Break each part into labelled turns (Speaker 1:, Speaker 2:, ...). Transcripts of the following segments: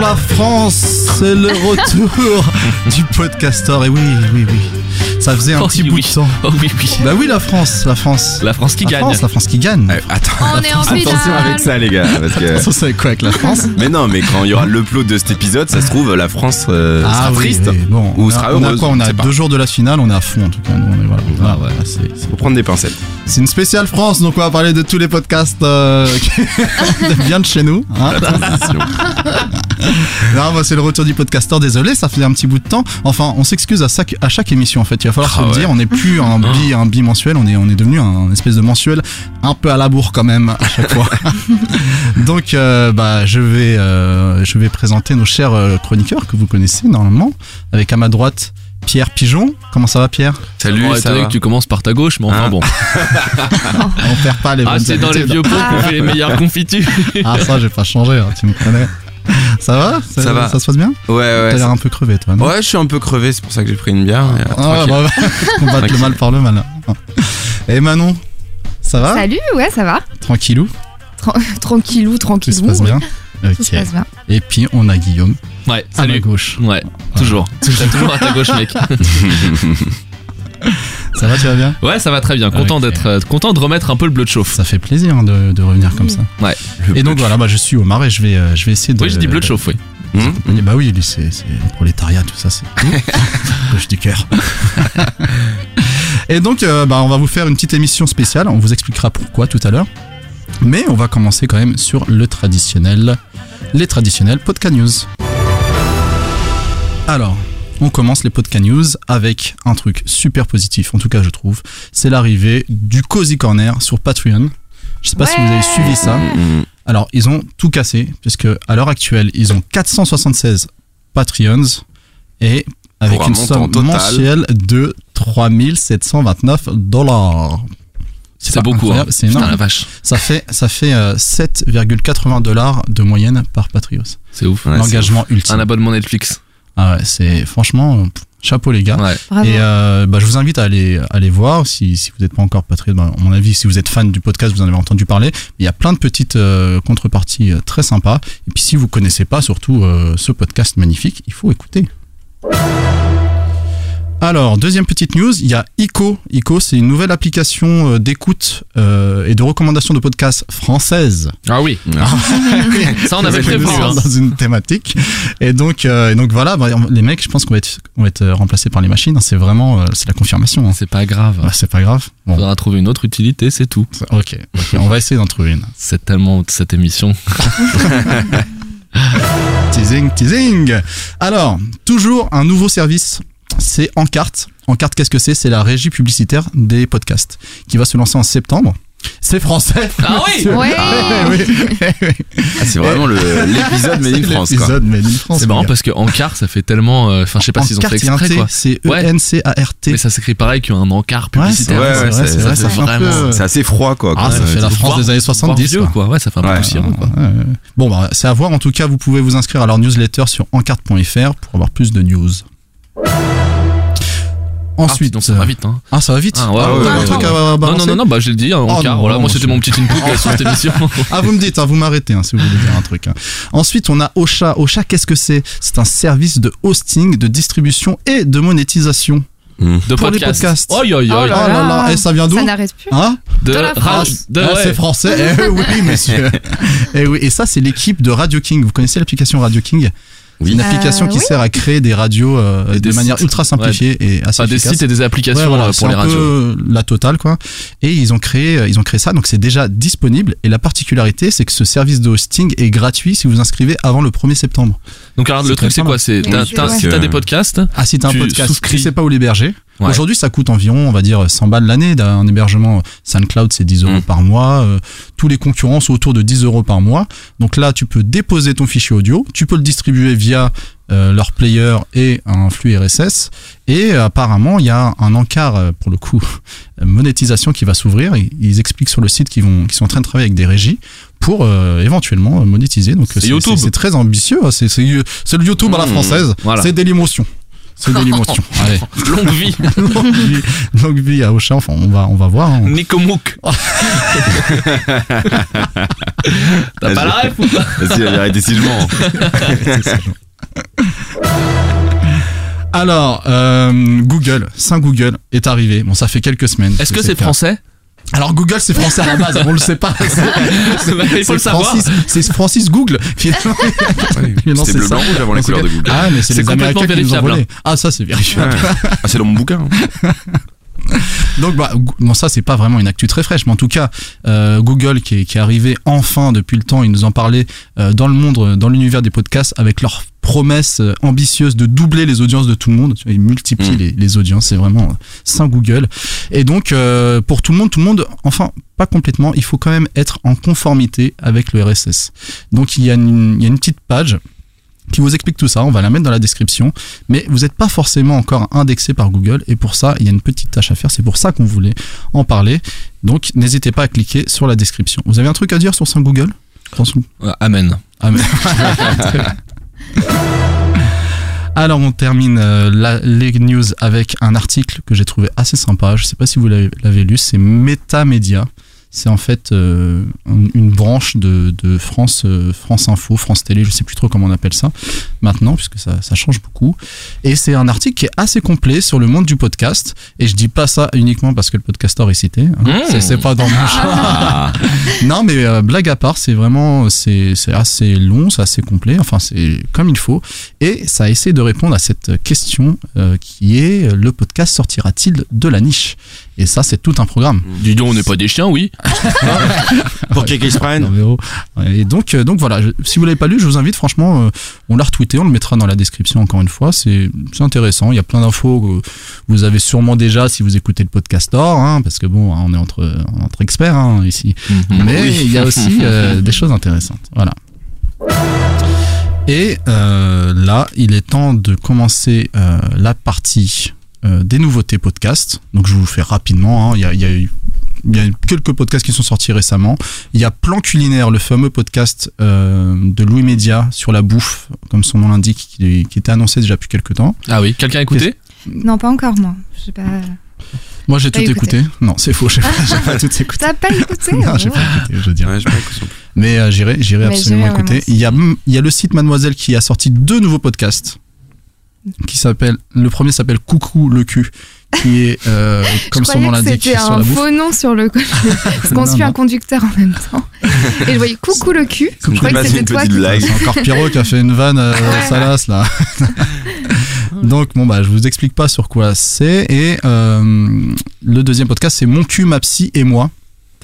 Speaker 1: la France, c'est le retour du podcaster. Et oui, oui, oui. Ça faisait un
Speaker 2: Oh,
Speaker 1: petit
Speaker 2: oui,
Speaker 1: bout
Speaker 2: oui.
Speaker 1: de temps.
Speaker 2: Oh oui, oui.
Speaker 1: Bah oui, la France, la France.
Speaker 2: La France qui
Speaker 1: La
Speaker 2: gagne.
Speaker 1: France, la France qui gagne.
Speaker 3: Ouais, attends,
Speaker 4: On est en
Speaker 3: attention
Speaker 4: finale.
Speaker 3: avec ça, les gars. Parce que...
Speaker 1: Ça, c'est quoi avec la France
Speaker 3: Mais non, mais quand il y aura le plot de cet épisode, ça se trouve, la France euh, sera
Speaker 1: Ah oui,
Speaker 3: triste.
Speaker 1: oui, Bon,
Speaker 3: Ou
Speaker 1: on,
Speaker 3: sera
Speaker 1: a, on a
Speaker 3: heureuse,
Speaker 1: quoi On
Speaker 3: on
Speaker 1: a
Speaker 3: sait pas.
Speaker 1: deux jours de la finale, on est à fond en tout cas. Nous, on est- voilà. Ah, ouais, c'est- c'est-
Speaker 3: Faut prendre des pincettes.
Speaker 1: C'est une spéciale France, donc on va parler de tous les podcasts euh, qui viennent de chez nous. hein. Non, bah, c'est le retour du podcasteur, désolé, ça fait un petit bout de temps. Enfin, on s'excuse à, chaque- à chaque émission en fait, il va falloir se
Speaker 3: Ah
Speaker 1: le
Speaker 3: ouais.
Speaker 1: dire, on n'est plus un,
Speaker 2: Ah.
Speaker 1: bi, un bimensuel, on est, on est devenu un espèce de mensuel un peu à la bourre quand même à chaque fois. donc euh, bah, je, vais, euh, je vais présenter nos chers euh, chroniqueurs que vous connaissez normalement, avec à ma droite Pierre Pigeon. Comment ça va Pierre
Speaker 3: Salut,
Speaker 2: Bon,
Speaker 3: ça
Speaker 2: étonné
Speaker 3: va
Speaker 2: que tu commences par ta gauche, mais enfin
Speaker 3: Hein
Speaker 2: bon.
Speaker 1: On perd pas les
Speaker 2: Ah,
Speaker 1: bonnes
Speaker 2: c'est dans les
Speaker 1: habitudes.
Speaker 2: vieux pots qu'on fait les meilleures confitures.
Speaker 1: Ah ça j'ai pas changé, hein, tu me connais. Ça va
Speaker 3: Ça va.
Speaker 1: Ça se passe bien
Speaker 3: Ouais, ouais.
Speaker 1: T'as
Speaker 3: ça-
Speaker 1: l'air un peu crevé toi. non
Speaker 3: Ouais, je suis un peu crevé, c'est pour ça que j'ai pris une bière. et, euh,
Speaker 1: Ah,
Speaker 3: tranquille.
Speaker 1: bah, combattre le
Speaker 3: Tranquille.
Speaker 1: mal par le mal. hein. Et Manon, ça va
Speaker 4: Salut, ouais, ça va.
Speaker 1: Tranquillou
Speaker 4: Tran- tranquillou,
Speaker 1: Tout se
Speaker 4: tranquillou.
Speaker 1: passe bien
Speaker 4: Tout se passe
Speaker 1: Ok.
Speaker 4: bien.
Speaker 1: Et puis on a Guillaume
Speaker 2: Ouais,
Speaker 1: à ma
Speaker 2: salut.
Speaker 1: gauche.
Speaker 2: Ouais, Ah, bah. toujours. T'as toujours à ta gauche, mec.
Speaker 1: Ça va, tu vas bien
Speaker 2: Ouais, ça va très bien. Content
Speaker 1: Ok.
Speaker 2: d'être, euh, content de remettre un peu le bleu de chauffe.
Speaker 1: Ça fait plaisir hein, de, de revenir comme ça.
Speaker 2: Ouais.
Speaker 1: Et donc voilà, bah, je suis au marais, je vais, euh, je vais essayer de.
Speaker 2: Oui, je dis bleu de chauffe, oui.
Speaker 3: Hmm
Speaker 1: Oui, Bah oui, lui, c'est c'est le prolétariat, tout ça, c'est gauche du cœur. Et donc, euh, bah, on va vous faire une petite émission spéciale, on vous expliquera pourquoi tout à l'heure. Mais on va commencer quand même sur le traditionnel, les traditionnels podcast news. Alors, on commence les podcast news avec un truc super positif, en tout cas je trouve, c'est l'arrivée du Cozy Corner sur Patreon. Je sais pas si vous avez suivi ça.
Speaker 3: Mm,
Speaker 1: Alors, ils ont tout cassé, puisque à l'heure actuelle, ils ont 476 Patreons et avec
Speaker 3: Pour un
Speaker 1: une
Speaker 3: montant
Speaker 1: somme
Speaker 3: total.
Speaker 1: mensuelle de 3729 dollars.
Speaker 2: C'est
Speaker 1: pas
Speaker 2: beaucoup.
Speaker 1: incroyable,
Speaker 2: hein.
Speaker 1: c'est
Speaker 2: Putain,
Speaker 1: énorme.
Speaker 2: la vache.
Speaker 1: Ça fait, ça fait euh, 7,80 dollars de moyenne par Patrios.
Speaker 2: C'est ouf.
Speaker 3: Ouais, c'est
Speaker 1: L'engagement ultime.
Speaker 2: Un abonnement Netflix.
Speaker 1: Ah ouais, c'est franchement, euh, pff, chapeau les gars.
Speaker 2: Ouais.
Speaker 4: Bravo.
Speaker 1: Et euh, bah, je vous invite à aller, à aller voir si, si vous n'êtes pas encore Patrick. bah, à mon avis, si vous êtes fan du podcast, vous en avez entendu parler. Il y a plein de petites euh, contreparties euh, très sympas. Et puis si vous connaissez pas surtout euh, ce podcast magnifique, il faut écouter. Alors, deuxième petite news, il y a ICO. ICO, c'est une nouvelle application euh, d'écoute euh, et de recommandation de podcasts française.
Speaker 2: Ah oui.
Speaker 3: mm.
Speaker 2: Ça, on avait
Speaker 1: Ils
Speaker 2: prévenu.
Speaker 1: sont
Speaker 2: hein.
Speaker 1: dans une thématique. Et donc, euh, et donc voilà, bah, les mecs, je pense qu'on va être, on va être euh, remplacés par les machines. hein. C'est vraiment, euh, c'est la confirmation. hein.
Speaker 2: C'est pas grave.
Speaker 1: Ouais, c'est pas grave. Bon,
Speaker 2: Faudra trouver une autre utilité, c'est tout.
Speaker 1: c'est- ok, ok, on va essayer d'en trouver une.
Speaker 2: C'est tellement haute, cette émission.
Speaker 1: Teasing, teasing. Alors, toujours un nouveau service. C'est Encarte. Encarte, qu'est-ce que c'est C'est la régie publicitaire des podcasts qui va se lancer en septembre. C'est français.
Speaker 2: Ah oui
Speaker 1: monsieur.
Speaker 4: Ouais.
Speaker 1: oui, oui.
Speaker 3: Ah, c'est vraiment le- l'épisode Made in
Speaker 1: C'est
Speaker 3: France, quoi.
Speaker 1: L'épisode Made in France.
Speaker 2: C'est marrant parce que encart, ça fait tellement. euh, Enfin, je sais pas s'ils ont fait exprès, quoi.
Speaker 1: C'est E
Speaker 2: Ouais.
Speaker 1: E-N-C-A-R-T.
Speaker 2: Mais ça s'écrit pareil qu'un encart publicitaire.
Speaker 3: Ouais, ouais,
Speaker 1: c'est
Speaker 3: c'est-
Speaker 1: vrai,
Speaker 2: ça
Speaker 1: ça
Speaker 2: fait
Speaker 1: fait un peu.
Speaker 2: vraiment-
Speaker 1: euh,
Speaker 3: C'est assez froid, quoi.
Speaker 1: Ah,
Speaker 3: quand
Speaker 1: ça
Speaker 3: même.
Speaker 1: fait la France
Speaker 2: voire-
Speaker 1: des années
Speaker 2: Voire
Speaker 1: 70.
Speaker 2: vieux,
Speaker 1: quoi.
Speaker 2: quoi. Ouais, ça fait un peu
Speaker 3: Ouais.
Speaker 2: poussiéreux, quoi.
Speaker 1: Ouais, ouais. Bon, bah, c'est à voir. En tout cas, vous pouvez vous inscrire à leur newsletter sur encarte.fr pour avoir plus de news. Ensuite,
Speaker 2: Ah, donc Ah, ça va vite, hein.
Speaker 1: Ah, ça va vite.
Speaker 2: Ah, ouais,
Speaker 1: Ah,
Speaker 3: ouais,
Speaker 1: t'as un
Speaker 3: ouais,
Speaker 1: truc
Speaker 2: ouais.
Speaker 1: à- à
Speaker 2: Non,
Speaker 1: balancer
Speaker 2: non, non, non, bah j'ai le dit, hein, en
Speaker 1: Oh
Speaker 2: quart.
Speaker 1: non,
Speaker 2: Voilà,
Speaker 1: non,
Speaker 2: moi c'était
Speaker 1: non.
Speaker 2: mon petit input là, sur cette émission.
Speaker 1: Ah, vous me dites, hein, vous m'arrêtez hein, si vous voulez dire un truc. hein. Ensuite, on a Ocha. Ocha, qu'est-ce que c'est C'est un service de hosting, de distribution et de monétisation.
Speaker 2: De
Speaker 1: Pour les
Speaker 2: podcast.
Speaker 1: podcasts.
Speaker 2: Oi, oi,
Speaker 4: Oh
Speaker 2: oi.
Speaker 4: là
Speaker 1: oh là
Speaker 4: là.
Speaker 1: là, et ça vient d'où
Speaker 4: Ça n'arrête plus.
Speaker 1: Hein
Speaker 2: De,
Speaker 4: De la
Speaker 2: ra-
Speaker 4: France.
Speaker 2: de-
Speaker 1: Ah,
Speaker 2: ouais.
Speaker 1: c'est français. Eh oui, monsieur. Eh oui, et ça, c'est l'équipe de Radio King. Vous connaissez l'application Radio King
Speaker 3: Oui.
Speaker 1: C'est une application
Speaker 4: Euh,
Speaker 1: qui
Speaker 4: oui.
Speaker 1: sert à créer des radios euh,
Speaker 2: Et
Speaker 1: de
Speaker 2: des
Speaker 1: manière
Speaker 2: sites.
Speaker 1: ultra simplifiée et assez
Speaker 2: Enfin, des
Speaker 1: efficace.
Speaker 2: sites et des applications
Speaker 1: Ouais, voilà,
Speaker 2: euh,
Speaker 1: c'est
Speaker 2: pour les
Speaker 1: un
Speaker 2: radios.
Speaker 1: peu la totale quoi. Et ils ont créé, euh, ils ont créé ça, donc c'est déjà disponible. Et la particularité, c'est que ce service de hosting est gratuit si vous inscrivez avant le 1er septembre.
Speaker 2: Donc, alors,
Speaker 1: c'est
Speaker 2: le truc,
Speaker 1: très
Speaker 2: c'est quoi
Speaker 1: sympa.
Speaker 2: C'est t'as-
Speaker 4: Oui,
Speaker 2: t'as-
Speaker 4: c'est
Speaker 2: si t'as
Speaker 3: vrai.
Speaker 2: des podcasts,
Speaker 1: Ah, si t'as un
Speaker 2: Tu
Speaker 1: podcast,
Speaker 2: souscris.
Speaker 1: tu sais pas où l'héberger.
Speaker 2: Ouais.
Speaker 1: Aujourd'hui, ça coûte environ, on va dire, 100 balles l'année d'un hébergement. euh, SoundCloud, c'est 10 euros
Speaker 3: Mm.
Speaker 1: par mois. Euh, tous les concurrents sont autour de 10 euros par mois. Donc là, tu peux déposer ton fichier audio. Tu peux le distribuer via euh, leur player et un flux RSS. Et euh, apparemment, il y a un encart, euh, pour le coup, euh, monétisation qui va s'ouvrir. Ils, ils expliquent sur le site qu'ils vont, qu'ils sont en train de travailler avec des régies pour euh, éventuellement euh, monétiser. Donc
Speaker 2: C'est
Speaker 1: c'est hein.
Speaker 2: YouTube.
Speaker 1: c'est- c'est très ambitieux. C'est c'est- c'est le YouTube à la
Speaker 3: Mm.
Speaker 1: française.
Speaker 2: Voilà.
Speaker 1: C'est de l'émotion. Seconde dimension. Allez.
Speaker 2: Longue vie.
Speaker 1: Longue vie- longue vie à Auchan. Enfin, on va, on va voir. hein.
Speaker 2: Nico Mouk. T'as pas la ref ou pas
Speaker 3: Vas-y, arrêtez si je mens.
Speaker 1: Alors, euh, Google, Saint Google est arrivé. Bon, ça fait quelques semaines.
Speaker 2: Est-ce que c'est
Speaker 1: le cas.
Speaker 2: français
Speaker 1: Alors Google, c'est français à la base. on le sait pas.
Speaker 2: Il faut le
Speaker 1: C'est
Speaker 2: savoir.
Speaker 1: Francis, c'est Francis Google. Finalement, Finalement,
Speaker 3: C'était bleu
Speaker 1: ça.
Speaker 3: blanc rouge avant les
Speaker 1: Non, c'est
Speaker 3: couleurs de Google.
Speaker 1: Ah, mais c'est
Speaker 2: C'est
Speaker 1: les
Speaker 2: complètement
Speaker 1: Américains qui nous ont
Speaker 2: vérifiable, hein.
Speaker 1: volé. Ah, ça, c'est vérifiable.
Speaker 3: Ah, c'est dans mon bouquin. hein.
Speaker 1: Donc bah, Go- bon ça c'est pas vraiment une actu très fraîche, mais en tout cas euh, Google qui est, qui est arrivé enfin depuis le temps, ils nous en parlaient euh, dans le monde, euh, dans l'univers des podcasts avec leur promesse euh, ambitieuse de doubler les audiences de tout le monde. Tu vois, Ils multiplient
Speaker 3: Mm.
Speaker 1: les, les audiences, c'est vraiment euh, saint Google. Et donc euh, pour tout le monde, tout le monde, enfin pas complètement, il faut quand même être en conformité avec le RSS. Donc il y a une, il y a une petite page qui vous explique tout ça, on va la mettre dans la description mais vous n'êtes pas forcément encore indexé par Google et pour ça il y a une petite tâche à faire, c'est pour ça qu'on voulait en parler. Donc n'hésitez pas à cliquer sur la description. Vous avez un truc à dire sur Saint Google Attention.
Speaker 2: Ah, Amen.
Speaker 1: Ah, mais- Très bien. Alors on termine euh, la- les news avec un article que j'ai trouvé assez sympa, je ne sais pas si vous l'avez l'avez lu, c'est Metamedia. C'est en fait euh, une, une branche de, de France, euh, France Info, France Télé, je sais plus trop comment on appelle ça maintenant, puisque ça, ça change beaucoup. Et c'est un article qui est assez complet sur le monde du podcast. Et je dis pas ça uniquement parce que le podcasteur est cité. hein.
Speaker 2: Mmh.
Speaker 1: C'est- C'est pas dans mon
Speaker 3: Ah.
Speaker 1: non, mais euh, blague à part, c'est vraiment c'est c'est assez long, c'est assez complet. Enfin, c'est comme il faut. Et ça essaie de répondre à cette question euh, qui est euh, le podcast sortira-t-il de la niche Et ça, c'est tout un programme.
Speaker 2: Dis donc, on n'est pas des chiens, oui.
Speaker 3: Pour qu'ils se
Speaker 1: Non,
Speaker 3: prennent.
Speaker 1: mais oh. Et donc, euh, donc voilà, je- si vous l'avez pas lu, je vous invite franchement, euh, on l'a retweeté, on le mettra dans la description encore une fois, c'est c'est intéressant, il y a plein d'infos que vous avez sûrement déjà si vous écoutez le podcast Or, hein, parce que bon, hein, on est entre, entre experts hein, ici, mais
Speaker 3: Oui.
Speaker 1: il y a aussi euh, des choses intéressantes, voilà. Et euh, là, il est temps de commencer euh, la partie euh, des nouveautés podcast. Donc je vous fais rapidement, hein, il y a- il y a eu il y a eu quelques podcasts qui sont sortis récemment. Il y a Plan Culinaire, le fameux podcast euh, de Louis Média sur la bouffe, comme son nom l'indique, qui, qui était annoncé déjà depuis quelques temps.
Speaker 2: Ah oui, quelqu'un a écouté
Speaker 4: Non, pas encore, moi. Je sais pas.
Speaker 1: Moi, j'ai
Speaker 4: T'as
Speaker 1: tout écouté. Non, c'est faux, j'ai pas, j'ai pas tout écouté.
Speaker 4: T'as pas écouté
Speaker 1: Non, j'ai
Speaker 4: oh.
Speaker 1: pas écouté, je dirais.
Speaker 3: Ouais, j'ai pas l'impression.
Speaker 1: Mais euh, j'irai, j'irai
Speaker 4: Mais
Speaker 1: absolument
Speaker 4: j'irai, ouais,
Speaker 1: écouter.
Speaker 4: moi aussi.
Speaker 1: Il y, a, hum, il y a le site Mademoiselle qui a sorti deux nouveaux podcasts. Qui s'appelle, le premier s'appelle Coucou le cul, qui est, euh, comme
Speaker 4: je
Speaker 1: son
Speaker 4: croyais
Speaker 1: nom
Speaker 4: que
Speaker 1: l'indique,
Speaker 4: c'était
Speaker 1: sur la
Speaker 4: un
Speaker 1: bouffe.
Speaker 4: faux nom sur le côté. Parce
Speaker 1: Non,
Speaker 4: qu'on suit
Speaker 1: non.
Speaker 4: un conducteur en même temps. Et je voyais coucou le cul.
Speaker 3: Je
Speaker 4: Je croyais
Speaker 3: passe
Speaker 4: que c'était
Speaker 3: une
Speaker 4: toi
Speaker 3: petite
Speaker 4: qui.
Speaker 3: blague.
Speaker 1: Ah, C'est encore Pierrot qui a fait une vanne euh,
Speaker 4: Ouais.
Speaker 1: salace là. Donc bon bah je vous explique pas sur quoi c'est et euh, le deuxième podcast c'est mon cul ma psy et moi.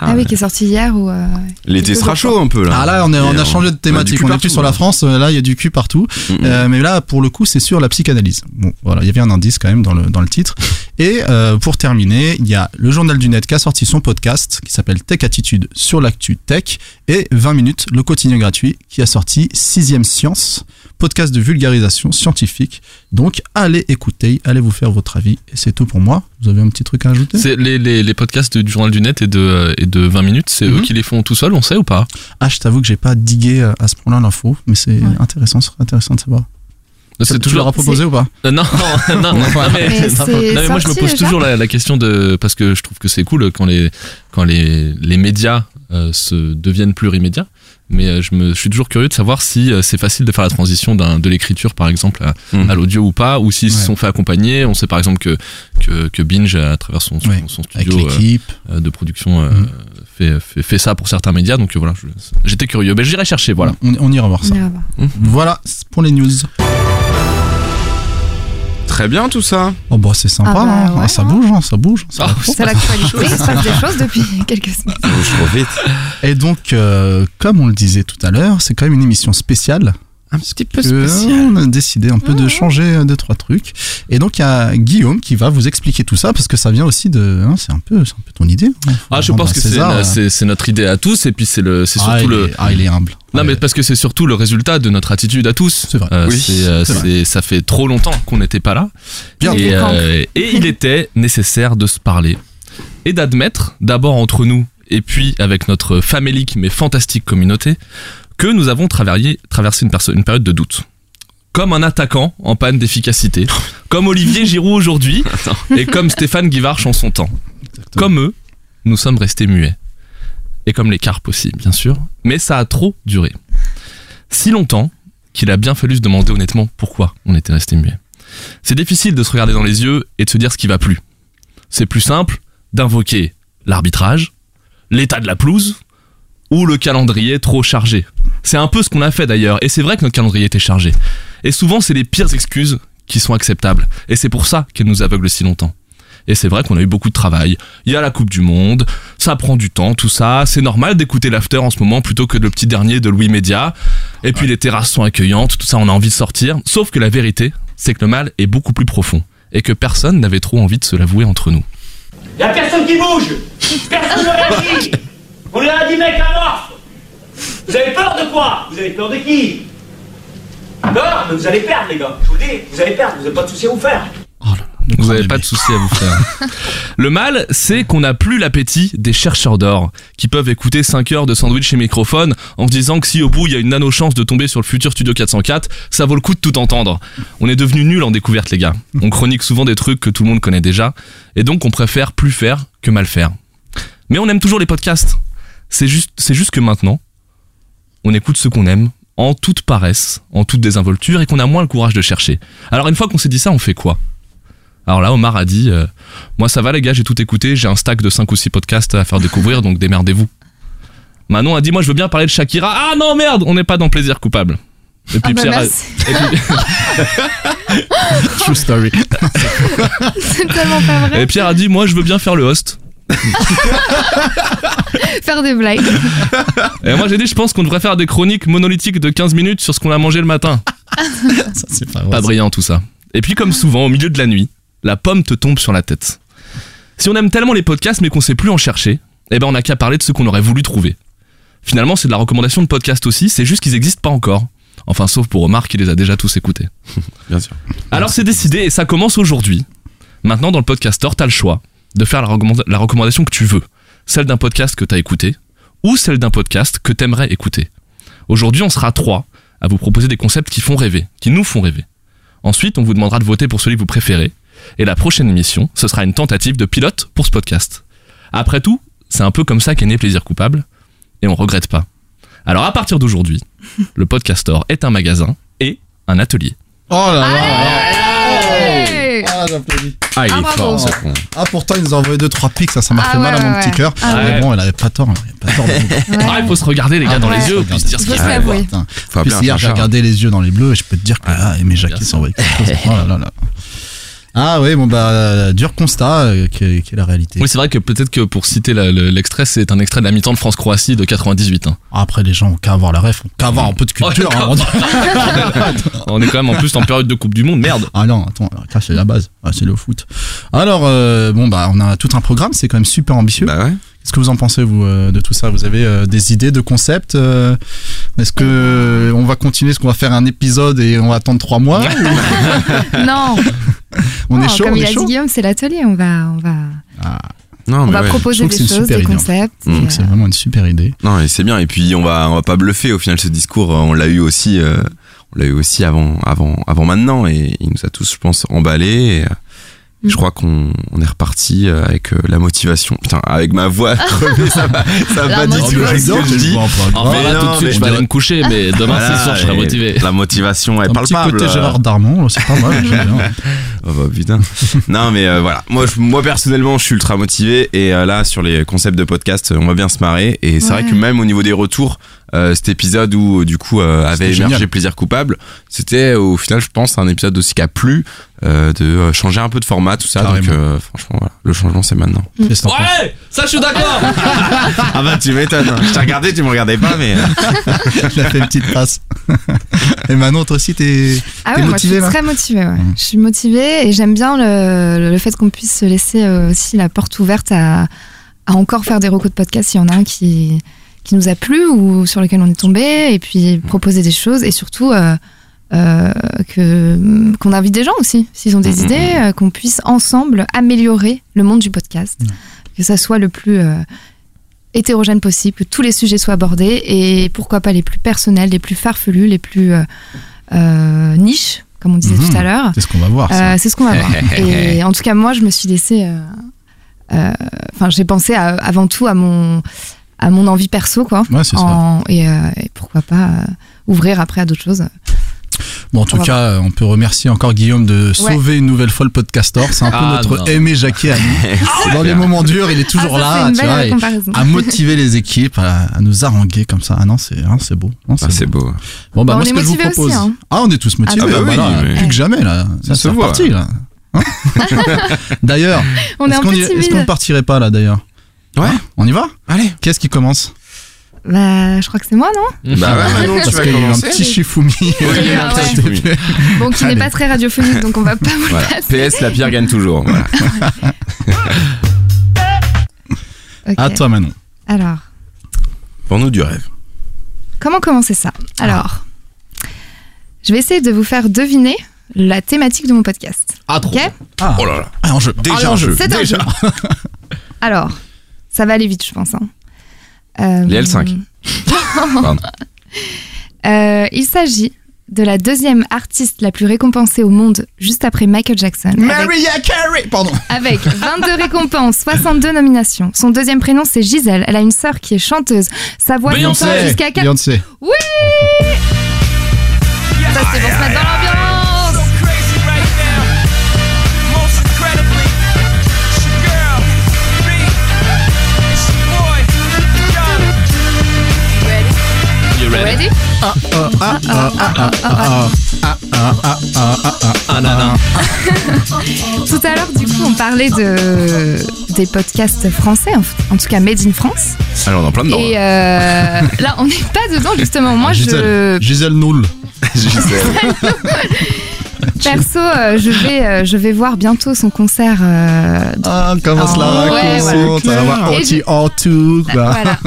Speaker 4: Ah oui, qui est sorti hier ou. euh,
Speaker 3: L'été sera chaud un peu là.
Speaker 1: Ah là on, est-
Speaker 3: Et euh,
Speaker 1: on a changé de thématique,
Speaker 3: hein. Bah, du cul
Speaker 1: on est
Speaker 3: partout, hein.
Speaker 1: plus sur
Speaker 3: là.
Speaker 1: la France, euh, là il y a du cul partout.
Speaker 3: Mm, mm.
Speaker 1: Euh, mais là, pour le coup, c'est sur la psychanalyse. Bon, voilà, il y avait un indice quand même dans le, dans le titre. Et euh, pour terminer, il y a le journal du net qui a sorti son podcast qui s'appelle Tech Attitude sur l'actu tech et 20 minutes, le quotidien gratuit qui a sorti Sixième Science, podcast de vulgarisation scientifique. Donc, allez écouter, allez vous faire votre avis. Et c'est tout pour moi. Vous avez un petit truc à ajouter
Speaker 2: C'est les, les, les podcasts du Journal du Net et de, euh, et de 20 minutes, c'est eux
Speaker 1: Mhm.
Speaker 2: qui les font tout seuls, on sait ou pas
Speaker 1: Ah, je t'avoue que j'ai pas digué euh, à ce point-là l'info, mais c'est
Speaker 4: Ouais.
Speaker 1: intéressant, ce serait intéressant de savoir.
Speaker 2: C'est
Speaker 1: Tu leur
Speaker 2: toujours.
Speaker 1: as proposé ou pas
Speaker 2: Euh, non, non, non, mais,
Speaker 4: Mais c'est
Speaker 2: non, mais moi je me
Speaker 4: sorti
Speaker 2: pose
Speaker 4: déjà
Speaker 2: toujours la, la question de parce que je trouve que c'est cool quand les quand les, les médias euh, se deviennent plurimédias. Mais euh, je me je suis toujours curieux de savoir si euh, c'est facile de faire la transition d'un de l'écriture par exemple à,
Speaker 3: Mm.
Speaker 2: à l'audio ou pas, ou s'ils se
Speaker 1: Mhm. Ouais.
Speaker 2: sont fait accompagner. On sait par exemple que que, que Binge à travers son son,
Speaker 1: Ouais,
Speaker 2: son
Speaker 1: Avec
Speaker 2: studio euh,
Speaker 1: l'équipe.
Speaker 2: euh, de production euh,
Speaker 1: Mm.
Speaker 2: fait, fait fait ça pour certains médias. Donc euh, voilà, je- j'étais curieux. Ben j'irai chercher. Voilà.
Speaker 1: On, on ira voir
Speaker 4: on
Speaker 1: ça.
Speaker 4: ira voir.
Speaker 1: Voilà c'est pour les news.
Speaker 3: Très bien tout ça.
Speaker 1: Oh bah c'est sympa,
Speaker 4: Ah bah
Speaker 1: hein.
Speaker 4: ouais,
Speaker 1: Ah, ça
Speaker 4: hein.
Speaker 1: bouge, hein, ça bouge. ça
Speaker 2: Ah,
Speaker 1: va trop.
Speaker 4: C'est l'actualité, il se passe des choses depuis quelques semaines.
Speaker 3: Ça bouge trop vite.
Speaker 1: Et donc, euh, comme on le disait tout à l'heure, c'est quand même une émission spéciale.
Speaker 3: Un petit peu
Speaker 1: que on a décidé un peu de
Speaker 4: Mhm.
Speaker 1: changer euh, deux trois trucs. Et donc il y a Guillaume qui va vous expliquer tout ça parce que ça vient aussi de. hein, c'est un peu, c'est un peu ton idée. hein. Faut
Speaker 2: Ah, je
Speaker 1: rendre
Speaker 2: pense
Speaker 1: à
Speaker 2: que c'est
Speaker 1: César,
Speaker 2: na-
Speaker 1: euh.
Speaker 2: c'est c'est notre idée à tous et puis c'est le c'est surtout
Speaker 1: Ah, il
Speaker 2: le
Speaker 1: est- ah, il est humble.
Speaker 2: Non,
Speaker 1: Ouais.
Speaker 2: mais parce que c'est surtout le résultat de notre attitude à tous.
Speaker 1: C'est vrai.
Speaker 2: Euh,
Speaker 3: Oui,
Speaker 2: c'est, euh,
Speaker 1: c'est vrai.
Speaker 2: c'est- ça fait trop longtemps qu'on n'était pas là.
Speaker 1: Bien.
Speaker 2: et, euh, et il était nécessaire de se parler et d'admettre, d'abord entre nous et puis avec notre famélique mais fantastique communauté, que nous avons traversé, traversé une, perso- une période de doute. comme un attaquant en panne d'efficacité, comme Olivier Giroud aujourd'hui et comme Stéphane Guivarch en son temps.
Speaker 1: Exactement.
Speaker 2: Comme eux, nous sommes restés muets. Et comme les carpes aussi, bien sûr. Mais ça a trop duré. Si longtemps qu'il a bien fallu se demander honnêtement pourquoi on était restés muets. C'est difficile de se regarder dans les yeux et de se dire ce qui va plus. C'est plus simple d'invoquer l'arbitrage, l'état de la pelouse ou le calendrier trop chargé. C'est un peu ce qu'on a fait d'ailleurs, et c'est vrai que notre calendrier était chargé. Et souvent, c'est les pires excuses qui sont acceptables. Et c'est pour ça qu'elles nous aveuglent si longtemps. Et c'est vrai qu'on a eu beaucoup de travail. Il y a la Coupe du Monde, ça prend du temps, tout ça. C'est normal d'écouter l'after en ce moment plutôt que le petit dernier de Louis Média. Et puis les terrasses sont accueillantes, tout ça, on a envie de sortir. Sauf que la vérité, c'est que le mal est beaucoup plus profond. Et que personne n'avait trop envie de se l'avouer entre nous.
Speaker 5: Y a personne qui bouge Personne ne réagit On est à 10 mecs à mort Vous avez peur de quoi Vous avez peur de qui Peur Mais vous allez perdre, les gars. Je vous dis, vous allez perdre, vous n'avez pas de soucis à vous faire.
Speaker 1: Donc,
Speaker 2: Vous
Speaker 1: on
Speaker 2: n'avez
Speaker 1: est
Speaker 2: pas de souci à vous faire. Le mal, c'est qu'on n'a plus l'appétit des chercheurs d'or, qui peuvent écouter 5 heures de sandwich et microphone en se disant que si au bout il y a une nano chance de tomber sur le futur Studio 404, ça vaut le coup de tout entendre. On est devenu nul en découverte, les gars. On chronique souvent des trucs que tout le monde connaît déjà, et donc on préfère plus faire que mal faire. Mais on aime toujours les podcasts. C'est juste, c'est juste que maintenant, on écoute ce qu'on aime, en toute paresse, en toute désinvolture, et qu'on a moins le courage de chercher. Alors une fois qu'on s'est dit ça, on fait quoi alors là, Omar a dit euh, Moi, ça va, les gars, j'ai tout écouté, j'ai un stack de 5 ou 6 podcasts à faire découvrir, donc démerdez-vous. Manon a dit Moi, je veux bien parler de Shakira. Ah non, merde, on n'est pas dans plaisir coupable. Et
Speaker 4: Ah
Speaker 2: puis
Speaker 4: bah
Speaker 2: Pierre a-
Speaker 4: merci.
Speaker 1: True story.
Speaker 4: C'est tellement pas vrai.
Speaker 2: et Pierre a dit Moi, je veux bien faire le host.
Speaker 4: Faire des blagues.
Speaker 2: Et moi, j'ai dit Je pense qu'on devrait faire des chroniques monolithiques de 15 minutes sur ce qu'on a mangé le matin.
Speaker 1: Ça, c'est pas
Speaker 2: Pas
Speaker 1: vrai.
Speaker 2: brillant tout ça. Et puis comme souvent, au milieu de la nuit, la pomme te tombe sur la tête. Si on aime tellement les podcasts mais qu'on sait plus en chercher, eh ben on n'a qu'à parler de ceux qu'on aurait voulu trouver. Finalement, c'est de la recommandation de podcasts aussi, c'est juste qu'ils n'existent pas encore. Enfin, sauf pour Omar qui les a déjà tous écoutés.
Speaker 3: Bien sûr.
Speaker 2: Alors c'est décidé et ça commence aujourd'hui. Maintenant dans le podcast Store, t'as le choix de faire la, recommanda- la recommandation que tu veux, celle d'un podcast que t'as écouté ou celle d'un podcast que t'aimerais écouter. Aujourd'hui on sera trois à vous proposer des concepts qui font rêver, qui nous font rêver. Ensuite on vous demandera de voter pour celui que vous préférez et la prochaine émission ce sera une tentative de pilote pour ce podcast. Après tout c'est un peu comme ça qu'est né Plaisir Coupable et on regrette pas. Alors à partir d'aujourd'hui le podcast Store est un magasin et un atelier.
Speaker 1: Oh là là.
Speaker 4: Hey
Speaker 1: Ah, j'applaudis.
Speaker 3: Ah, il
Speaker 4: Ah,
Speaker 3: est
Speaker 2: Oh,
Speaker 4: bravo.
Speaker 3: fort, ce con.
Speaker 1: Ah, pourtant, il nous a envoyé deux, trois pics, ça, ça m'a
Speaker 4: Ah
Speaker 1: fait mal
Speaker 4: ouais,
Speaker 1: à mon
Speaker 4: ouais,
Speaker 1: petit
Speaker 4: ouais.
Speaker 1: cœur.
Speaker 4: Ah
Speaker 1: mais
Speaker 2: ouais.
Speaker 1: bon, elle avait pas tort, elle avait pas tort. de-
Speaker 4: Ouais.
Speaker 2: Ah, il faut se regarder les gars
Speaker 1: Ah,
Speaker 2: dans
Speaker 1: ouais.
Speaker 2: les yeux, puis se dire ce
Speaker 4: Faut
Speaker 2: qu'il
Speaker 4: se
Speaker 2: y a.
Speaker 4: l'avouer.
Speaker 1: Putain.
Speaker 3: Faut
Speaker 1: En plus,
Speaker 3: appeler un
Speaker 1: hier, j'ai
Speaker 3: chat.
Speaker 1: regardé les yeux dans les bleus et je peux te dire que ah, là, mes
Speaker 2: Ah, bien
Speaker 1: jaquets
Speaker 2: sûr.
Speaker 1: sont quelque chose. Oh là là là. Ah oui, bon bah, euh, dur constat euh, qui est, qui est la réalité.
Speaker 2: Oui, c'est vrai que peut-être que pour citer la- le- l'extrait, c'est un extrait de la mi-temps de France-Croatie de 98. hein.
Speaker 1: Ah, Après, les gens ont qu'à avoir la ref, ont qu'à avoir un peu de culture.
Speaker 2: Oh,
Speaker 1: hein, on dit.
Speaker 2: On est quand même en plus en période de Coupe du Monde, merde.
Speaker 1: Ah non, attends, alors, ça, c'est la base, Ah, c'est le foot. Alors, euh, bon bah, on a tout un programme, c'est quand même super ambitieux.
Speaker 3: Bah ouais.
Speaker 1: Qu'est-ce que vous en pensez, vous, euh, de tout ça Vous avez euh, des idées de concepts euh, Est-ce que euh, on va continuer Est-ce qu'on va faire un épisode et on va attendre trois mois
Speaker 4: Non.
Speaker 1: On est
Speaker 4: Non,
Speaker 1: chaud,
Speaker 4: Oh, Comme
Speaker 1: on
Speaker 4: il
Speaker 1: est
Speaker 4: a dit
Speaker 1: chaud. Ah,
Speaker 4: Guillaume, c'est l'atelier. On va, on va,
Speaker 3: Non,
Speaker 4: on
Speaker 3: mais
Speaker 4: va
Speaker 3: ouais.
Speaker 1: je
Speaker 4: proposer
Speaker 1: trouve que c'est
Speaker 4: des
Speaker 1: une
Speaker 4: choses,
Speaker 1: super
Speaker 4: des
Speaker 1: idée, hein. Mm. en
Speaker 4: concepts.
Speaker 1: Je trouve que
Speaker 4: et,
Speaker 1: C'est
Speaker 4: euh,
Speaker 1: vraiment une super idée.
Speaker 3: Non, et c'est bien. Et puis, on va, on va pas bluffer. Au final, ce discours, on l'a eu aussi, euh, on l'a eu aussi avant, avant, avant maintenant. Et il nous a tous, je pense, emballés. Et, euh,
Speaker 4: Mm.
Speaker 3: Je crois qu'on on est reparti euh, avec euh, la motivation. Putain, avec ma voix crevée, ça va, ça va
Speaker 4: La
Speaker 3: pas du
Speaker 4: motivation.
Speaker 3: tout avec ce que je dis.
Speaker 1: Oh,
Speaker 2: Enfin,
Speaker 3: mais
Speaker 2: là,
Speaker 3: non,
Speaker 2: Ah, tout de
Speaker 3: mais
Speaker 2: suite, je vais Ah.
Speaker 3: je
Speaker 2: aller
Speaker 3: dois-
Speaker 2: me coucher, mais demain,
Speaker 3: Voilà,
Speaker 2: c'est sûr, je serai
Speaker 3: et
Speaker 2: motivé.
Speaker 3: La motivation, elle
Speaker 1: Un
Speaker 3: parle
Speaker 1: petit
Speaker 3: pas.
Speaker 1: côté Gérard Darmon, c'est pas mal. j'aime bien.
Speaker 3: Oh bah putain. non mais euh, voilà, moi je- moi personnellement je suis ultra motivé et euh, là sur les concepts de podcast euh, on va bien se marrer et c'est vrai
Speaker 4: Ouais.
Speaker 3: que même au niveau des retours euh, cet épisode où euh, du coup euh, avait
Speaker 1: C'était
Speaker 3: émergé
Speaker 1: génial.
Speaker 3: plaisir coupable c'était au final je pense un épisode aussi qui a plu euh, de euh, changer un peu de format tout ça donc
Speaker 1: Carrément.
Speaker 3: euh, franchement voilà le changement c'est maintenant.
Speaker 1: Qu'est-ce que t'en penses
Speaker 2: Ouais, ça, je suis d'accord.
Speaker 3: ah bah tu m'étonnes. Je t'ai regardé tu me regardais pas mais euh,
Speaker 1: Je la fais une petite passe. Et Manon, toi aussi, t'es.
Speaker 4: Ah
Speaker 1: T'es
Speaker 4: ouais,
Speaker 1: motivée,
Speaker 4: moi,
Speaker 1: là
Speaker 4: je suis très motivée. ouais.
Speaker 1: Mm.
Speaker 4: Je suis motivée et j'aime bien le, le fait qu'on puisse se laisser euh, aussi la porte ouverte à, à encore faire des recos de podcast s'il y en a un qui, qui nous a plu ou sur lequel on est tombé et
Speaker 1: Mm.
Speaker 4: puis proposer des choses et surtout euh, euh, que hum, qu'on invite des gens aussi s'ils
Speaker 1: Mmh,
Speaker 4: ont des
Speaker 3: Mm,
Speaker 4: idées euh, qu'on puisse ensemble améliorer le monde du
Speaker 1: Mmh.
Speaker 4: podcast que ça soit le plus euh, hétérogène possible, que tous les sujets soient abordés et pourquoi pas les plus personnels, les plus farfelus, les plus euh, euh, niche, comme on disait
Speaker 1: Mhm.
Speaker 4: tout à l'heure.
Speaker 1: C'est ce qu'on va voir. Ah, ça.
Speaker 4: Euh, c'est ce qu'on va voir. Et en tout cas, moi, je me suis laissée. euh, euh, Enfin, j'ai pensé à- avant tout à mon à mon envie perso, quoi.
Speaker 1: Ouais, c'est ça.
Speaker 4: En- et, euh, et pourquoi pas euh, ouvrir après à d'autres choses.
Speaker 1: Bon, en tout
Speaker 4: on va
Speaker 1: cas, euh, on peut remercier encore Guillaume de sauver une nouvelle fois le podcaster. C'est un peu
Speaker 2: Ah,
Speaker 1: notre
Speaker 2: non.
Speaker 1: aimé Jacquet à nous. Dans les moments durs, il est toujours
Speaker 4: Ah, ça,
Speaker 1: là,
Speaker 4: c'est une
Speaker 1: tu
Speaker 4: belle
Speaker 1: vois, et
Speaker 4: comparaison.
Speaker 1: à motiver les équipes, à, à nous haranguer comme ça. Ah non, c'est hein, c'est beau. Non,
Speaker 3: Ah, c'est
Speaker 1: beau.
Speaker 3: beau.
Speaker 1: Bon, bah,
Speaker 4: Bah,
Speaker 1: moi,
Speaker 4: on
Speaker 1: ce
Speaker 4: est
Speaker 1: que je vous
Speaker 4: motivés aussi,
Speaker 1: propose.
Speaker 4: hein.
Speaker 1: Ah, on est tous motivés.
Speaker 4: Ah, bah
Speaker 1: bah,
Speaker 3: oui,
Speaker 1: là,
Speaker 3: mais-
Speaker 1: plus que jamais, là.
Speaker 3: Ça
Speaker 1: Ça,
Speaker 3: se
Speaker 1: c'est
Speaker 3: voit.
Speaker 1: reparti, là. Hein D'ailleurs, d'ailleurs,
Speaker 4: On est,
Speaker 1: est-ce
Speaker 4: un
Speaker 1: qu'on
Speaker 4: peu
Speaker 1: y- est-ce
Speaker 4: timide.
Speaker 1: qu'on partirait pas là d'ailleurs
Speaker 3: Ouais.
Speaker 1: On y va
Speaker 3: Allez.
Speaker 1: Qu'est-ce qui commence
Speaker 4: Bah, je crois que c'est moi, non
Speaker 3: Bah ouais, Manon, tu
Speaker 1: Parce
Speaker 3: vas
Speaker 1: qu'il y a eu un
Speaker 3: commencer.
Speaker 1: petit chifoumi.
Speaker 4: il y a eu un petit
Speaker 3: chifoumi.
Speaker 4: Bon, qui n'est pas très radiophonique, donc on va pas vous le
Speaker 3: Voilà.
Speaker 4: passer.
Speaker 3: PS, la pierre gagne toujours. Voilà.
Speaker 4: Ok.
Speaker 1: À toi Manon.
Speaker 4: Alors,
Speaker 3: Vends-nous du rêve.
Speaker 4: comment commencer ça Alors, je vais essayer de vous faire deviner la thématique de mon podcast.
Speaker 2: Ah, trop.
Speaker 4: Ok
Speaker 1: Ah,
Speaker 3: Oh là là.
Speaker 1: ah, en jeu.
Speaker 3: Déjà
Speaker 1: Allez, en
Speaker 3: un
Speaker 1: jeu.
Speaker 3: jeu.
Speaker 4: C'est un jeu. Alors, ça va aller vite, je pense. hein. Euh,
Speaker 3: Les L5. Pardon.
Speaker 4: Euh, il s'agit de la deuxième artiste la plus récompensée au monde juste après Michael Jackson. avec-
Speaker 1: Maria Carey Pardon.
Speaker 4: Avec 22 récompenses, 62 nominations. Son deuxième prénom, c'est Gisèle. Elle a une sœur qui est chanteuse. Sa voix
Speaker 2: Beyoncé.
Speaker 4: s'entend jusqu'à 4...
Speaker 1: Beyoncé.
Speaker 4: Oui Ça, c'est pour se mettre dans l'ambiance
Speaker 2: You ready?
Speaker 4: Ready
Speaker 1: Ah, ah, ah, ah, ah, ah, ah, ah, ah, ah, ah, ah, ah, ah.
Speaker 4: Tout à l'heure, du coup, on parlait de... des podcasts français, en- en tout cas Made in France.
Speaker 3: Alors, on est en plein dedans.
Speaker 4: Et
Speaker 3: là.
Speaker 4: euh, là, on n'est pas dedans, justement. Moi, je...
Speaker 1: Gisèle, Gisèle Noul.
Speaker 3: hein. Gisèle.
Speaker 4: Perso, euh, je, vais, euh, je vais voir bientôt son concert euh,
Speaker 1: Ah, comment
Speaker 4: Ah,
Speaker 1: cela
Speaker 4: ouais,
Speaker 1: raconte
Speaker 3: voilà.
Speaker 1: Ça va
Speaker 4: Et
Speaker 1: anti
Speaker 4: je-
Speaker 1: en tout. quoi.
Speaker 4: Voilà.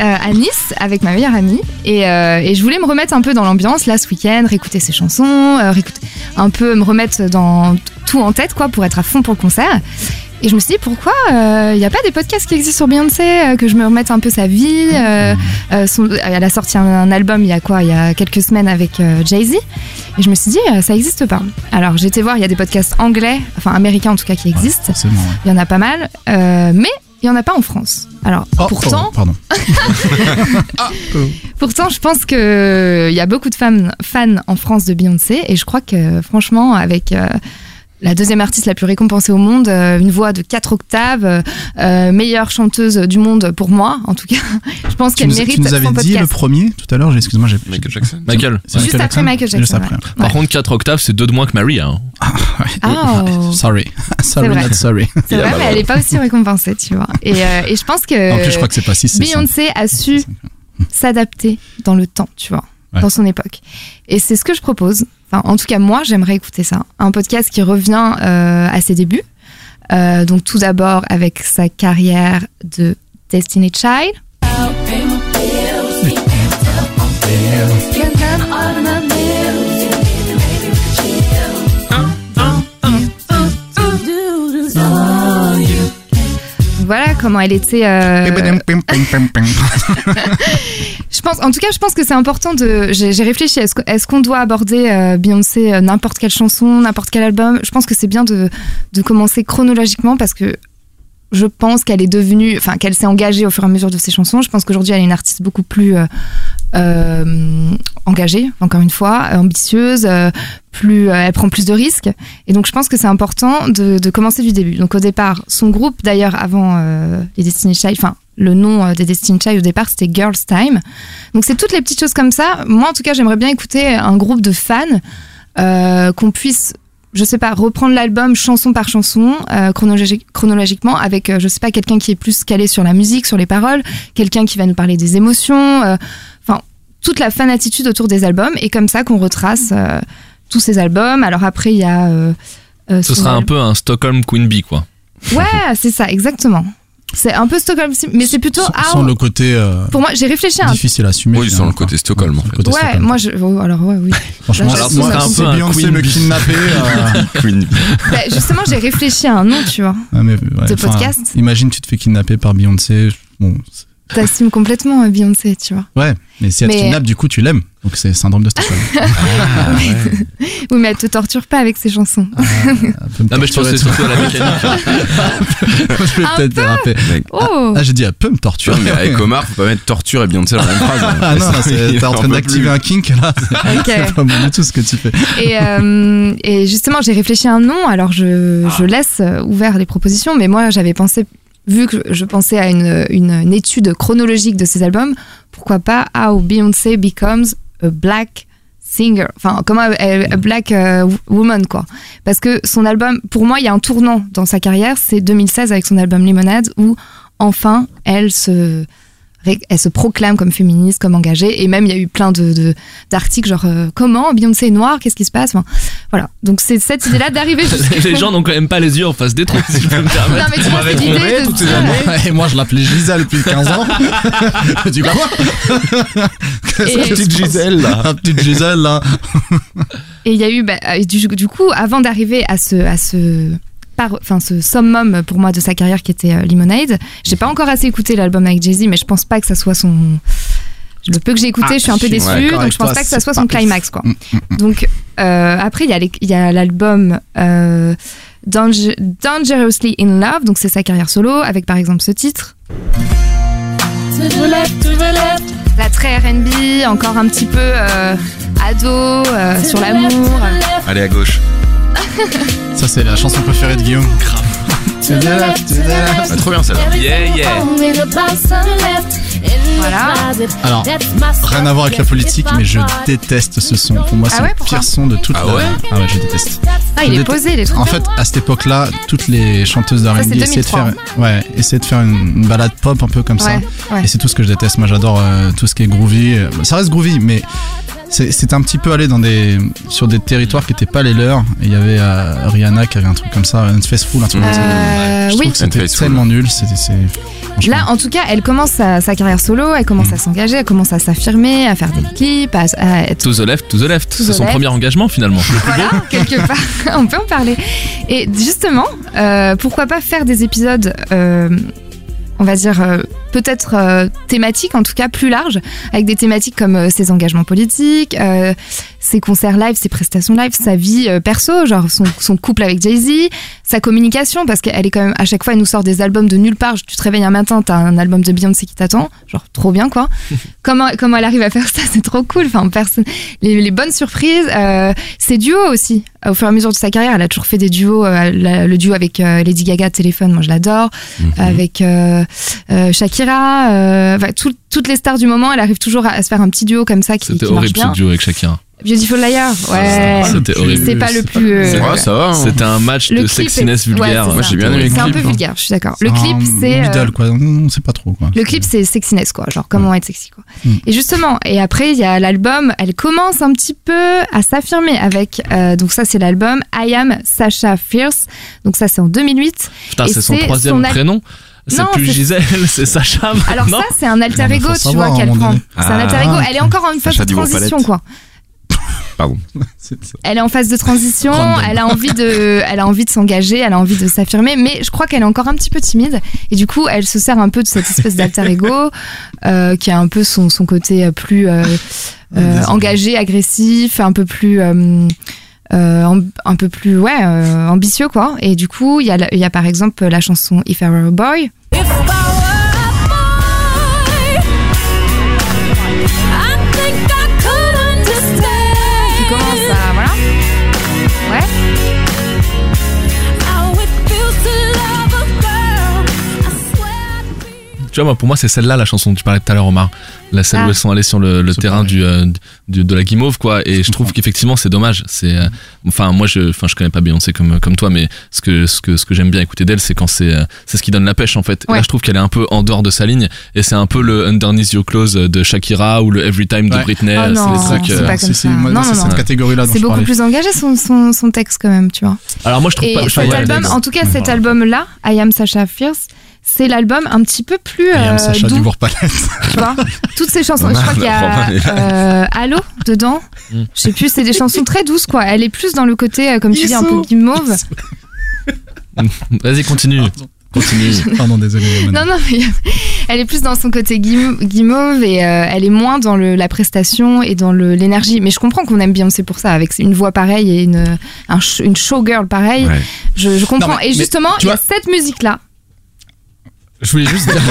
Speaker 4: Euh, à Nice avec ma meilleure amie et, euh, et je voulais me remettre un peu dans l'ambiance là ce week-end, réécouter ses chansons, euh, réécouter- un peu me remettre dans tout en tête quoi pour être à fond pour le concert. Et je me suis dit pourquoi il n'y a pas des podcasts qui existent sur Beyoncé euh, que je me remette un peu sa vie. euh, euh, son- elle a sorti un, un album il y a quoi il y a quelques semaines avec euh, Jay Z et je me suis dit euh, ça existe pas. Alors j'ai été voir il y a des podcasts anglais enfin américains en tout cas qui existent.
Speaker 1: Forcément, ouais.
Speaker 4: Il y en a pas mal euh, mais il y en a pas en France. Alors
Speaker 1: Oh,
Speaker 4: pourtant
Speaker 1: Pardon.
Speaker 4: Pourtant, je pense qu'il y a beaucoup de femmes fans en France de Beyoncé et je crois que franchement, avec euh, la deuxième artiste la plus récompensée au monde, euh, une voix de 4 octaves, euh, euh, meilleure chanteuse du monde pour moi, en tout cas, je pense
Speaker 1: Tu
Speaker 4: qu'elle
Speaker 1: nous,
Speaker 4: mérite
Speaker 1: tu nous
Speaker 4: son
Speaker 1: avais
Speaker 4: podcast.
Speaker 1: dit le premier tout à l'heure, j'ai- excuse-moi, j'ai.
Speaker 3: Michael Jackson.
Speaker 2: Michael.
Speaker 1: C'est
Speaker 4: Juste après Michael
Speaker 1: Juste
Speaker 4: Jackson,
Speaker 1: après.
Speaker 2: Par contre, 4 octaves, c'est 2 de moins que Maria. hein.
Speaker 4: Ah, oh,
Speaker 1: Sorry. Sorry,
Speaker 4: vrai.
Speaker 1: not sorry.
Speaker 4: c'est vrai, mais elle n'est pas aussi récompensée, tu vois. Et, euh, et je pense que,
Speaker 1: En plus, je crois que c'est pas 6, c'est cinq.
Speaker 4: Beyoncé a su
Speaker 1: C'est cinq.
Speaker 4: s'adapter dans le temps, tu vois,
Speaker 1: Ouais.
Speaker 4: dans son époque. Et c'est ce que je propose. Enfin, en tout cas, moi, j'aimerais écouter ça. Un podcast qui revient euh, à ses débuts. Euh, donc, tout d'abord avec sa carrière de Destiny Child. Voilà comment elle était. euh,
Speaker 1: Eh ben,
Speaker 4: Je pense, en tout cas, je pense que c'est important de. J'ai j'ai réfléchi. Est-ce que- est-ce qu'on doit aborder euh, Beyoncé euh, n'importe quelle chanson, n'importe quel album Je pense que c'est bien de, de commencer chronologiquement parce que je pense qu'elle est devenue, enfin qu'elle s'est engagée au fur et à mesure de ses chansons. Je pense qu'aujourd'hui, elle est une artiste beaucoup plus euh, euh, engagée, encore une fois, euh, ambitieuse. euh, plus, euh, elle prend plus de risques. Et donc, je pense que c'est important de, de commencer du début. Donc, au départ, son groupe, d'ailleurs, avant euh, les Destiny Child, enfin, le nom euh, des Destiny Child au départ, c'était Girls Time. Donc c'est toutes les petites choses comme ça. Moi en tout cas j'aimerais bien écouter un groupe de fans euh, qu'on puisse, je sais pas, reprendre l'album chanson par chanson euh, chronologi- chronologiquement avec, euh, je sais pas, quelqu'un qui est plus calé sur la musique, sur les paroles, quelqu'un qui va nous parler des émotions, euh, enfin toute la fan attitude autour des albums et comme ça qu'on retrace euh, tous ces albums. Alors après il y a... euh, euh,
Speaker 2: Ce
Speaker 4: son
Speaker 2: sera un
Speaker 4: album-
Speaker 2: peu un Stockholm Queen Bee, quoi.
Speaker 4: Ouais, c'est ça, exactement. C'est un peu Stockholm, Syndrome, mais c'est plutôt...
Speaker 1: Sans-
Speaker 4: ah,
Speaker 1: Sans le côté euh,
Speaker 4: Pour moi, j'ai réfléchi à un...
Speaker 1: difficile à assumer.
Speaker 3: Oui, sans le côté Stockholm, en
Speaker 1: Sans le
Speaker 3: fait.
Speaker 1: côté
Speaker 4: Ouais,
Speaker 1: Stockholm.
Speaker 4: moi je... oh, Alors ouais, oui.
Speaker 1: Franchement,
Speaker 4: Alors,
Speaker 1: si-
Speaker 4: ce
Speaker 1: moi,
Speaker 4: serait
Speaker 1: si
Speaker 2: un peu un
Speaker 1: Beyoncé
Speaker 2: Queen
Speaker 1: me
Speaker 2: Bee.
Speaker 1: kidnappait. euh,
Speaker 3: Queen Bee.
Speaker 4: Bah, justement, j'ai réfléchi à un nom, tu vois.
Speaker 1: ouais, mais, ouais,
Speaker 4: De
Speaker 1: enfin,
Speaker 4: podcast.
Speaker 1: Imagine, tu te fais kidnapper par Beyoncé. Bon, c'est-
Speaker 4: t'assumes complètement euh, Beyoncé, tu vois.
Speaker 1: Ouais, mais si elle te
Speaker 4: Mais-
Speaker 1: kidnappe, du coup, tu l'aimes. Donc c'est syndrome de Stockholm.
Speaker 2: Ah, ouais.
Speaker 4: Oui, mais elle te torture pas avec ses chansons.
Speaker 1: Ah, Elle peut me
Speaker 2: Non, mais je
Speaker 1: torturer
Speaker 2: pensais
Speaker 1: de-
Speaker 2: surtout à la mécanique.
Speaker 1: je vais
Speaker 4: Un
Speaker 1: peut-être déraper.
Speaker 4: Oh
Speaker 1: Ah, j'ai dit, elle peut me
Speaker 3: Tu
Speaker 1: torturer.
Speaker 3: vois, mais avec Omar, faut pas mettre torture et Beyoncé dans la même phrase. hein.
Speaker 1: Ah non,
Speaker 3: Ça,
Speaker 1: c'est-
Speaker 3: il
Speaker 1: t'es en
Speaker 3: en
Speaker 1: train
Speaker 3: peut
Speaker 1: d'activer
Speaker 3: plus.
Speaker 1: un kink là. C'est
Speaker 4: Ok.
Speaker 1: c'est pas bon du tout ce que tu fais.
Speaker 4: et, euh, et justement, j'ai réfléchi à un nom, alors je, je
Speaker 1: Ah.
Speaker 4: laisse euh, ouvert les propositions, mais moi j'avais pensé, vu que je pensais à une, une, une étude chronologique de ces albums, pourquoi pas How Beyoncé Becomes a Black Singer, enfin comment a, a- a Black euh, Woman quoi. Parce que son album, pour moi, il y a un tournant dans sa carrière, c'est 2016 avec son album Lemonade, où enfin elle se... ré- Elle se proclame comme féministe, comme engagée, et même il y a eu plein de, de, d'articles genre euh, comment Beyoncé est noire, qu'est-ce qui se passe Enfin, Voilà. Donc c'est cette idée-là d'arriver jusqu'à.
Speaker 2: Les gens n'ont quand même pas les yeux en face des trous, si je peux me
Speaker 4: Non
Speaker 2: permettre.
Speaker 4: mais tu
Speaker 2: On
Speaker 4: vois
Speaker 2: m'avait
Speaker 4: cette idée
Speaker 2: trompé.
Speaker 4: de dire-
Speaker 1: Et Ah, moi, je l'appelais Gisèle depuis 15 ans. du coup,
Speaker 4: Et-
Speaker 1: là. La petite Gisèle là.
Speaker 4: Et il y a eu bah, euh, du, du coup avant d'arriver à ce à ce par, enfin ce summum pour moi de sa carrière qui était euh, Lemonade. J'ai pas encore assez écouté l'album avec Jay Z, mais je pense pas que ça soit son le peu que j'ai écouté,
Speaker 1: Ah,
Speaker 4: je suis un peu
Speaker 1: je suis
Speaker 4: déçue,
Speaker 1: d'accord
Speaker 4: donc
Speaker 1: avec
Speaker 4: je pense
Speaker 1: toi,
Speaker 4: pas que ça
Speaker 1: c'est
Speaker 4: soit
Speaker 1: pas
Speaker 4: son
Speaker 1: ouf.
Speaker 4: climax quoi.
Speaker 1: Mm,
Speaker 4: Donc euh, après il y a les- il y a l'album euh, Danger- Dangerously in Love, donc c'est sa carrière solo avec par exemple ce titre. La très R&B, encore un petit peu euh, ado euh, sur l'amour.
Speaker 3: Allez à gauche.
Speaker 1: Ça, c'est la chanson préférée de Guillaume.
Speaker 3: Ah, trop bien celle-là.
Speaker 2: Yeah,
Speaker 4: Eh,
Speaker 2: yeah.
Speaker 4: Voilà. Oh.
Speaker 1: Alors, Rien à voir avec la politique, mais je déteste ce son. Pour moi,
Speaker 4: Ah
Speaker 1: c'est
Speaker 4: ouais,
Speaker 1: le
Speaker 4: pourquoi
Speaker 1: pire son de toute
Speaker 3: Ah
Speaker 1: la.
Speaker 3: ouais
Speaker 1: ah ouais, je déteste.
Speaker 4: Ah,
Speaker 1: Je
Speaker 4: il est
Speaker 1: déteste.
Speaker 4: posé, les trucs.
Speaker 1: En fait, à cette époque-là, toutes les chanteuses de
Speaker 4: Ça, c'est
Speaker 1: R&B essayaient de
Speaker 4: 2003.
Speaker 1: faire, ouais, essayaient de faire une, une balade pop un peu comme ça.
Speaker 4: Ouais, ouais.
Speaker 1: Et c'est tout ce que je déteste. Moi, j'adore euh, tout ce qui est groovy. Euh, Ça reste groovy, mais c'est- c'est un petit peu aller dans des, sur des territoires qui n'étaient pas les leurs. Et Il y avait euh, Rihanna qui avait un truc comme ça, un Faceful, un truc comme ça.
Speaker 4: Euh,
Speaker 1: Je trouve
Speaker 4: oui.
Speaker 1: que c'était
Speaker 3: Unfaithful.
Speaker 1: tellement nul. C'était, c'est, franchement. Mm.
Speaker 4: Là, en tout cas, elle commence sa, sa carrière solo, elle commence à s'engager, elle commence à s'affirmer, à faire des clips, à, à être.
Speaker 2: To the left, to the left.
Speaker 4: To the
Speaker 2: C'est son
Speaker 4: left.
Speaker 2: premier engagement finalement.
Speaker 4: Voilà, quelque part. On peut en parler. Et justement, euh, pourquoi pas faire des épisodes. euh, on va dire euh, peut-être euh, thématiques, en tout cas plus larges, avec des thématiques comme euh, ses engagements politiques, euh, ses concerts live, ses prestations live, sa vie euh, perso, genre son, son couple avec Jay-Z, sa communication, parce qu'elle est quand même, à chaque fois, elle nous sort des albums de nulle part. Tu te réveilles un matin, t'as un album de Beyoncé qui t'attend, genre trop bien quoi. comment, comment elle arrive à faire ça, c'est trop cool. Enfin, personne, les, les bonnes surprises, euh, ses duos aussi. Au fur et à mesure de sa carrière, elle a toujours fait des duos, euh, la- le duo avec euh, Lady Gaga, Téléphone, moi je l'adore,
Speaker 2: Mhm.
Speaker 4: avec euh, euh, Shakira, euh, enfin, tout- toutes les stars du moment, elle arrive toujours à, à se faire un petit duo comme ça qui,
Speaker 2: C'était
Speaker 4: qui marche
Speaker 2: horrible ce
Speaker 4: bien.
Speaker 2: duo avec chacun.
Speaker 4: Beautiful Liar, ouais.
Speaker 2: Ah, C'était horrible.
Speaker 4: C'est pas le plus. euh,
Speaker 3: Ouais, ça va. hein.
Speaker 2: C'était un match
Speaker 4: Le
Speaker 2: de
Speaker 4: clip est-
Speaker 2: sexiness
Speaker 4: ouais,
Speaker 2: vulgaire.
Speaker 4: c'est
Speaker 3: Moi,
Speaker 4: ça.
Speaker 3: j'ai bien aimé le
Speaker 4: C'est un
Speaker 3: clip,
Speaker 4: peu
Speaker 3: hein.
Speaker 4: vulgaire, je suis d'accord. Le
Speaker 1: un
Speaker 4: clip, c'est. euh,
Speaker 1: middle, quoi. Non, non, c'est pas trop, quoi.
Speaker 4: le clip, c'est sexiness, quoi. Genre, comment être sexy, quoi.
Speaker 1: Mm.
Speaker 4: Et justement, et après, il y a l'album, elle commence un petit peu à s'affirmer avec. euh, donc, ça, c'est l'album I Am Sasha Fierce. Donc, ça, c'est en 2008.
Speaker 2: Putain,
Speaker 4: Et
Speaker 2: c'est son
Speaker 4: c'est
Speaker 2: troisième
Speaker 4: son al-
Speaker 2: prénom. C'est
Speaker 4: Non,
Speaker 2: plus
Speaker 4: c'est-
Speaker 2: Gisèle, c'est Sacha.
Speaker 4: Alors,
Speaker 2: maintenant.
Speaker 4: ça, c'est un alter
Speaker 1: Non, Ah, mais
Speaker 4: ego,
Speaker 1: faut
Speaker 4: tu
Speaker 1: savoir, à
Speaker 4: vois,
Speaker 1: un
Speaker 4: qu'elle
Speaker 1: moment
Speaker 4: prend.
Speaker 1: donné.
Speaker 4: C'est un
Speaker 3: Ah,
Speaker 4: alter ego.
Speaker 1: ok.
Speaker 4: Elle est encore en phase
Speaker 3: Sacha
Speaker 4: de
Speaker 3: Dibon
Speaker 4: transition,
Speaker 3: Palette.
Speaker 4: quoi.
Speaker 3: Pardon.
Speaker 4: Elle est en phase de transition,
Speaker 1: Random.
Speaker 4: elle a envie de, elle a envie de s'engager, elle a envie de s'affirmer, mais je crois qu'elle est encore un petit peu timide et du coup elle se sert un peu de cette espèce d'alter ego euh, qui a un peu son, son côté euh, plus euh, euh, engagé, agressif, un peu plus, euh, euh, amb- un peu plus ouais euh, ambitieux quoi. Et du coup il y a, la- il y a par exemple la chanson If I Were a Boy. qui commence à- voilà.
Speaker 1: Ah,
Speaker 4: Ouais.
Speaker 2: Tu vois, moi, pour moi, c'est celle-là la chanson dont tu parlais tout à l'heure, Omar. La celle
Speaker 4: Ah.
Speaker 2: où elles sont allées sur le, le
Speaker 1: C'est
Speaker 2: terrain
Speaker 1: pas
Speaker 2: du, euh, du- de la guimauve, quoi. Et je trouve qu'effectivement, c'est dommage. C'est, euh, enfin, moi, je, enfin, je connais pas Beyoncé comme, comme toi, mais ce que, ce que, ce que j'aime bien écouter d'elle, c'est quand c'est, euh, c'est ce qui donne la pêche, en fait. Et là,
Speaker 4: Ouais.
Speaker 2: je trouve qu'elle est un peu en dehors de sa ligne. Et c'est un peu le Underneath Your Clothes de Shakira ou le Every Time de
Speaker 1: Ouais.
Speaker 2: Britney.
Speaker 4: Oh
Speaker 2: c'est
Speaker 4: non.
Speaker 2: des trucs,
Speaker 4: C'est
Speaker 2: euh,
Speaker 4: pas
Speaker 1: si,
Speaker 4: comme
Speaker 1: si,
Speaker 4: ça.
Speaker 1: moi,
Speaker 4: Non,
Speaker 1: c'est
Speaker 4: non, non.
Speaker 1: cette catégorie-là dont
Speaker 4: C'est
Speaker 1: je
Speaker 4: beaucoup
Speaker 1: parlais.
Speaker 4: plus engagé son, son, son texte quand même, tu vois.
Speaker 2: Alors, moi, je trouve
Speaker 4: Et
Speaker 2: pas, je trouve
Speaker 4: cet
Speaker 2: pas
Speaker 4: album,
Speaker 2: Alex.
Speaker 4: en tout cas
Speaker 1: Ouais.
Speaker 4: cet album-là, I Am Sasha Fierce, c'est l'album un petit peu plus
Speaker 1: Et
Speaker 4: euh,
Speaker 1: Yann Sacha
Speaker 4: doux,
Speaker 1: du Bourg-Palette.
Speaker 4: tu vois. Toutes ces chansons, je crois qu'il y a
Speaker 3: Romain est
Speaker 4: euh, Allo dedans.
Speaker 2: Mm.
Speaker 4: Je sais plus, c'est des chansons très douces quoi. Elle est plus dans le côté, euh, comme tu dis, un peu
Speaker 1: Issou.
Speaker 4: guimauve.
Speaker 2: Vas-y, continue.
Speaker 3: Continue.
Speaker 1: Pardon, désolé. Manon.
Speaker 4: Non, non, mais elle est plus dans son côté guim- guimauve et euh, elle est moins dans le, la prestation et dans le- l'énergie. Mais je comprends qu'on aime Beyoncé pour ça, avec une voix pareille et une, un sh- une showgirl pareille.
Speaker 3: Ouais.
Speaker 4: Je, je comprends.
Speaker 1: Non, mais-
Speaker 4: et
Speaker 1: mais,
Speaker 4: justement,
Speaker 1: tu
Speaker 4: il y a
Speaker 1: vois-
Speaker 4: cette musique-là.
Speaker 1: Je voulais juste dire.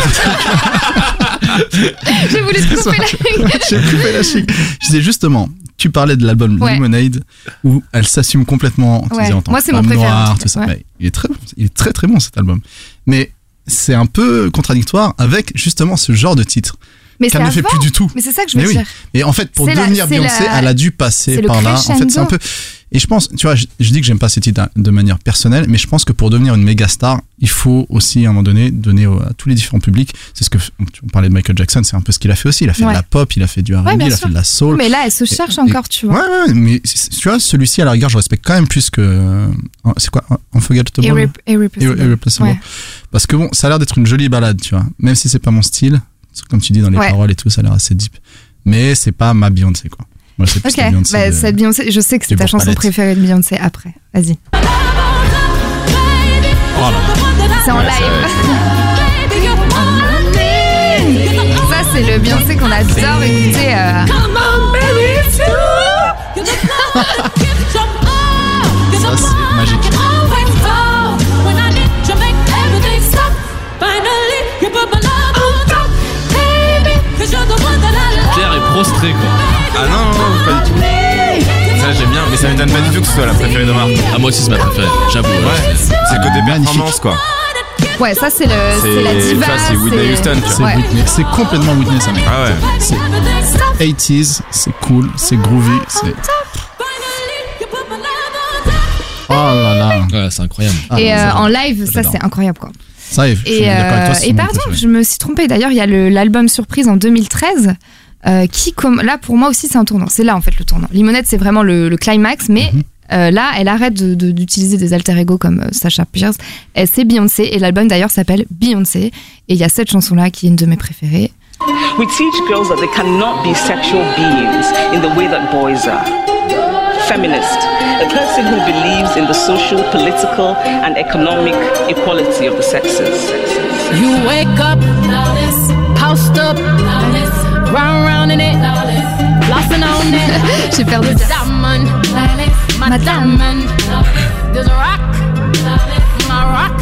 Speaker 4: J'ai voulu se couper la
Speaker 1: J'ai coupé la chic. Je disais justement, tu parlais de l'album
Speaker 4: Ouais.
Speaker 1: Lemonade où elle s'assume complètement. tu
Speaker 4: Ouais.
Speaker 1: disais, en tant
Speaker 4: Moi,
Speaker 1: que
Speaker 4: c'est mon
Speaker 1: femme
Speaker 4: préféré, en
Speaker 1: noire,
Speaker 4: tout cas.
Speaker 1: tout ça.
Speaker 4: Ouais.
Speaker 1: Mais il, est très, il est très très bon cet album. Mais c'est un peu contradictoire avec justement ce genre de titre
Speaker 4: Mais c'est
Speaker 1: qu'elle ne fait
Speaker 4: avant.
Speaker 1: plus du tout.
Speaker 4: Mais c'est ça que je veux
Speaker 1: Mais oui.
Speaker 4: dire.
Speaker 1: Et en fait, pour
Speaker 4: C'est la-
Speaker 1: devenir
Speaker 4: c'est
Speaker 1: Beyoncé,
Speaker 4: la-
Speaker 1: elle a dû passer
Speaker 4: c'est le
Speaker 1: par là. En fait, c'est un
Speaker 4: crescendo.
Speaker 1: peu. Et je pense, tu vois, je, je dis que j'aime pas ces titres hein, de manière personnelle, mais je pense que pour devenir une méga star, il faut aussi à un moment donné donner au- à tous les différents publics. C'est ce que on parlait de Michael Jackson, c'est un peu ce qu'il a fait aussi. Il a fait
Speaker 4: Ouais.
Speaker 1: de la pop, il a fait du R&B,
Speaker 4: Ouais, bien
Speaker 1: il a
Speaker 4: sûr.
Speaker 1: fait de la soul.
Speaker 4: Mais là, elle se cherche
Speaker 1: et-
Speaker 4: encore, tu
Speaker 1: Ouais,
Speaker 4: vois.
Speaker 1: ouais, mais c- c- tu vois, celui-ci, à la rigueur, je respecte quand même plus que. euh, C'est quoi Un- Unforgettable
Speaker 4: Irre- irreplaceable.
Speaker 1: Irre- Irreplaceable.
Speaker 4: Ouais.
Speaker 1: Parce que bon, ça a l'air d'être une jolie balade, tu vois. Même si c'est pas mon style, comme tu dis dans les
Speaker 4: Ouais.
Speaker 1: paroles et tout, ça a l'air assez deep. Mais c'est pas ma Beyoncé, quoi. Moi, c'est plus
Speaker 4: Ok,
Speaker 1: la Beyoncé euh,
Speaker 4: bah,
Speaker 1: de-
Speaker 4: cette Beyoncé, je sais que
Speaker 1: des
Speaker 4: c'est ta
Speaker 1: bourses
Speaker 4: chanson
Speaker 1: palettes.
Speaker 4: préférée de Beyoncé après. Vas-y.
Speaker 1: Oh là là.
Speaker 4: C'est en live. Ça, c'est le Beyoncé qu'on adore écouter. euh,
Speaker 1: Ça, c'est magique.
Speaker 2: Pierre est prostré, quoi.
Speaker 3: Ah non, non, non, pas du tout. Ça, j'aime bien, mais ça m'étonne pas du tout que ce soit la préférée de Marc.
Speaker 2: Ah, moi aussi, c'est ma préférée, j'avoue. ouais.
Speaker 3: C'est le côté
Speaker 1: Magnifique.
Speaker 3: performance, quoi.
Speaker 4: Ouais, ça, c'est le- c'est la
Speaker 3: C'est-
Speaker 4: diva.
Speaker 3: ça, c'est Whitney Houston, tu vois.
Speaker 1: C'est
Speaker 4: Ouais.
Speaker 1: Whitney- c'est complètement Whitney, ça, mec.
Speaker 3: Ah ouais.
Speaker 1: 80s, c'est cool, c'est groovy, c'est. Oh là là.
Speaker 2: Ouais, c'est incroyable.
Speaker 1: Ah,
Speaker 4: Et euh,
Speaker 1: ça,
Speaker 4: en live, ça,
Speaker 1: J'adore.
Speaker 4: c'est incroyable, quoi.
Speaker 1: Ça, je suis
Speaker 4: Et,
Speaker 1: d'accord avec toi,
Speaker 4: euh,
Speaker 1: c'est
Speaker 4: et
Speaker 1: mon
Speaker 4: pardon,
Speaker 1: préféré.
Speaker 4: je me suis trompée. D'ailleurs, il y a le- l'album Surprise en 2013. euh, qui comme là pour moi aussi c'est un tournant c'est là en fait le tournant Limonade c'est vraiment le, le climax mais
Speaker 1: Mhm.
Speaker 4: euh, là elle arrête de- de- d'utiliser des alter ego comme euh, Sacha Pierce elle c'est Beyoncé et l'album d'ailleurs s'appelle Beyoncé et il y a cette chanson là qui est une de mes préférées
Speaker 6: We teach girls that they cannot be sexual beings in the way that boys are. Feminist, a person who believes in the social, political, and economic equality of the sexes.
Speaker 7: You wake up, housed up, round round in it, lost and on it.
Speaker 4: j'ai perdu
Speaker 7: This diamond, my diamond. This rock, my rock.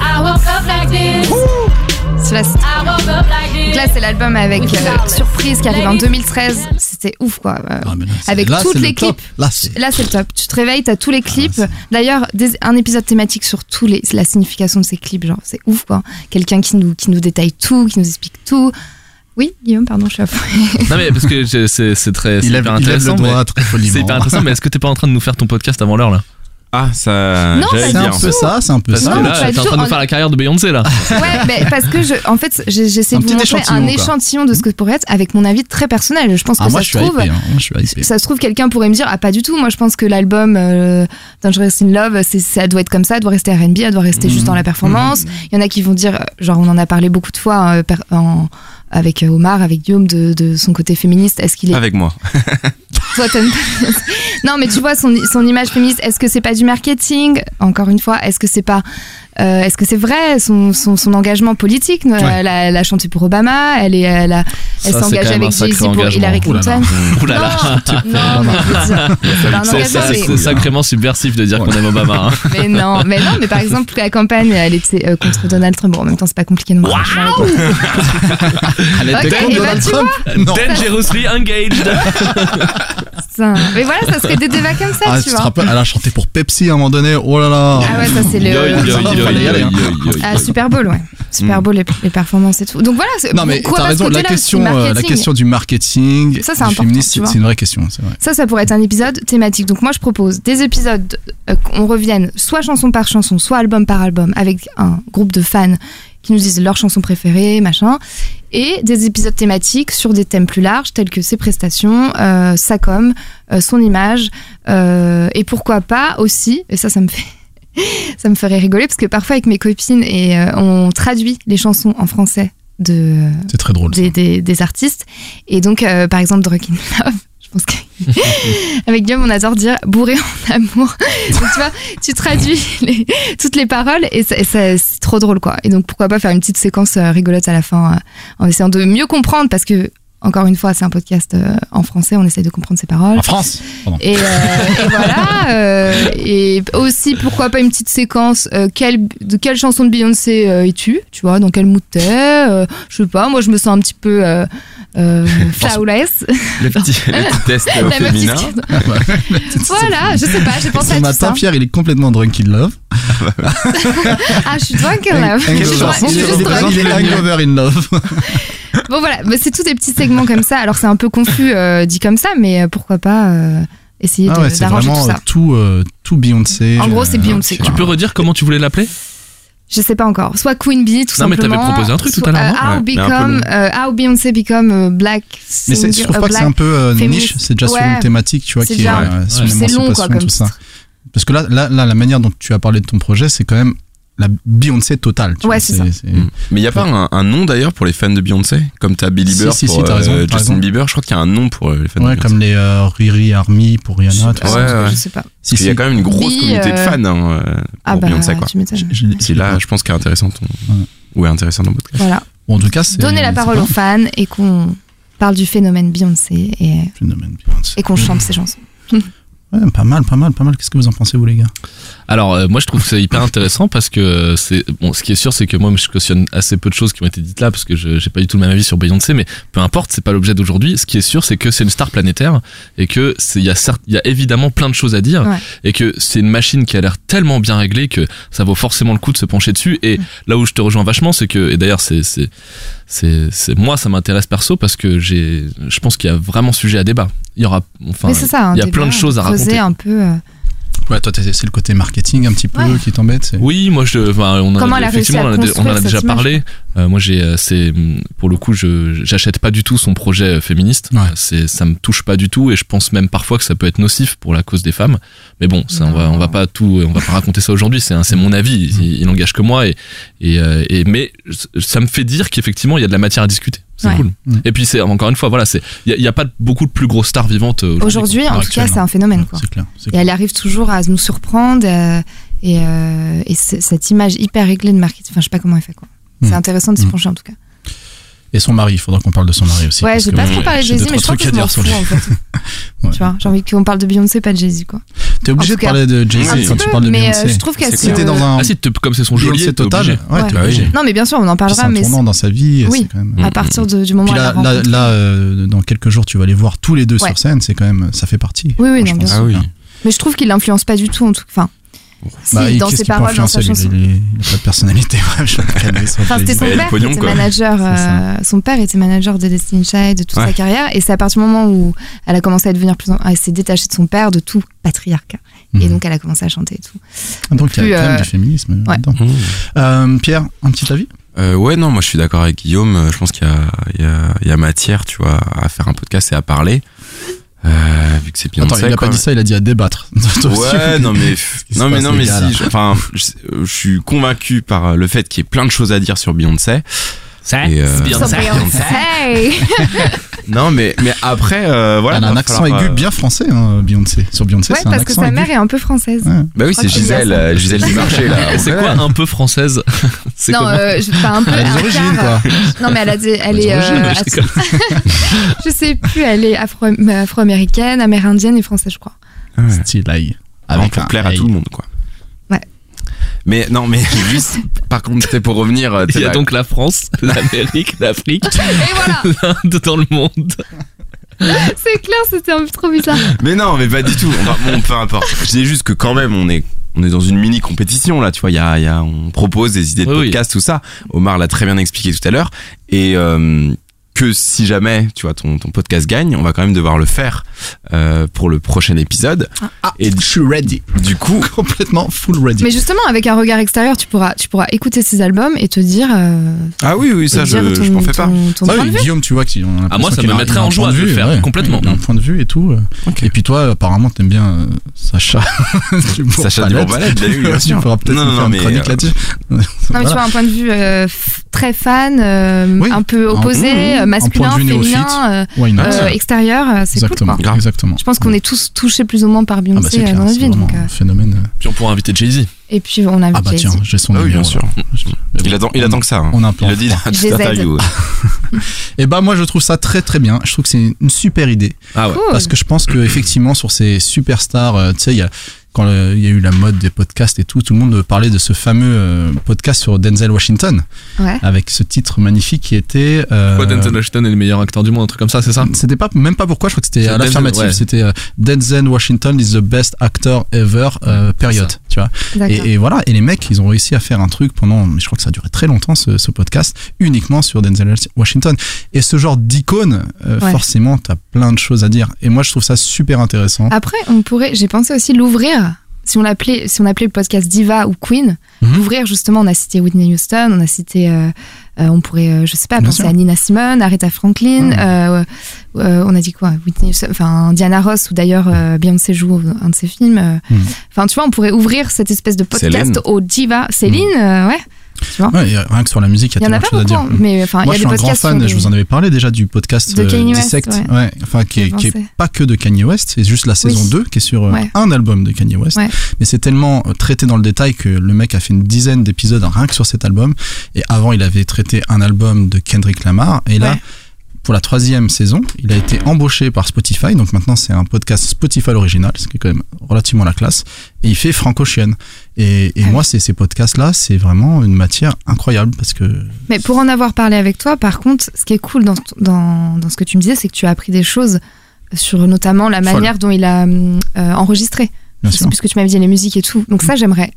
Speaker 7: I woke up like this.
Speaker 4: cela c'est
Speaker 7: I woke up like
Speaker 4: Donc
Speaker 7: this.
Speaker 4: là, c'est l'album avec euh, Surprise qui arrive en 2013. C'était ouf, quoi. Euh,
Speaker 1: Ah, mais là, c'est-
Speaker 4: avec
Speaker 1: là,
Speaker 4: toutes
Speaker 1: c'est le
Speaker 4: les
Speaker 1: top.
Speaker 4: clips.
Speaker 1: Là, c'est.
Speaker 4: Là, c'est le top. Tu te réveilles, t'as tous les
Speaker 1: Ah,
Speaker 4: clips.
Speaker 1: c'est-
Speaker 4: D'ailleurs, des- un épisode thématique sur tous les, la signification de ces clips, genre, c'est ouf, quoi. Quelqu'un qui nous, qui nous détaille tout, qui nous explique tout. Oui, Guillaume, pardon, je suis à fond.
Speaker 2: Non, mais parce que j'ai- c'est c'est très. c'est
Speaker 1: Il lève,
Speaker 2: hyper
Speaker 1: il lève le
Speaker 2: intéressant. mais-
Speaker 1: doigt très poliment.
Speaker 2: C'est hyper intéressant, mais est-ce que t'es pas en train de nous faire ton podcast avant l'heure là
Speaker 3: Ah, ça.
Speaker 4: Non,
Speaker 3: j'allais
Speaker 1: C'est
Speaker 4: pas
Speaker 3: dire,
Speaker 1: un
Speaker 3: en
Speaker 1: peu
Speaker 3: fait.
Speaker 1: ça, c'est un peu
Speaker 2: Parce
Speaker 1: ça.
Speaker 2: que
Speaker 4: pas
Speaker 2: là,
Speaker 4: du
Speaker 2: t'es en
Speaker 4: tout.
Speaker 2: train de nous faire la carrière de Beyoncé là.
Speaker 4: Ouais, mais parce que je, en fait, j'ai- j'essaie
Speaker 1: Un
Speaker 4: de vous
Speaker 1: petit
Speaker 4: montrer
Speaker 1: échantillon,
Speaker 4: un
Speaker 1: quoi.
Speaker 4: échantillon de ce que pourrait être avec mon avis très personnel. Je pense que
Speaker 1: Ah, moi,
Speaker 4: ça
Speaker 1: je
Speaker 4: se
Speaker 1: suis
Speaker 4: trouve. Eh
Speaker 1: hypé. hein. Moi, je suis hypé.
Speaker 4: Ça se trouve, quelqu'un pourrait me dire Ah, pas du tout. Moi, je pense que l'album euh, Dangerous in Love, c'est, ça doit être comme ça, elle doit rester RB, elle doit rester
Speaker 2: Mmh.
Speaker 4: juste dans la performance. Il y en a qui vont dire euh, Genre, on en a parlé beaucoup de fois euh, per- en- avec euh, Omar, avec Guillaume, de, de son côté féministe. Est-ce
Speaker 2: Ah.
Speaker 4: qu'il est.
Speaker 3: Avec moi.
Speaker 4: Toi, t'aimes pas- non, mais tu vois, son, son image féministe, est-ce que c'est pas du marketing Encore une fois, est-ce que c'est pas. euh, est-ce que c'est vrai son, son, son engagement politique euh, elle, a, elle a chanté pour Obama, elle, est, elle, a- elle
Speaker 2: Ça, c'est
Speaker 4: s'engage
Speaker 2: quand même un
Speaker 4: avec
Speaker 2: sacré
Speaker 4: Jay-Z pour
Speaker 2: engagement.
Speaker 4: Hillary
Speaker 1: Ouh là là.
Speaker 4: Clinton.
Speaker 2: Ouh là là.
Speaker 4: Non, non, mais je veux dire, c'est pas un
Speaker 2: C'est-
Speaker 4: engagement,
Speaker 2: C'est
Speaker 4: mais-
Speaker 2: c'est sacrément subversif de dire qu'on aime Obama. hein.
Speaker 4: mais non, mais non, mais par exemple la campagne, elle était euh, contre Donald Trump. Bon, en même temps, c'est pas compliqué non plus. Bah,
Speaker 1: Elle
Speaker 4: Ok,
Speaker 1: était contre
Speaker 4: et bah,
Speaker 1: Donald
Speaker 4: tu
Speaker 1: Trump Non.
Speaker 2: Dangerously engaged.
Speaker 4: Ça- Mais voilà, ça serait des débats comme ça,
Speaker 1: Ah,
Speaker 4: tu
Speaker 1: tu te
Speaker 4: vois.
Speaker 1: rappelles, elle a chanté pour Pepsi à un moment donné. Oh là là.
Speaker 4: Ah ouais, ça c'est le
Speaker 2: Yo, yo,
Speaker 1: Ça va,
Speaker 2: yo,
Speaker 1: fallait y
Speaker 2: yo,
Speaker 1: aller, hein.
Speaker 2: yo, yo, yo.
Speaker 4: Ah, Super Bowl, ouais. Super Bowl, les, les performances et tout. Donc voilà, c'est-
Speaker 1: Non mais
Speaker 4: pourquoi
Speaker 1: t'as
Speaker 4: pas ce
Speaker 1: raison, la
Speaker 4: côté-là,
Speaker 1: question,
Speaker 4: c'est
Speaker 1: euh, la
Speaker 4: marketing.
Speaker 1: question du marketing,
Speaker 4: Ça, c'est
Speaker 1: du
Speaker 4: important,
Speaker 1: féministe,
Speaker 4: tu vois.
Speaker 1: c'est une vraie question, c'est vrai.
Speaker 4: Ça, ça pourrait être un épisode thématique. Donc moi, je propose des épisodes euh, qu'on revienne soit chanson par chanson, soit album par album, avec un groupe de fans qui nous disent leur chanson préférée, machin, et des épisodes thématiques sur des thèmes plus larges tels que ses prestations, euh, sa com, euh, son image, euh, et pourquoi pas aussi, et ça, ça me fait... Ça me ferait rigoler parce que parfois avec mes copines et euh, on traduit les chansons en français de,
Speaker 1: C'est très drôle. ça.
Speaker 4: des, des- des artistes. Et donc, euh, par exemple, Drunk in Love, Je pense qu'avec Guillaume, on adore dire bourré en amour. Donc, tu vois, tu traduis les- toutes les paroles et, ça- et ça- c'est trop drôle, quoi. Et donc, pourquoi pas faire une petite séquence euh, rigolote à la fin euh, en essayant de mieux comprendre parce que, encore une fois, c'est un podcast euh, en français, on essaie de comprendre ses paroles.
Speaker 1: En France Pardon.
Speaker 4: Et, euh, et voilà. euh, et aussi, pourquoi pas une petite séquence euh, quelle- De quelle chanson de Beyoncé euh, es-tu Tu vois, dans quel mood t'es euh, Je sais pas, moi je me sens un petit peu euh, euh, flawless.
Speaker 3: Le petit, le petit test au
Speaker 4: La meuf qui se
Speaker 3: féminin.
Speaker 4: Voilà, je sais pas, j'ai pensé
Speaker 1: Ce
Speaker 4: à tout
Speaker 1: matin,
Speaker 4: ça.
Speaker 1: Pierre, il est complètement drunk in love.
Speaker 4: Ah, je suis drunk in love.
Speaker 1: Hangover.
Speaker 4: Je suis drunk- je suis juste
Speaker 1: Il est
Speaker 4: drunk.
Speaker 1: il est hangover in love.
Speaker 4: Bon voilà, mais c'est tous des petits segments comme ça. Alors c'est un peu confus euh, dit comme ça, mais euh, pourquoi pas euh, essayer
Speaker 1: Ah
Speaker 4: de-
Speaker 1: ouais, c'est
Speaker 4: d'arranger
Speaker 1: vraiment
Speaker 4: tout
Speaker 1: euh,
Speaker 4: ça.
Speaker 1: tout, euh, tout Beyoncé.
Speaker 4: En gros,
Speaker 1: euh,
Speaker 4: c'est Beyoncé.
Speaker 2: Tu
Speaker 4: quoi.
Speaker 2: peux redire comment tu voulais l'appeler
Speaker 4: Je sais pas encore. Soit Queen Bee, tout
Speaker 2: Non, mais
Speaker 4: simplement.
Speaker 2: t'avais proposé un truc tout
Speaker 4: soit,
Speaker 2: à l'heure,
Speaker 4: euh, how,
Speaker 3: Ouais, mais un peu
Speaker 4: become,
Speaker 3: long.
Speaker 4: euh, how Beyoncé become euh, black
Speaker 1: Mais c'est-
Speaker 4: singer-
Speaker 1: je trouve
Speaker 4: euh,
Speaker 1: pas que c'est
Speaker 4: black-
Speaker 1: un peu euh, niche,
Speaker 4: féministe.
Speaker 1: c'est déjà sur
Speaker 4: Ouais.
Speaker 1: une thématique, tu vois,
Speaker 4: C'est
Speaker 1: qui est
Speaker 4: déjà-
Speaker 1: euh, sur
Speaker 2: Ouais.
Speaker 4: C'est long,
Speaker 1: l'émancipation,
Speaker 4: quoi, comme
Speaker 1: tout ça.
Speaker 4: titre.
Speaker 1: Parce que là, là, là, la manière dont tu as parlé de ton projet, c'est quand même la Beyoncé totale. tu
Speaker 4: Ouais,
Speaker 1: vois,
Speaker 4: c'est ça.
Speaker 3: Mm. Mais il n'y a pas un, un nom d'ailleurs pour les fans de Beyoncé Comme t'as Billy
Speaker 1: Si,
Speaker 3: Burr
Speaker 1: si, si,
Speaker 3: pour
Speaker 1: t'as
Speaker 3: euh,
Speaker 1: raison, t'as
Speaker 3: Justin
Speaker 1: raison.
Speaker 3: Bieber, je crois qu'il y a un nom pour euh, les fans
Speaker 1: Ouais,
Speaker 3: de Beyoncé.
Speaker 1: comme les euh, Riri Army pour Rihanna, tout
Speaker 4: Ah,
Speaker 1: ça.
Speaker 3: Ouais,
Speaker 4: je
Speaker 3: ouais.
Speaker 4: sais pas.
Speaker 1: Si,
Speaker 3: Il y a
Speaker 1: si.
Speaker 3: quand même une grosse
Speaker 4: Bee,
Speaker 3: communauté de
Speaker 4: euh,
Speaker 3: fans hein, euh, pour
Speaker 4: Ah bah,
Speaker 3: Beyoncé. Quoi.
Speaker 4: tu m'étonnes.
Speaker 1: Je- je-
Speaker 3: C'est là, je pense, qui est intéressant ton...
Speaker 1: Ouais.
Speaker 3: Ouais, intéressant dans votre cas.
Speaker 4: Voilà.
Speaker 1: Bon, en tout cas, c'est.
Speaker 4: Donner la
Speaker 1: c'est
Speaker 4: parole
Speaker 1: pas
Speaker 4: aux fans et qu'on parle du phénomène Beyoncé et,
Speaker 1: un phénomène Beyoncé.
Speaker 4: et qu'on chante ses chansons.
Speaker 1: Ouais, pas mal, pas mal, pas mal. Qu'est-ce que vous en pensez, vous, les gars
Speaker 2: Alors euh, moi je trouve que c'est hyper intéressant parce que euh, c'est bon ce qui est sûr c'est que moi je cautionne assez peu de choses qui ont été dites là parce que je j'ai pas du tout le même avis sur Beyoncé mais peu importe c'est pas l'objet d'aujourd'hui ce qui est sûr c'est que c'est une star planétaire et que c'est il y a certes il y a évidemment plein de choses à dire
Speaker 4: Ouais.
Speaker 2: et que c'est une machine qui a l'air tellement bien réglée que ça vaut forcément le coup de se pencher dessus et là où je te rejoins vachement c'est que et d'ailleurs c'est c'est c'est c'est- moi ça m'intéresse perso parce que j'ai je pense qu'il y a vraiment sujet à débat il y aura enfin
Speaker 4: Mais c'est ça. hein, un
Speaker 2: il y a
Speaker 4: débat,
Speaker 2: plein de choses à
Speaker 4: creuser
Speaker 2: raconter
Speaker 4: un peu. euh,
Speaker 1: Ouais, toi, t'es- c'est le côté marketing un petit peu
Speaker 4: Ouais.
Speaker 1: qui t'embête. c'est-
Speaker 2: Oui, moi je. enfin, on en
Speaker 4: Comment
Speaker 2: a,
Speaker 4: elle a réussi
Speaker 2: effectivement,
Speaker 4: à
Speaker 2: on en a, dé- on en a
Speaker 4: construire
Speaker 2: déjà
Speaker 4: cette image
Speaker 2: parlé. Euh, moi, j'ai, euh, c'est hum, pour le coup, je j'achète pas du tout son projet euh, féministe.
Speaker 1: Ouais.
Speaker 2: C'est, ça me touche pas du tout, et je pense même parfois que ça peut être nocif pour la cause des femmes. Mais bon, ça, on va, on va pas tout, on va pas raconter ça aujourd'hui. C'est, un- c'est mon avis. Il, il engage que moi, et et, euh, et- mais ça me fait dire qu'effectivement, il y a de la matière à discuter. C'est
Speaker 4: Ouais.
Speaker 2: cool.
Speaker 1: Ouais.
Speaker 2: Et puis c'est encore une fois, voilà, c'est, il y a- il y, a pas beaucoup de plus grosses stars vivantes euh,
Speaker 4: Aujourd'hui,
Speaker 2: aujourd'hui.
Speaker 4: en tout cas,
Speaker 1: actuelle,
Speaker 4: c'est un
Speaker 1: hein. Ouais,
Speaker 4: phénomène. Quoi.
Speaker 1: C'est clair. c'est
Speaker 4: Et elle arrive toujours à nous surprendre. euh, et euh, et c- cette image hyper réglée de marketing, enfin, je sais pas comment elle fait. quoi. C'est
Speaker 1: Mm.
Speaker 4: intéressant de s'y
Speaker 1: Mm.
Speaker 4: penser en tout cas.
Speaker 1: Et son mari, il faudra qu'on parle de son mari aussi.
Speaker 4: Ouais,
Speaker 1: parce
Speaker 4: j'ai
Speaker 1: que
Speaker 4: pas
Speaker 1: bon,
Speaker 4: trop parlé de
Speaker 1: j'ai deux,
Speaker 4: Jay-Z, mais je
Speaker 1: trois
Speaker 4: crois que
Speaker 1: trucs à
Speaker 4: je m'en
Speaker 1: dire
Speaker 4: fous
Speaker 1: sur
Speaker 4: en
Speaker 1: lui.
Speaker 4: fait.
Speaker 1: Ouais.
Speaker 4: Tu vois, j'ai envie qu'on parle de Beyoncé, pas de Jay-Z quoi.
Speaker 1: T'es obligé
Speaker 4: En
Speaker 1: de
Speaker 4: tout
Speaker 1: parler de Jay-Z
Speaker 4: Un petit
Speaker 1: quand tu
Speaker 4: peu,
Speaker 1: parles de
Speaker 4: mais euh,
Speaker 1: Beyoncé.
Speaker 4: je trouve qu'elle
Speaker 3: C'est
Speaker 4: se-
Speaker 1: Si t'es dans un
Speaker 2: Ah si, t'es- comme c'est son
Speaker 1: Beyoncé
Speaker 2: geôlier, t'es
Speaker 1: total,
Speaker 2: obligé.
Speaker 1: ouais,
Speaker 4: Ouais.
Speaker 1: t'es
Speaker 3: Ah oui.
Speaker 1: obligé.
Speaker 4: Non, mais bien sûr, on en
Speaker 1: Puis c'est
Speaker 4: parlera,
Speaker 1: un
Speaker 4: mais
Speaker 1: tournant dans sa vie. et
Speaker 4: Oui.
Speaker 1: c'est quand même...
Speaker 4: c'est- à partir de- du moment
Speaker 1: Puis
Speaker 4: où elle la
Speaker 1: là, là,
Speaker 4: rencontre.
Speaker 1: là, euh, dans quelques jours, tu vas les voir tous les deux
Speaker 4: Ouais.
Speaker 1: sur scène. C'est quand même, ça fait partie.
Speaker 4: Oui, oui,
Speaker 1: je
Speaker 4: non, bien
Speaker 1: pense.
Speaker 3: Ah
Speaker 4: sûr. Mais je trouve qu'il l'influence pas du tout en tout. Enfin,
Speaker 1: Bah,
Speaker 4: si,
Speaker 1: et
Speaker 4: dans
Speaker 1: qu'est-ce
Speaker 4: ses
Speaker 1: qui peut
Speaker 4: paroles, dans
Speaker 1: influencer,
Speaker 4: sa
Speaker 1: lui,
Speaker 4: chanson.
Speaker 1: Il il- il a pas de personnalité. ouais, je vais le caler sur
Speaker 4: Enfin, c'était
Speaker 1: Jay-Z.
Speaker 4: son
Speaker 3: Ouais, le
Speaker 4: père
Speaker 3: pognon,
Speaker 4: qui était
Speaker 3: quoi.
Speaker 4: manager.
Speaker 1: C'est ça.
Speaker 4: euh, son père était manager des Destiny Child de toute
Speaker 3: Ouais.
Speaker 4: sa carrière. Et c'est à partir du moment où elle a commencé à devenir plus. en- Elle s'est détachée de son père, de tout patriarcat. Et
Speaker 1: Mhm.
Speaker 4: donc, elle a commencé à chanter et tout.
Speaker 1: Ah, Donc, il y
Speaker 4: plus,
Speaker 1: a quand même
Speaker 4: euh,
Speaker 1: du féminisme
Speaker 4: ouais.
Speaker 1: là-dedans.
Speaker 3: Mmh.
Speaker 1: Euh, Pierre, un petit avis
Speaker 3: Euh, ouais, non, moi je suis d'accord avec Guillaume. Euh, Je pense qu'il y a, il y, a, il y a matière, tu vois, à faire un podcast et à parler. Euh, vu que c'est bien
Speaker 1: Attends, il a pas dit ça, il a dit à débattre. Toi aussi.
Speaker 3: Ouais, non mais,
Speaker 1: qui se
Speaker 3: non mais,
Speaker 1: passe,
Speaker 3: non
Speaker 1: les
Speaker 3: mais
Speaker 1: gars,
Speaker 3: si,
Speaker 1: là
Speaker 3: je- enfin, je, je suis convaincu par euh, le fait qu'il y ait plein de choses à dire sur Beyoncé. Et, euh,
Speaker 4: Hey
Speaker 3: Non mais, mais après, euh, voilà.
Speaker 1: Elle a
Speaker 3: va
Speaker 1: un accent
Speaker 3: falloir,
Speaker 1: aigu
Speaker 3: euh,
Speaker 1: bien français, hein, Beyoncé. Sur Beyoncé,
Speaker 4: Ouais,
Speaker 1: c'est un
Speaker 4: parce que
Speaker 1: accent
Speaker 4: sa
Speaker 1: aigu.
Speaker 4: mère est un peu française.
Speaker 1: Ouais.
Speaker 3: Bah oui, c'est
Speaker 4: Je crois qu'il y
Speaker 1: ah,
Speaker 3: Gisèle,
Speaker 4: a ça.
Speaker 3: euh, Gisèle du marché là.
Speaker 2: C'est quoi un peu française C'est
Speaker 4: non,
Speaker 2: comment
Speaker 4: euh, je- enfin, un peu.
Speaker 1: Elle a
Speaker 4: un
Speaker 1: des origines,
Speaker 4: quart,
Speaker 1: quoi.
Speaker 4: euh, Non, mais elle a des- elle
Speaker 2: Les
Speaker 4: est.
Speaker 2: origines,
Speaker 4: euh,
Speaker 2: je
Speaker 4: attends,
Speaker 2: déconne.
Speaker 4: je sais plus, elle est afro- afro-américaine, amérindienne et française, je crois.
Speaker 3: Ouais.
Speaker 1: Style aïe.
Speaker 3: Avant
Speaker 1: Avec
Speaker 3: pour
Speaker 1: un
Speaker 3: plaire à
Speaker 1: aïe.
Speaker 3: tout le monde quoi.
Speaker 4: Ouais.
Speaker 3: Mais non mais juste, par contre, c'était pour revenir. euh,
Speaker 2: Il y
Speaker 3: t'es
Speaker 2: a
Speaker 3: là-
Speaker 2: donc la France, l'Amérique, l'Afrique,
Speaker 4: Et voilà
Speaker 2: l'Inde dans le monde.
Speaker 4: C'est clair, c'était un peu trop bizarre.
Speaker 3: Mais non, mais pas du tout. Enfin, bon, peu importe. Je dis juste que quand même, on est, on est dans une mini compétition là. Tu vois, il y a, il y a- on propose des idées de
Speaker 2: Oui, oui.
Speaker 3: podcast, tout ça. Omar l'a très bien expliqué tout à l'heure. Et euh, que si jamais, tu vois, ton, ton podcast gagne, on va quand même devoir le faire euh, pour le prochain épisode.
Speaker 1: Ah,
Speaker 3: Et
Speaker 1: je suis ready.
Speaker 3: du coup,
Speaker 1: Complètement full ready.
Speaker 4: Mais justement, avec un regard extérieur, tu pourras, tu pourras écouter ces albums et te dire. euh,
Speaker 3: ah oui, oui, ça,
Speaker 4: te
Speaker 3: je,
Speaker 4: dire
Speaker 3: je
Speaker 4: ton-
Speaker 3: m'en fais pas.
Speaker 4: ton- ton
Speaker 1: Ah
Speaker 4: point
Speaker 1: oui,
Speaker 4: de vue.
Speaker 1: Guillaume, tu vois, qui, on a
Speaker 3: Ah,
Speaker 1: l'impression
Speaker 2: moi, ça
Speaker 1: qu'il
Speaker 2: me
Speaker 1: a-
Speaker 2: mettrait
Speaker 1: il a
Speaker 2: en
Speaker 1: un
Speaker 2: joie
Speaker 1: point
Speaker 2: de le
Speaker 1: vue,
Speaker 2: faire,
Speaker 1: ouais.
Speaker 2: complètement.
Speaker 1: Il a un point de vue et tout. euh.
Speaker 3: Ok.
Speaker 1: Et puis toi, apparemment, t'aimes bien euh, Sacha. Dubourg-Palette.
Speaker 3: Sacha Dubourg-Palette, bien vu, bien
Speaker 1: Tu
Speaker 3: sûr.
Speaker 1: pourras peut-être
Speaker 3: Non,
Speaker 1: nous
Speaker 3: non,
Speaker 1: faire une
Speaker 3: mais,
Speaker 1: chronique
Speaker 3: euh,
Speaker 1: là-dessus.
Speaker 4: Non, mais tu vois, un point de vue euh, f- très fan, euh,
Speaker 1: Oui.
Speaker 4: un peu
Speaker 1: Ah,
Speaker 4: opposé,
Speaker 3: mm,
Speaker 4: euh, masculin,
Speaker 1: point de vue néophyte.
Speaker 4: féminin, euh,
Speaker 1: Why not
Speaker 4: euh, extérieur, euh, c'est cool.
Speaker 1: Exactement.
Speaker 4: quoi.
Speaker 3: Grave.
Speaker 1: exactement.
Speaker 4: Je pense qu'on est tous touchés plus ou moins par
Speaker 1: Ah bah, c'est
Speaker 4: Beyoncé euh,
Speaker 1: clair,
Speaker 4: dans notre
Speaker 1: c'est
Speaker 4: vie.
Speaker 1: vraiment
Speaker 4: donc,
Speaker 1: un
Speaker 4: euh,
Speaker 1: phénomène.
Speaker 2: Puis on pourra inviter Jay-Z.
Speaker 4: Et puis on a
Speaker 1: Ah
Speaker 4: vu
Speaker 1: bah
Speaker 4: Jay-Z.
Speaker 1: tiens, j'ai son
Speaker 3: Ah oui,
Speaker 1: numéro,
Speaker 3: bien sûr.
Speaker 1: là. Mais
Speaker 3: Il
Speaker 1: bon,
Speaker 3: attend, il
Speaker 1: on-
Speaker 3: attend que ça. hein.
Speaker 1: On a un plan.
Speaker 3: Il le dit dans toute
Speaker 4: Je les
Speaker 3: interview.
Speaker 1: Et bah moi je trouve ça très très bien. Je trouve que c'est une super idée.
Speaker 2: Ah ouais.
Speaker 4: Cool.
Speaker 1: Parce que je pense que effectivement sur ces superstars, euh, tu sais, il y a quand le- il y a eu la mode des podcasts et tout, tout le monde parlait de ce fameux euh, podcast sur Denzel Washington
Speaker 4: Ouais.
Speaker 1: avec ce titre magnifique qui était. euh,
Speaker 2: Quoi, Denzel Washington est le meilleur acteur du monde, un truc comme ça, c'est ça
Speaker 1: C'était pas même pas pourquoi. Je crois que c'était
Speaker 2: C'est
Speaker 1: à
Speaker 2: Denzel,
Speaker 1: l'affirmative.
Speaker 2: ouais.
Speaker 1: C'était euh, Denzel Washington is the best actor ever. euh, période.
Speaker 2: ça.
Speaker 1: Tu vois.
Speaker 4: D'accord.
Speaker 1: Et, et voilà, et les mecs, ils ont réussi à faire un truc pendant, mais je crois que ça a duré très longtemps ce, ce podcast, uniquement sur Denzel Washington. Et ce genre d'icône, euh,
Speaker 4: Ouais.
Speaker 1: forcément, t'as plein de choses à dire. Et moi, je trouve ça super intéressant.
Speaker 4: Après, on pourrait, j'ai pensé aussi l'ouvrir. Si on l'appelait, si on appelait le podcast Diva ou Queen,
Speaker 1: Mhm.
Speaker 4: l'ouvrir justement, on a cité Whitney Houston, on a cité, euh, euh, on pourrait, euh, je sais pas,
Speaker 1: Bien
Speaker 4: penser
Speaker 1: sûr. Mhm.
Speaker 4: à Nina Simone, Aretha Franklin, euh, euh, on a dit quoi, Whitney Houston, enfin Diana Ross ou d'ailleurs euh, Beyoncé joue un de ses films. euh.
Speaker 1: Mhm.
Speaker 4: Enfin, tu vois, on pourrait ouvrir cette espèce de podcast
Speaker 3: Céline.
Speaker 4: aux Diva, Céline, euh, ouais.
Speaker 1: Ouais, et rien que sur la musique, il y
Speaker 4: Il
Speaker 1: a
Speaker 4: y
Speaker 1: Mhm. tellement
Speaker 4: en a
Speaker 1: de
Speaker 4: pas
Speaker 1: choses à dire.
Speaker 4: beaucoup, mais enfin, Hein, il y
Speaker 1: Moi,
Speaker 4: a
Speaker 1: je suis
Speaker 4: des
Speaker 1: un grand
Speaker 4: podcasts. sur
Speaker 1: fan,
Speaker 4: des-
Speaker 1: je vous en avais parlé déjà du podcast
Speaker 4: De
Speaker 1: euh,
Speaker 4: Kanye West,
Speaker 1: Dissect,
Speaker 4: ouais.
Speaker 1: ouais, enfin, qui est,
Speaker 4: J'ai
Speaker 1: qui est
Speaker 4: pensé.
Speaker 1: pas que de Kanye West, c'est juste la saison 2 qui est sur euh,
Speaker 4: Ouais.
Speaker 1: un album de Kanye West.
Speaker 4: Ouais.
Speaker 1: Mais c'est tellement euh, traité dans le détail que le mec a fait une dizaine d'épisodes rien que sur cet album. Et avant, il avait traité un album de Kendrick Lamar. Et là,
Speaker 4: Ouais.
Speaker 1: pour la troisième saison, il a été embauché par Spotify. Donc maintenant, c'est un podcast Spotify original, ce qui est quand même relativement la classe. Et il fait Frank Ocean. Et, et
Speaker 4: Ah
Speaker 1: moi, ces, ces podcasts-là, c'est vraiment une matière incroyable parce que
Speaker 4: Mais pour en avoir parlé avec toi, par contre, ce qui est cool dans, dans, dans ce que tu me disais, c'est que tu as appris des choses sur notamment la
Speaker 1: Folle.
Speaker 4: manière dont il a hum, euh, enregistré.
Speaker 1: bien
Speaker 4: Je sais
Speaker 1: sûr.
Speaker 4: plus ce que tu m'avais dit, les musiques et tout. Donc ça, j'aimerais.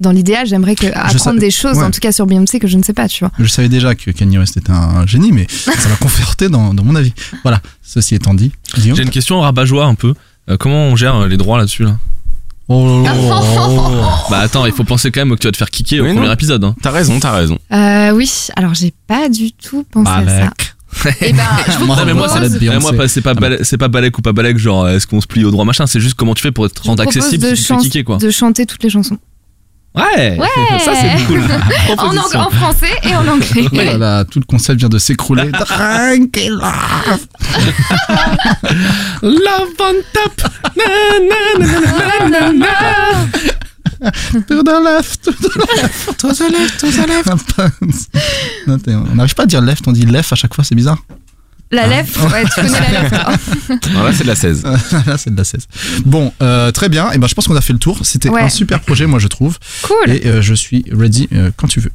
Speaker 4: Dans l'idéal, j'aimerais que apprendre
Speaker 1: sais-
Speaker 4: des choses,
Speaker 1: ouais.
Speaker 4: en tout cas sur Beyoncé, que je ne sais pas, tu vois.
Speaker 1: Je savais déjà que Kanye West était un génie, mais ça m'a conforté dans, dans mon avis. Voilà, ceci étant dit, Guillaume.
Speaker 2: J'ai une question rabat-joie un peu. Euh, comment on gère euh, les droits là-dessus là
Speaker 1: Oh là là, oh.
Speaker 2: Bah attends, il faut penser quand même que tu vas te faire kicker au
Speaker 3: Oui, non.
Speaker 2: premier épisode. hein.
Speaker 3: T'as raison, t'as raison.
Speaker 4: Euh, oui, alors j'ai pas du tout pensé à ça. Eh ben, je vous
Speaker 1: Moi,
Speaker 2: mais moi, ça
Speaker 4: propose-
Speaker 1: l'aide bien.
Speaker 2: Ouais, moi,
Speaker 1: Beyoncé.
Speaker 2: pas- c'est pas,
Speaker 1: Ah,
Speaker 2: balè- c'est pas balèque ou pas balèque, genre euh, est-ce qu'on se plie au droit machin, c'est juste comment tu fais pour te
Speaker 4: je vous
Speaker 2: rendre
Speaker 4: propose
Speaker 2: accessible
Speaker 4: de,
Speaker 2: si tu te fais
Speaker 4: chan-
Speaker 2: kicker quoi.
Speaker 4: de chanter toutes les chansons.
Speaker 2: Ouais,
Speaker 4: Ouais.
Speaker 2: Ça, c'est cool.
Speaker 4: En, ang-
Speaker 2: Proposition.
Speaker 4: en français et en anglais.
Speaker 1: Oh là là, tout le concept vient de s'écrouler. Tranquille.
Speaker 2: Love on top. Na, na, na, na, na.
Speaker 1: To the left, to the left, to the left, to the left. Non, t'es- on n'arrive pas à dire left, on dit left à chaque fois, c'est bizarre.
Speaker 4: La lèvre, ouais, tu connais la lèvre.
Speaker 3: Non, là, c'est de la 16.
Speaker 1: Ah, là, c'est de la 16. Bon, euh, très bien. Et ben, je pense qu'on a fait le tour. C'était
Speaker 4: Ouais.
Speaker 1: un super projet, moi, je trouve.
Speaker 4: Cool.
Speaker 1: Et euh, je suis ready euh, quand tu veux.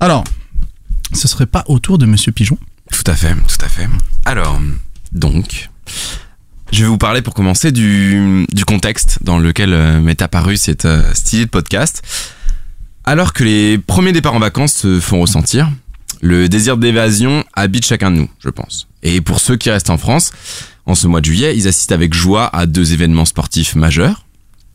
Speaker 1: Alors, ce serait pas au tour de Monsieur Pigeon.
Speaker 3: Tout à fait, tout à fait. Alors, donc, je vais vous parler pour commencer du, du contexte dans lequel euh, m'est apparu cette euh, cette idée de podcast. Alors que les premiers départs en vacances se font ressentir, le désir d'évasion habite chacun de nous, je pense. Et pour ceux qui restent en France, en ce mois de juillet, ils assistent avec joie à deux événements sportifs majeurs.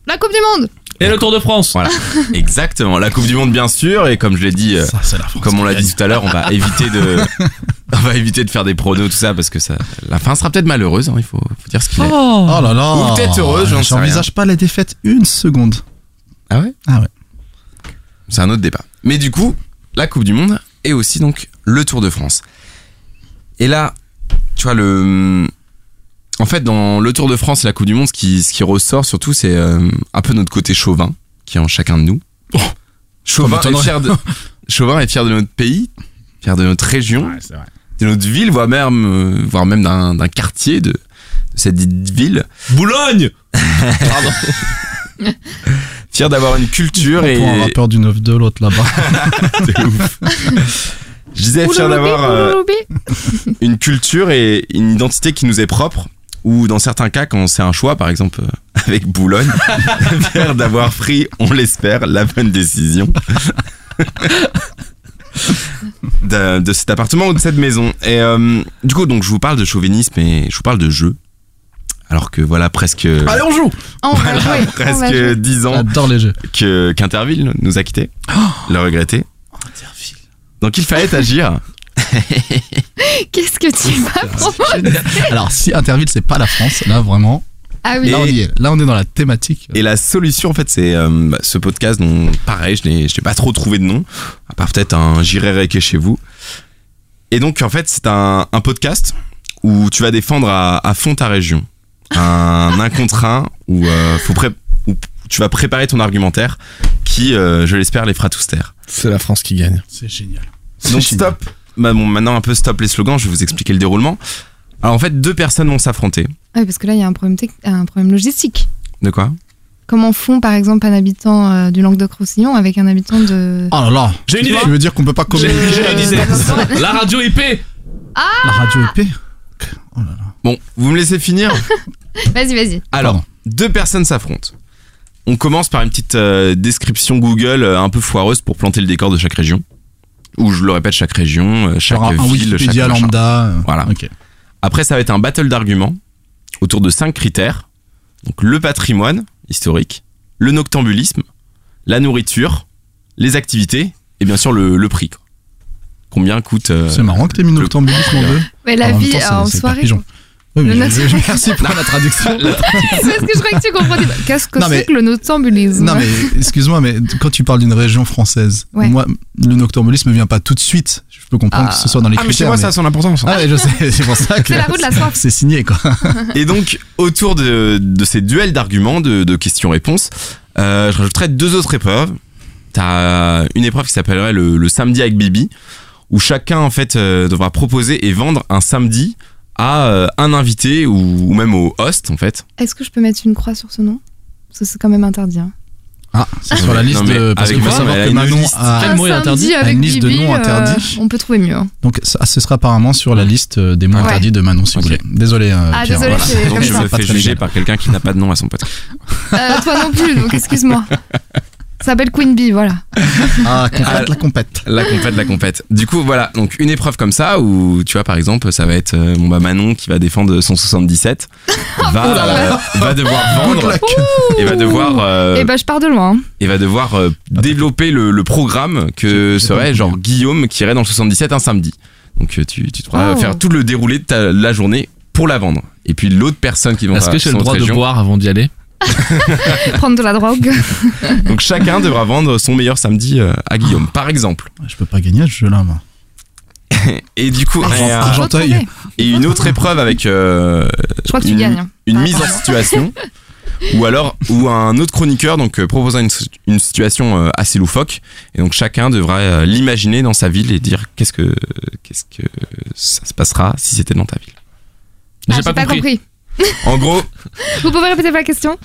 Speaker 4: La Coupe du Monde
Speaker 2: Et le Tour de France.
Speaker 3: Voilà, exactement. La Coupe du Monde, bien sûr, et comme je l'ai dit, euh,
Speaker 1: Ça, c'est la France.
Speaker 3: comme on l'a dit tout à l'heure, on va éviter de, on va éviter de faire des pronos tout ça parce que ça, la fin sera peut-être malheureuse. hein, il faut, faut dire ce qu'il est.
Speaker 1: Oh là là.
Speaker 3: Ou peut-être heureuse, j'en sais
Speaker 1: J'envisage pas la défaite une seconde.
Speaker 3: Ah ouais
Speaker 1: Ah ouais.
Speaker 3: C'est un autre débat. Mais du coup, la Coupe du Monde et aussi donc le Tour de France. Et là, tu vois le, en fait, dans le Tour de France et la Coupe du Monde, ce qui, ce qui ressort surtout, c'est euh, un peu notre côté chauvin qui est en chacun de nous. Oh, Chauvin,
Speaker 1: Ça
Speaker 3: est
Speaker 1: m'étonnerait.
Speaker 3: fier de, chauvin est fier de notre pays, fier de notre région. de notre ville, voire même, euh, voire même d'un, d'un quartier de, de cette dite ville.
Speaker 2: Boulogne.
Speaker 3: Pardon. Fier d'avoir une culture et.
Speaker 1: Pour un rappeur du 9 de l'autre là-bas.
Speaker 3: de ouf. Je disais fier
Speaker 4: Oulouloubi,
Speaker 3: d'avoir euh,
Speaker 4: oulouloubi.
Speaker 3: une culture et une identité qui nous est propre, ou dans certains cas, quand c'est un choix, par exemple euh, avec Boulogne, fier d'avoir pris, on l'espère, la bonne décision. De, de cet appartement ou de cette maison. Et euh, du coup, donc, je vous parle de chauvinisme et je vous parle de jeu. Alors que voilà, presque,
Speaker 1: on joue.
Speaker 4: Oh, on va
Speaker 3: voilà,
Speaker 4: jouer, on va
Speaker 3: presque
Speaker 4: jouer.
Speaker 3: 10 ans
Speaker 1: J'adore les jeux.
Speaker 3: que qu'Interville nous a quittés. Le regretté. Donc il fallait agir.
Speaker 4: Qu'est-ce que tu vas prendre
Speaker 1: Alors si Interville c'est pas la France, là vraiment,
Speaker 4: Ah oui.
Speaker 1: là on y est. Là on est dans la thématique.
Speaker 3: Et la solution, en fait, c'est euh, bah, ce podcast dont, pareil, je n'ai je n'ai pas trop trouvé de nom, à part peut-être un J'irai réquer chez vous. Et donc, en fait, c'est un, un podcast où tu vas défendre à, à fond ta région. Un, un contre un où, euh, faut pré- où tu vas préparer ton argumentaire qui, euh, je l'espère, les fera tous taire.
Speaker 2: C'est la France qui gagne.
Speaker 1: C'est génial.
Speaker 3: Donc, stop. Bah, bon, maintenant, un peu stop les slogans, je vais vous expliquer le déroulement. Alors, en fait, deux personnes vont s'affronter.
Speaker 4: Oui, parce que là, il y a un problème, tec- un problème logistique.
Speaker 3: De quoi
Speaker 4: Comment font, par exemple, un habitant euh, du Languedoc-Roussillon avec un habitant de.
Speaker 1: Oh là là
Speaker 2: J'ai une idée.
Speaker 1: Tu veux dire qu'on peut pas communiquer
Speaker 2: J'ai une idée. La radio IP
Speaker 1: la radio épée
Speaker 3: Bon, vous me laissez finir
Speaker 4: Vas-y, vas-y.
Speaker 3: Alors,
Speaker 1: Pardon.
Speaker 3: deux personnes s'affrontent. On commence par une petite euh, description Google euh, un peu foireuse pour planter le décor de chaque région. Où je le répète, chaque région, euh, chaque
Speaker 1: Genre un, un
Speaker 3: ville, chaque
Speaker 1: Wikipédia
Speaker 3: machin.
Speaker 1: lambda. euh,
Speaker 3: Voilà.
Speaker 1: Ok.
Speaker 3: Après, ça va être un battle d'arguments autour de cinq critères. Donc le patrimoine historique, le noctambulisme, la nourriture, les activités et bien sûr le, le prix. quoi. Combien coûte euh,
Speaker 1: C'est marrant que t'aies mis noctambulisme en deux.
Speaker 4: Mais la
Speaker 1: En même
Speaker 4: vie
Speaker 1: temps, c'est-
Speaker 4: en
Speaker 1: c'est
Speaker 4: soirée.
Speaker 1: hyper
Speaker 4: quoi.
Speaker 1: pigeon. Oui, mais
Speaker 4: Le
Speaker 1: je- je- merci pour la traduction.
Speaker 4: C'est parce que je croyais que tu comprenais. pas. Qu'est-ce que
Speaker 1: Non, mais-
Speaker 4: c'est que le notambulisme
Speaker 1: Non mais excuse-moi, mais quand tu parles d'une région française,
Speaker 4: Ouais.
Speaker 1: moi le noctambulisme ne vient pas tout de suite. Je peux comprendre
Speaker 4: Ah.
Speaker 1: que ce soit dans les
Speaker 3: Ah, mais chez
Speaker 1: critères.
Speaker 3: moi, ça a
Speaker 1: mais-
Speaker 3: son importance.
Speaker 1: Ah ouais, je sais, c'est pour ça que
Speaker 4: C'est la roue de la soif.
Speaker 1: c'est signé quoi.
Speaker 3: Et donc, autour de, de ces duels d'arguments, de, de questions-réponses, euh, je rajouterai deux autres épreuves. T'as une épreuve qui s'appellerait le, le samedi avec Bibi, où chacun en fait euh, devra proposer et vendre un samedi à euh, un invité ou, ou même au host en fait.
Speaker 4: Est-ce que je peux mettre une croix sur ce nom Parce que c'est quand même interdit. hein.
Speaker 1: Ah, c'est
Speaker 3: Non,
Speaker 1: sur la
Speaker 3: mais-
Speaker 1: liste
Speaker 3: non, mais
Speaker 1: euh, parce
Speaker 3: avec
Speaker 1: qu'il faut
Speaker 3: Vincent,
Speaker 1: savoir
Speaker 3: elle a
Speaker 1: que
Speaker 3: une
Speaker 1: Manon
Speaker 3: liste.
Speaker 1: a
Speaker 2: Quel mot est
Speaker 4: samedi
Speaker 2: interdit
Speaker 1: Ah, Une liste de
Speaker 4: Bibi,
Speaker 1: noms
Speaker 4: euh,
Speaker 1: interdits.
Speaker 4: on peut trouver mieux. hein.
Speaker 1: donc ça, ce sera apparemment sur la liste euh, des mots
Speaker 4: Ouais.
Speaker 1: interdits de Manon si
Speaker 3: Ok.
Speaker 1: vous voulez. Désolé. euh,
Speaker 4: Ah,
Speaker 1: Pierre,
Speaker 4: désolé,
Speaker 1: voilà.
Speaker 4: c'est
Speaker 3: Donc
Speaker 4: comme
Speaker 3: je
Speaker 4: ça.
Speaker 3: me
Speaker 1: Pas
Speaker 3: fais
Speaker 1: très
Speaker 3: juger
Speaker 1: légal.
Speaker 3: par quelqu'un qui n'a pas de nom à son podcast.
Speaker 4: Euh, toi non plus, donc excuse-moi. Ça s'appelle Queen Bee, voilà.
Speaker 1: Ah, compète,
Speaker 3: Ah.
Speaker 1: la compète.
Speaker 3: La compète, la compète. Du coup, voilà, donc une épreuve comme ça où tu vois par exemple, ça va être euh, bon bah Manon qui va défendre son 77 va euh, va devoir vendre et va devoir euh,
Speaker 4: Et bah, je pars de loin. hein.
Speaker 3: et va devoir euh,
Speaker 2: Ah,
Speaker 3: développer le, le programme que serait genre Guillaume qui irait dans le 77 un samedi. Donc euh, tu, tu pourras
Speaker 4: Oh.
Speaker 3: faire tout le déroulé de ta- la journée pour la vendre. Et puis l'autre personne qui
Speaker 2: Est-ce
Speaker 3: vendra
Speaker 2: que j'ai
Speaker 3: son
Speaker 2: le droit de
Speaker 3: région.
Speaker 2: boire avant d'y aller
Speaker 4: Prendre de la drogue.
Speaker 3: Donc chacun devra vendre son meilleur samedi euh, à Guillaume, par exemple.
Speaker 1: Je peux pas gagner ce jeu-là, moi.
Speaker 3: Et du coup,
Speaker 1: Ah,
Speaker 3: et, euh,
Speaker 1: j'en- Argenteuil. Mmh.
Speaker 4: Retrouver.
Speaker 3: et une autre épreuve avec euh,
Speaker 4: Je crois que tu
Speaker 3: une,
Speaker 4: gagnes.
Speaker 3: une
Speaker 4: Ah,
Speaker 3: mise en
Speaker 4: pardon.
Speaker 3: situation. Ou alors, ou un autre chroniqueur donc euh, proposant une, une situation euh, assez loufoque, et donc chacun devra euh, l'imaginer dans sa ville et dire qu'est-ce que qu'est-ce que ça se passera si c'était dans ta ville.
Speaker 4: Ah, J'ai pas, compris.
Speaker 3: En gros,
Speaker 4: Vous pouvez répéter la question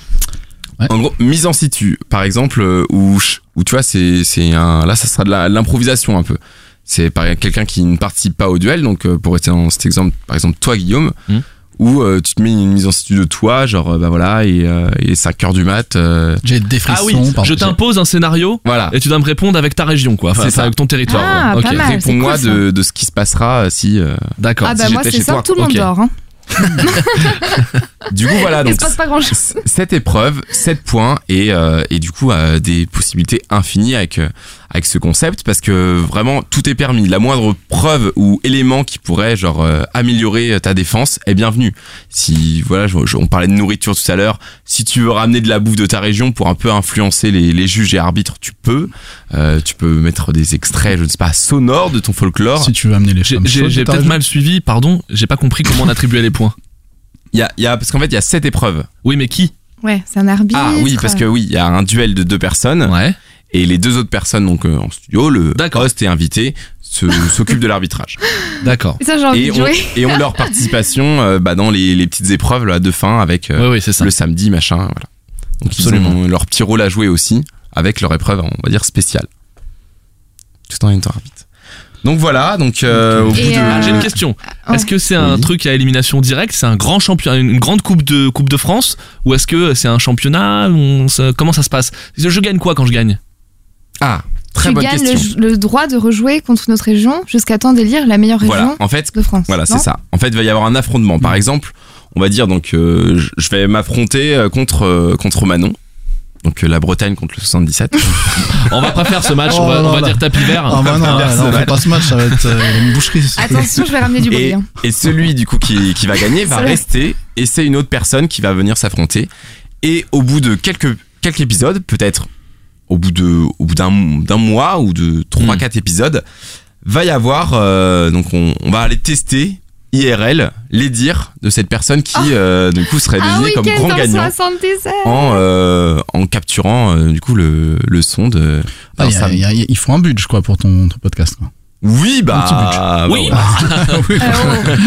Speaker 3: en gros, mise en situ, par exemple, euh, où, ch- où tu vois, c'est, c'est un, là, ça sera de la- de l'improvisation un peu. C'est par quelqu'un qui ne participe pas au duel, donc euh, pour rester dans cet exemple, par exemple, toi, Guillaume,
Speaker 2: Mhm.
Speaker 3: où euh, tu te mets une mise en situ de toi, genre, euh, bah voilà, et, euh, et 5 heures du mat. euh,
Speaker 1: J'ai des frissons.
Speaker 2: Ah oui,
Speaker 1: pardon.
Speaker 2: je t'impose un scénario
Speaker 3: voilà.
Speaker 2: et tu dois me répondre avec ta région, quoi. Enfin,
Speaker 3: C'est ça.
Speaker 2: avec ton territoire.
Speaker 4: Ah,
Speaker 2: Ok,
Speaker 4: pas mal. c'est
Speaker 3: Réponds-moi
Speaker 4: cool, ça.
Speaker 3: de, de ce qui se passera euh, si. euh,
Speaker 2: D'accord.
Speaker 4: Ah,
Speaker 3: si
Speaker 4: bah, moi,
Speaker 3: j'étais
Speaker 4: c'est
Speaker 3: chez
Speaker 4: ça,
Speaker 3: toi.
Speaker 4: tout le monde
Speaker 3: Ok.
Speaker 4: dort. hein.
Speaker 3: Du coup, voilà,
Speaker 4: Il
Speaker 3: donc
Speaker 4: se passe pas grand-chose.
Speaker 3: c- cette épreuve, 7 points et, euh, et du coup euh, des possibilités infinies avec, euh, avec ce concept parce que vraiment tout est permis. La moindre preuve ou élément qui pourrait genre euh, améliorer ta défense est bienvenue. Si voilà, je- je- on parlait de nourriture tout à l'heure, si tu veux ramener de la bouffe de ta région pour un peu influencer les, les juges et arbitres, tu peux. Euh, tu peux mettre des extraits, je ne sais pas, sonores de ton folklore.
Speaker 1: Si tu veux amener les
Speaker 2: J'ai-
Speaker 1: femmes
Speaker 2: J'ai
Speaker 1: chaudes,
Speaker 2: j'ai
Speaker 1: t'as
Speaker 2: peut-être
Speaker 1: raison.
Speaker 2: mal suivi, pardon, j'ai pas compris comment on attribuait les points.
Speaker 3: Il y a, il y a- parce qu'en fait, il y a 7 épreuves.
Speaker 2: Oui, mais qui
Speaker 4: Ouais, c'est un arbitre.
Speaker 3: Ah oui, parce que oui, il y a un duel de deux personnes.
Speaker 2: Ouais.
Speaker 3: Et les deux autres personnes donc euh, en studio, le
Speaker 2: D'accord.
Speaker 3: host et invité, se- s'occupent de l'arbitrage.
Speaker 2: D'accord.
Speaker 4: Et ça, j'ai envie
Speaker 3: Et
Speaker 4: de
Speaker 3: ont,
Speaker 4: jouer.
Speaker 3: et ont leur participation euh, bah, dans les, les petites épreuves là, de fin avec euh,
Speaker 2: Oui, oui, c'est ça.
Speaker 3: le samedi, machin. Voilà. Donc
Speaker 2: Absolument.
Speaker 3: ils ont leur petit rôle à jouer aussi avec leur épreuve, on va dire, spéciale. Tout en étant arbitre. Donc voilà, donc euh, au
Speaker 4: Et,
Speaker 3: bout de...
Speaker 4: euh,
Speaker 2: Ah, j'ai une question.
Speaker 4: ouais.
Speaker 2: Est-ce que c'est un
Speaker 3: Oui.
Speaker 2: truc à élimination directe C'est un grand champion, une grande coupe de coupe de France Ou est-ce que c'est un championnat On- ça- Comment ça se passe Je gagne quoi quand je gagne
Speaker 3: Ah, très
Speaker 4: tu
Speaker 3: bonne
Speaker 4: gagnes
Speaker 3: question.
Speaker 4: le, le droit de rejouer contre notre région jusqu'à temps d'élire la meilleure région
Speaker 3: Voilà, en fait,
Speaker 4: de France.
Speaker 3: Voilà,
Speaker 4: non Mm.
Speaker 3: c'est ça. En fait, il va y avoir un affrontement. Par exemple, on va dire donc euh, je- je vais m'affronter euh, contre euh, contre Manon. Donc euh, la Bretagne contre le 77.
Speaker 2: On va pas faire ce match.
Speaker 1: Oh
Speaker 2: on va,
Speaker 1: là
Speaker 2: on va
Speaker 1: là.
Speaker 2: dire tapis vert.
Speaker 1: Ah bah non,
Speaker 3: Personne.
Speaker 1: non, on fait pas ce match, ça va être euh, une boucherie. ce truc.
Speaker 4: Attention, je vais ramener du bruit.
Speaker 3: et,
Speaker 4: hein.
Speaker 3: et celui du coup qui, qui va gagner va
Speaker 4: C'est vrai.
Speaker 3: rester et c'est une autre personne qui va venir s'affronter. Et au bout de quelques quelques épisodes, peut-être au bout de au bout d'un d'un mois ou de trois
Speaker 4: Mm.
Speaker 2: Hmm.
Speaker 3: quatre épisodes, va y avoir, euh, donc on, on va aller tester IRL les dires de cette personne qui, euh, du coup, serait
Speaker 4: Oh. Ah
Speaker 3: désignée
Speaker 4: oui,
Speaker 3: comme grand gagnant
Speaker 4: 77
Speaker 3: en, euh, en capturant, euh, du coup, le, le euh, son de.
Speaker 1: Ah,
Speaker 3: d'un
Speaker 1: y a-
Speaker 3: Sam.
Speaker 1: y a- y a- il faut un budget, je crois, pour ton, ton podcast. quoi.
Speaker 3: Oui, bah.
Speaker 1: petit budget.
Speaker 3: bah,
Speaker 2: Oui.
Speaker 3: ouais.
Speaker 4: Euh, oh.
Speaker 1: Oui.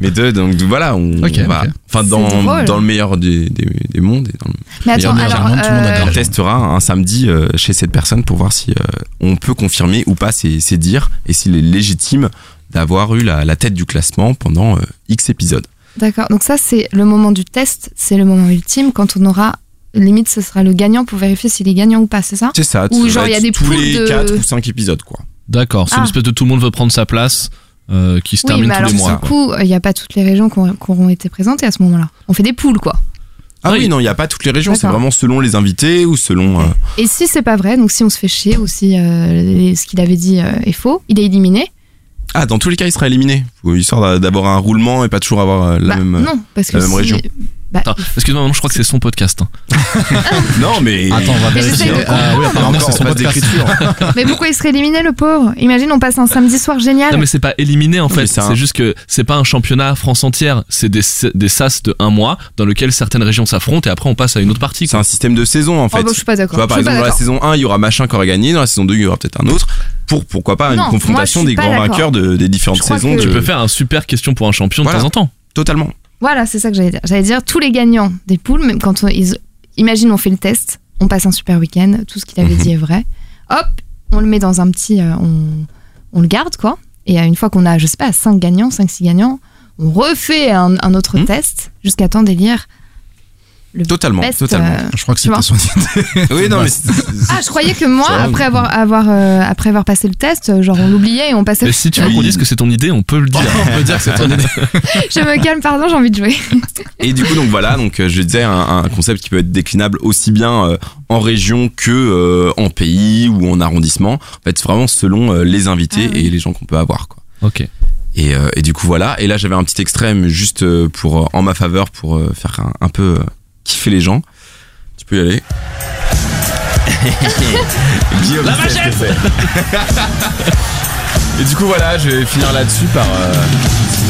Speaker 3: Mais deux, donc voilà, on,
Speaker 1: Ok,
Speaker 3: on va.
Speaker 1: ok.
Speaker 3: Enfin,
Speaker 4: C'est
Speaker 3: dans,
Speaker 4: drôle.
Speaker 3: dans le meilleur des, des, des mondes. Et dans le-
Speaker 4: Mais
Speaker 3: Mais
Speaker 4: attends,
Speaker 3: bien
Speaker 4: alors.
Speaker 1: évidemment, tout le monde
Speaker 4: euh,
Speaker 1: adore.
Speaker 3: on testera un samedi euh, chez cette personne pour voir si euh, on peut confirmer ou pas ses, ses dires et s'il est légitime d'avoir eu la, la tête du classement pendant euh, X épisodes.
Speaker 4: D'accord, donc ça, c'est le moment du test, c'est le moment ultime quand on aura. Limite, ce sera le gagnant pour vérifier s'il est gagnant ou pas, c'est ça
Speaker 3: C'est ça.
Speaker 4: Ou
Speaker 3: ça
Speaker 4: genre,
Speaker 3: va
Speaker 4: il y a
Speaker 3: être
Speaker 4: des
Speaker 3: tous
Speaker 4: poules
Speaker 3: les
Speaker 4: de-
Speaker 3: 4 ou 5 épisodes, quoi.
Speaker 2: D'accord, c'est
Speaker 4: Ah.
Speaker 2: une espèce de tout le monde veut prendre sa place euh, qui se
Speaker 4: Oui,
Speaker 2: termine
Speaker 4: mais
Speaker 2: tous
Speaker 4: alors
Speaker 2: les mois.
Speaker 4: du coup, il n'y a pas toutes les régions qui ont- qui auront été présentées à ce moment-là. On fait des poules, quoi.
Speaker 3: Ah oui,
Speaker 2: Oui.
Speaker 3: non, il n'y a pas toutes les régions, c'est
Speaker 4: D'accord.
Speaker 3: vraiment selon les invités ou selon. euh,
Speaker 4: Et si c'est pas vrai, donc si on se fait chier ou si euh, les- ce qu'il avait dit euh, est faux, il est éliminé.
Speaker 3: Ah, dans tous les cas, il sera éliminé. Faut- Histoire d'a- d'avoir un roulement et pas toujours avoir euh, la
Speaker 4: Bah,
Speaker 3: même.
Speaker 4: non, parce que
Speaker 3: la même
Speaker 4: si-
Speaker 3: région.
Speaker 4: bah,
Speaker 2: Attends, excuse-moi, maintenant je crois que c'est son podcast. hein.
Speaker 3: Non, mais.
Speaker 1: Attends, on va
Speaker 4: Mais
Speaker 1: vérifier.
Speaker 4: j'essaie de
Speaker 1: Ah oui, apparemment, c'est son podcast.
Speaker 4: mais pourquoi il serait éliminé, le pauvre Imagine, on passe un samedi soir génial.
Speaker 2: Non, mais c'est pas éliminé en
Speaker 3: Non, mais
Speaker 2: fait.
Speaker 3: c'est
Speaker 2: C'est
Speaker 3: un-
Speaker 2: juste que c'est pas un championnat France entière. C'est des, des sas de un mois dans lequel certaines régions s'affrontent et après on passe à une autre partie.
Speaker 3: C'est
Speaker 2: quoi.
Speaker 3: un système de saison en
Speaker 4: Oh,
Speaker 3: fait.
Speaker 4: bah, je suis pas
Speaker 3: Tu
Speaker 4: d'accord.
Speaker 3: vois, par
Speaker 4: Je suis pas
Speaker 3: exemple, dans la
Speaker 4: d'accord.
Speaker 3: saison 1, il y aura machin qui aurait gagné, dans la saison 2, il y aura peut-être un autre, pour pourquoi pas une
Speaker 4: Non, moi,
Speaker 3: confrontation
Speaker 4: je
Speaker 3: des
Speaker 4: suis pas
Speaker 3: grands
Speaker 4: d'accord.
Speaker 3: vainqueurs de- des différentes
Speaker 4: Je crois
Speaker 3: saisons.
Speaker 4: que-
Speaker 3: de-
Speaker 2: Tu peux faire un super question pour un champion
Speaker 3: euh, Voilà.
Speaker 2: de temps en temps.
Speaker 3: Totalement.
Speaker 4: Voilà, c'est ça que j'allais dire. J'allais dire tous les gagnants des poules, même quand on, ils, imagine on fait le test, on passe un super week-end, tout ce qu'il avait
Speaker 3: Mhm.
Speaker 4: dit est vrai. Hop, on le met dans un petit, euh, on, on le garde quoi. Et euh, une fois qu'on a, je sais pas, 5 gagnants, 5-6 gagnants, on refait un, un autre
Speaker 3: Mhm.
Speaker 4: test jusqu'à temps d'élire le
Speaker 3: Totalement,
Speaker 4: best.
Speaker 3: totalement.
Speaker 4: euh,
Speaker 1: Je crois que
Speaker 4: Tu vois.
Speaker 1: c'était son
Speaker 3: Oui, non, mais c'est- c'est-
Speaker 4: Ah, je croyais que moi,
Speaker 3: Ça va,
Speaker 4: après
Speaker 3: oui.
Speaker 4: avoir, avoir, euh, après avoir passé le test, euh, genre on l'oubliait et on passait.
Speaker 2: Mais si tu veux
Speaker 3: Oui.
Speaker 2: qu'on dise que c'est ton idée, on peut le dire.
Speaker 1: On peut dire que c'est ton idée.
Speaker 4: je me calme, pardon, j'ai envie de jouer.
Speaker 3: Et du coup, donc voilà, donc euh, je disais un, un concept qui peut être déclinable aussi bien euh, en région que euh, en pays ou en arrondissement. En fait, c'est vraiment selon euh, les invités
Speaker 4: Ah oui.
Speaker 3: et les gens qu'on peut avoir. Quoi.
Speaker 2: ok.
Speaker 3: Et, euh, et du coup, voilà. Et là, j'avais un petit extrait, mais juste euh, pour euh, en ma faveur, pour euh, faire un, un peu euh, kiffer les gens. Tu peux y aller. Guillaume,
Speaker 2: La
Speaker 3: sait ce que c'est. Et du coup, voilà, je vais finir là-dessus par euh, une